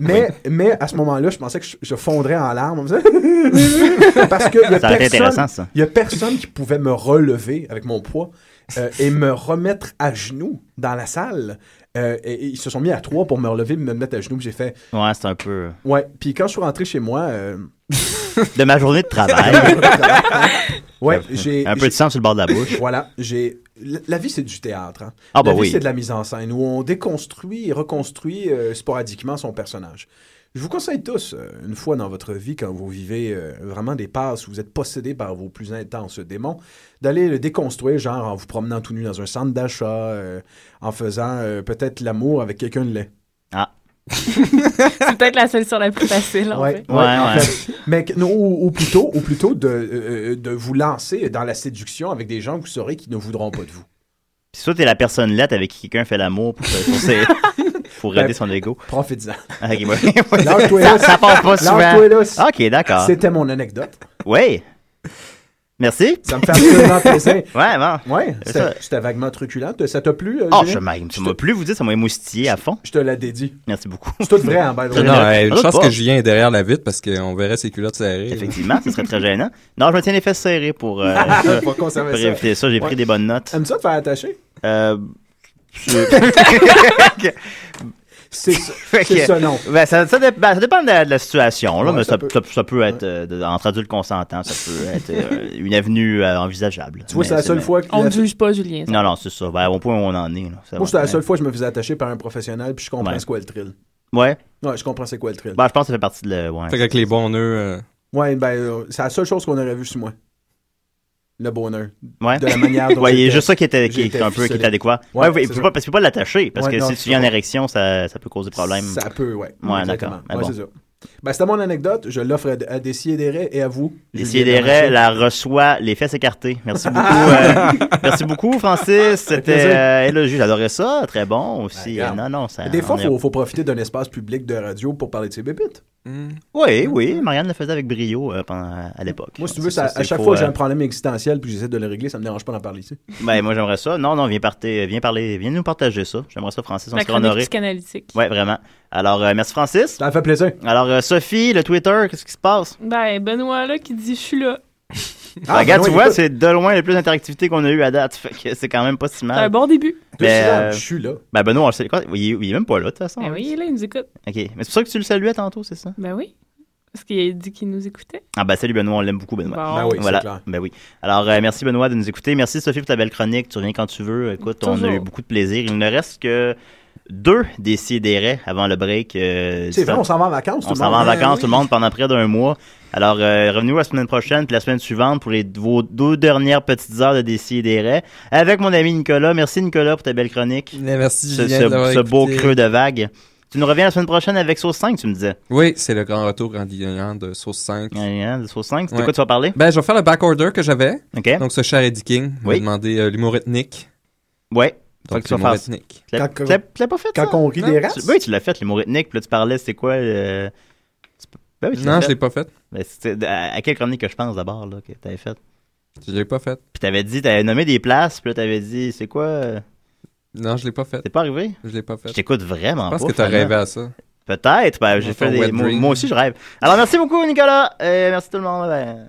Speaker 6: Mais, mais à ce moment-là, je pensais que je, je fondrais en larmes. en faisant Parce qu'il y a
Speaker 5: Ça aurait été
Speaker 6: personne-
Speaker 5: intéressant, ça.
Speaker 6: il n'y a personne qui pouvait me relever avec mon poids euh, et me remettre à genoux dans la salle. Euh, et, et ils se sont mis à trois pour me relever et me mettre à genoux. puis J'ai fait
Speaker 5: Ouais, c'est un peu.
Speaker 6: Ouais. Puis quand je suis rentré chez moi. euh,
Speaker 5: De ma journée de travail.
Speaker 6: ouais, j'ai.
Speaker 5: un peu de sang sur le bord de la bouche.
Speaker 6: Voilà, j'ai. La la vie, c'est du théâtre. hein.
Speaker 5: Ah, bah
Speaker 6: la vie,
Speaker 5: oui.
Speaker 6: c'est de la mise en scène où on déconstruit et reconstruit euh, sporadiquement son personnage. Je vous conseille tous, euh, une fois dans votre vie, quand vous vivez euh, vraiment des passes où vous êtes possédé par vos plus intenses démons, d'aller le déconstruire, genre en vous promenant tout nu dans un centre d'achat, euh, en faisant euh, peut-être l'amour avec quelqu'un de laid.
Speaker 5: Ah.
Speaker 7: C'est peut-être la solution la plus facile, en fait.
Speaker 5: Ouais,
Speaker 6: en
Speaker 5: ouais.
Speaker 6: fait. Mais que- non, ou, ou plutôt, ou plutôt de, euh, euh, de vous lancer dans la séduction avec des gens que vous saurez qui ne voudront pas de vous.
Speaker 5: Puis soit t'es la personne lettre avec qui quelqu'un fait l'amour pour, pour, se- pour aider son ego.
Speaker 6: Profitez-en.
Speaker 5: Ah, ok, ouais.
Speaker 6: Ben, Lâche-toi
Speaker 5: ça,
Speaker 6: là.
Speaker 5: ça passe pas souvent. Ah,
Speaker 6: Lâche-toi là.
Speaker 5: Ok, d'accord.
Speaker 6: C'était mon anecdote.
Speaker 5: Oui. Merci.
Speaker 6: Ça me fait absolument plaisir.
Speaker 5: Ouais, bon.
Speaker 6: Ouais,
Speaker 5: C'est
Speaker 6: c'était-
Speaker 5: ça.
Speaker 6: c'était vaguement truculent. Te- Ça t'a plu? euh,
Speaker 5: Oh,
Speaker 6: Julien?
Speaker 5: je m'aime. Tu m'as plus vous dites, ça m'a émoustillé à fond.
Speaker 6: Je te la dédie.
Speaker 5: Merci beaucoup.
Speaker 6: C'est tout vrai, hein, by the way.
Speaker 8: Non, hey, une
Speaker 5: Ah,
Speaker 8: chance
Speaker 5: pas.
Speaker 8: que Julien est derrière la vitre parce qu'on verrait ses culottes serrées. là.
Speaker 5: Effectivement, ce serait très gênant. Non, je me tiens les fesses serrées pour, euh, ça,
Speaker 6: Pour conserver
Speaker 5: pour
Speaker 6: ça.
Speaker 5: éviter ça. J'ai
Speaker 6: Ah, Ouais. Ah,
Speaker 5: pris des bonnes notes.
Speaker 6: Aimes-tu ça te faire attacher?
Speaker 5: Euh,
Speaker 6: C'est ça.
Speaker 5: Fait
Speaker 6: C'est
Speaker 5: que-
Speaker 6: ça, non.
Speaker 5: ben, ça, ça, dé- ben, ça dépend de la, de la situation, là,
Speaker 6: Ouais,
Speaker 5: mais
Speaker 6: ça
Speaker 5: ça,
Speaker 6: peut.
Speaker 5: ça- ça peut être, euh, de- entre adultes consentants, ça peut être euh, une avenue euh, envisageable.
Speaker 6: Tu vois, c'est la seule fois que.
Speaker 7: On ne
Speaker 6: la-
Speaker 7: juge pas, Julien. ça.
Speaker 5: Non, non, c'est ça. Ben, au point où on en est. Là, ça
Speaker 6: Moi,
Speaker 5: va.
Speaker 6: c'était la seule fois que je me faisais attacher par un professionnel, puis je comprends
Speaker 5: Ouais.
Speaker 6: c'est quoi le thrill.
Speaker 5: Ouais.
Speaker 6: Ouais, je comprends c'est quoi le thrill.
Speaker 5: Ben, je pense que ça fait partie de le. Ouais.
Speaker 8: Fait qu'avec les bons nœuds, euh,
Speaker 6: Ouais, ben, euh, c'est la seule chose qu'on aurait vue sur moi. Le bonheur.
Speaker 5: Ouais.
Speaker 6: De la manière dont.
Speaker 5: Ouais, il y a
Speaker 6: j'étais-
Speaker 5: juste ça qui était, qui,
Speaker 6: j'ai
Speaker 5: qui est
Speaker 6: été
Speaker 5: un peu qui est
Speaker 6: ficelé.
Speaker 5: adéquat.
Speaker 6: Ouais,
Speaker 5: Ouais, ouais,
Speaker 6: c'est
Speaker 5: faut
Speaker 6: ça.
Speaker 5: pas, parce que tu peux pas l'attacher, parce
Speaker 6: Ouais,
Speaker 5: que
Speaker 6: non,
Speaker 5: si
Speaker 6: c'est
Speaker 5: tu viens en
Speaker 6: ça.
Speaker 5: érection, ça, ça peut causer problème.
Speaker 6: Ça peut, ouais.
Speaker 5: Ouais,
Speaker 6: Exactement.
Speaker 5: d'accord. Mais
Speaker 6: Ouais,
Speaker 5: bon.
Speaker 6: c'est ça. Ben, c'était mon anecdote. Je l'offre à, à Décideret et à vous.
Speaker 5: Décidérez, la reçoit les fesses écartées. Merci beaucoup. euh, merci beaucoup, Francis. C'était
Speaker 6: Ah! plaisir.
Speaker 5: euh, élogieux. J'adorais ça. Très bon aussi.
Speaker 6: Ben, regarde.
Speaker 5: non, non, ça.
Speaker 6: Des fois,
Speaker 5: Ah, on
Speaker 6: il
Speaker 5: est-
Speaker 6: faut, faut profiter d'un espace public de radio pour parler de ses bébites.
Speaker 5: Mm. Oui, oui, Marianne le faisait avec brio euh, pendant, à l'époque.
Speaker 6: Moi, si tu
Speaker 5: C'est
Speaker 6: veux, ça-
Speaker 5: c'est
Speaker 6: à chaque
Speaker 5: faux,
Speaker 6: fois que j'ai
Speaker 5: euh,
Speaker 6: un problème existentiel puis que j'essaie de le régler, ça me dérange pas d'en parler ici.
Speaker 5: Ben, moi, j'aimerais ça. Non, non, viens, parter, viens parler, viens nous partager ça. J'aimerais ça, Francis, on
Speaker 7: La
Speaker 5: serait
Speaker 7: chronique
Speaker 5: honoré.
Speaker 7: psychanalytique.
Speaker 5: Ouais, vraiment. Alors, euh, merci, Francis.
Speaker 6: Ça me fait plaisir.
Speaker 5: Alors, euh, Sophie, le Twitter, qu'est-ce qui se passe?
Speaker 7: Ben, Benoît, là, qui dit « je suis là
Speaker 5: Ben, regarde,
Speaker 6: ben
Speaker 5: tu
Speaker 6: non,
Speaker 5: vois,
Speaker 6: écoute,
Speaker 5: c'est de loin le plus d'interactivité qu'on a eu à date. Fait que c'est quand même pas si ».
Speaker 7: C'est un
Speaker 5: mal.
Speaker 7: bon début.
Speaker 6: deux
Speaker 5: Mais,
Speaker 6: syllabes,
Speaker 5: euh,
Speaker 6: Je suis là.
Speaker 5: Ben, Benoît, on le sait. quoi, Il, est- il est même pas là, de toute façon.
Speaker 7: Ben oui, là, il nous écoute.
Speaker 5: OK. Mais c'est pour ça que tu le saluais tantôt, c'est ça?
Speaker 7: Ben oui. Parce qu'il a dit qu'il nous écoutait.
Speaker 5: Ah, ben, salut, Benoît, on l'aime beaucoup, Benoît.
Speaker 7: Bon.
Speaker 6: Ben oui,
Speaker 5: Voilà.
Speaker 6: c'est clair.
Speaker 5: Ben oui. Alors, euh, merci Benoît de nous écouter. Merci Sophie pour ta belle chronique. Tu reviens quand tu veux. Écoute, on a
Speaker 7: Toujours.
Speaker 5: eu beaucoup de plaisir. Il ne reste que deux décidérés avant le break. euh,
Speaker 6: C'est vrai,
Speaker 5: ça-
Speaker 6: on s'en va en vacances, tout
Speaker 5: on
Speaker 6: le
Speaker 5: s'en
Speaker 6: monde.
Speaker 5: va en
Speaker 6: Ouais,
Speaker 5: vacances,
Speaker 6: oui.
Speaker 5: tout le monde, pendant près d'un mois. Alors, euh, revenez-nous la semaine prochaine, puis la semaine suivante pour les, vos deux dernières petites heures de décidérés avec mon ami Nicolas. Merci Nicolas pour ta belle chronique.
Speaker 8: Mais Merci
Speaker 5: Ce,
Speaker 8: Julien
Speaker 5: ce-
Speaker 8: de l'avoir
Speaker 5: ce beau
Speaker 8: écouté.
Speaker 5: creux de vague. Tu nous reviens la semaine prochaine avec Sauce 5, tu me disais.
Speaker 8: Oui, c'est le grand retour grandiloquent de Sauce 5.
Speaker 5: Ouais, hein, de Sauce 5, c'est de
Speaker 8: Ouais.
Speaker 5: quoi tu vas parler?
Speaker 8: Ben, je vais faire le backorder que j'avais.
Speaker 5: OK?
Speaker 8: Donc, ce cher Eddie King m'a
Speaker 5: Oui.
Speaker 8: demandé euh, l'humour ethnique.
Speaker 5: ouais. Faut
Speaker 8: Donc,
Speaker 5: que tu vas
Speaker 8: l'humour
Speaker 5: faire ça.
Speaker 8: ethnique.
Speaker 5: Tu l'as-
Speaker 6: Quand-
Speaker 5: tu l'as- tu l'as pas fait ça?
Speaker 6: Quand on rit
Speaker 5: Tu-
Speaker 6: des races.
Speaker 5: Oui, tu l'as fait, l'humour ethnique. Puis là, tu parlais, c'est quoi. euh, tu peux- Ben oui, tu l'as
Speaker 8: Non, je
Speaker 5: fait.
Speaker 8: l'ai pas fait.
Speaker 5: Ben, c'était- à, à quelle chronique que je pense d'abord là, que tu avais faite
Speaker 8: Je l'ai pas fait.
Speaker 5: Puis t'avais dit, t'avais nommé des places, puis là t'avais dit, c'est quoi euh,
Speaker 8: Non, je l'ai pas fait.
Speaker 5: C'est pas arrivé
Speaker 8: Je l'ai pas fait.
Speaker 5: Je t'écoute vraiment.
Speaker 8: Je pense
Speaker 5: pas,
Speaker 8: que t'as
Speaker 5: finalement.
Speaker 8: rêvé à ça.
Speaker 5: Peut-être, ben, j'ai
Speaker 8: Dans
Speaker 5: fait
Speaker 8: ton
Speaker 5: des.
Speaker 8: wet
Speaker 5: Moi,
Speaker 8: dream.
Speaker 5: moi aussi, je rêve. Alors, merci beaucoup, Nicolas. Euh, merci tout le monde. Ben,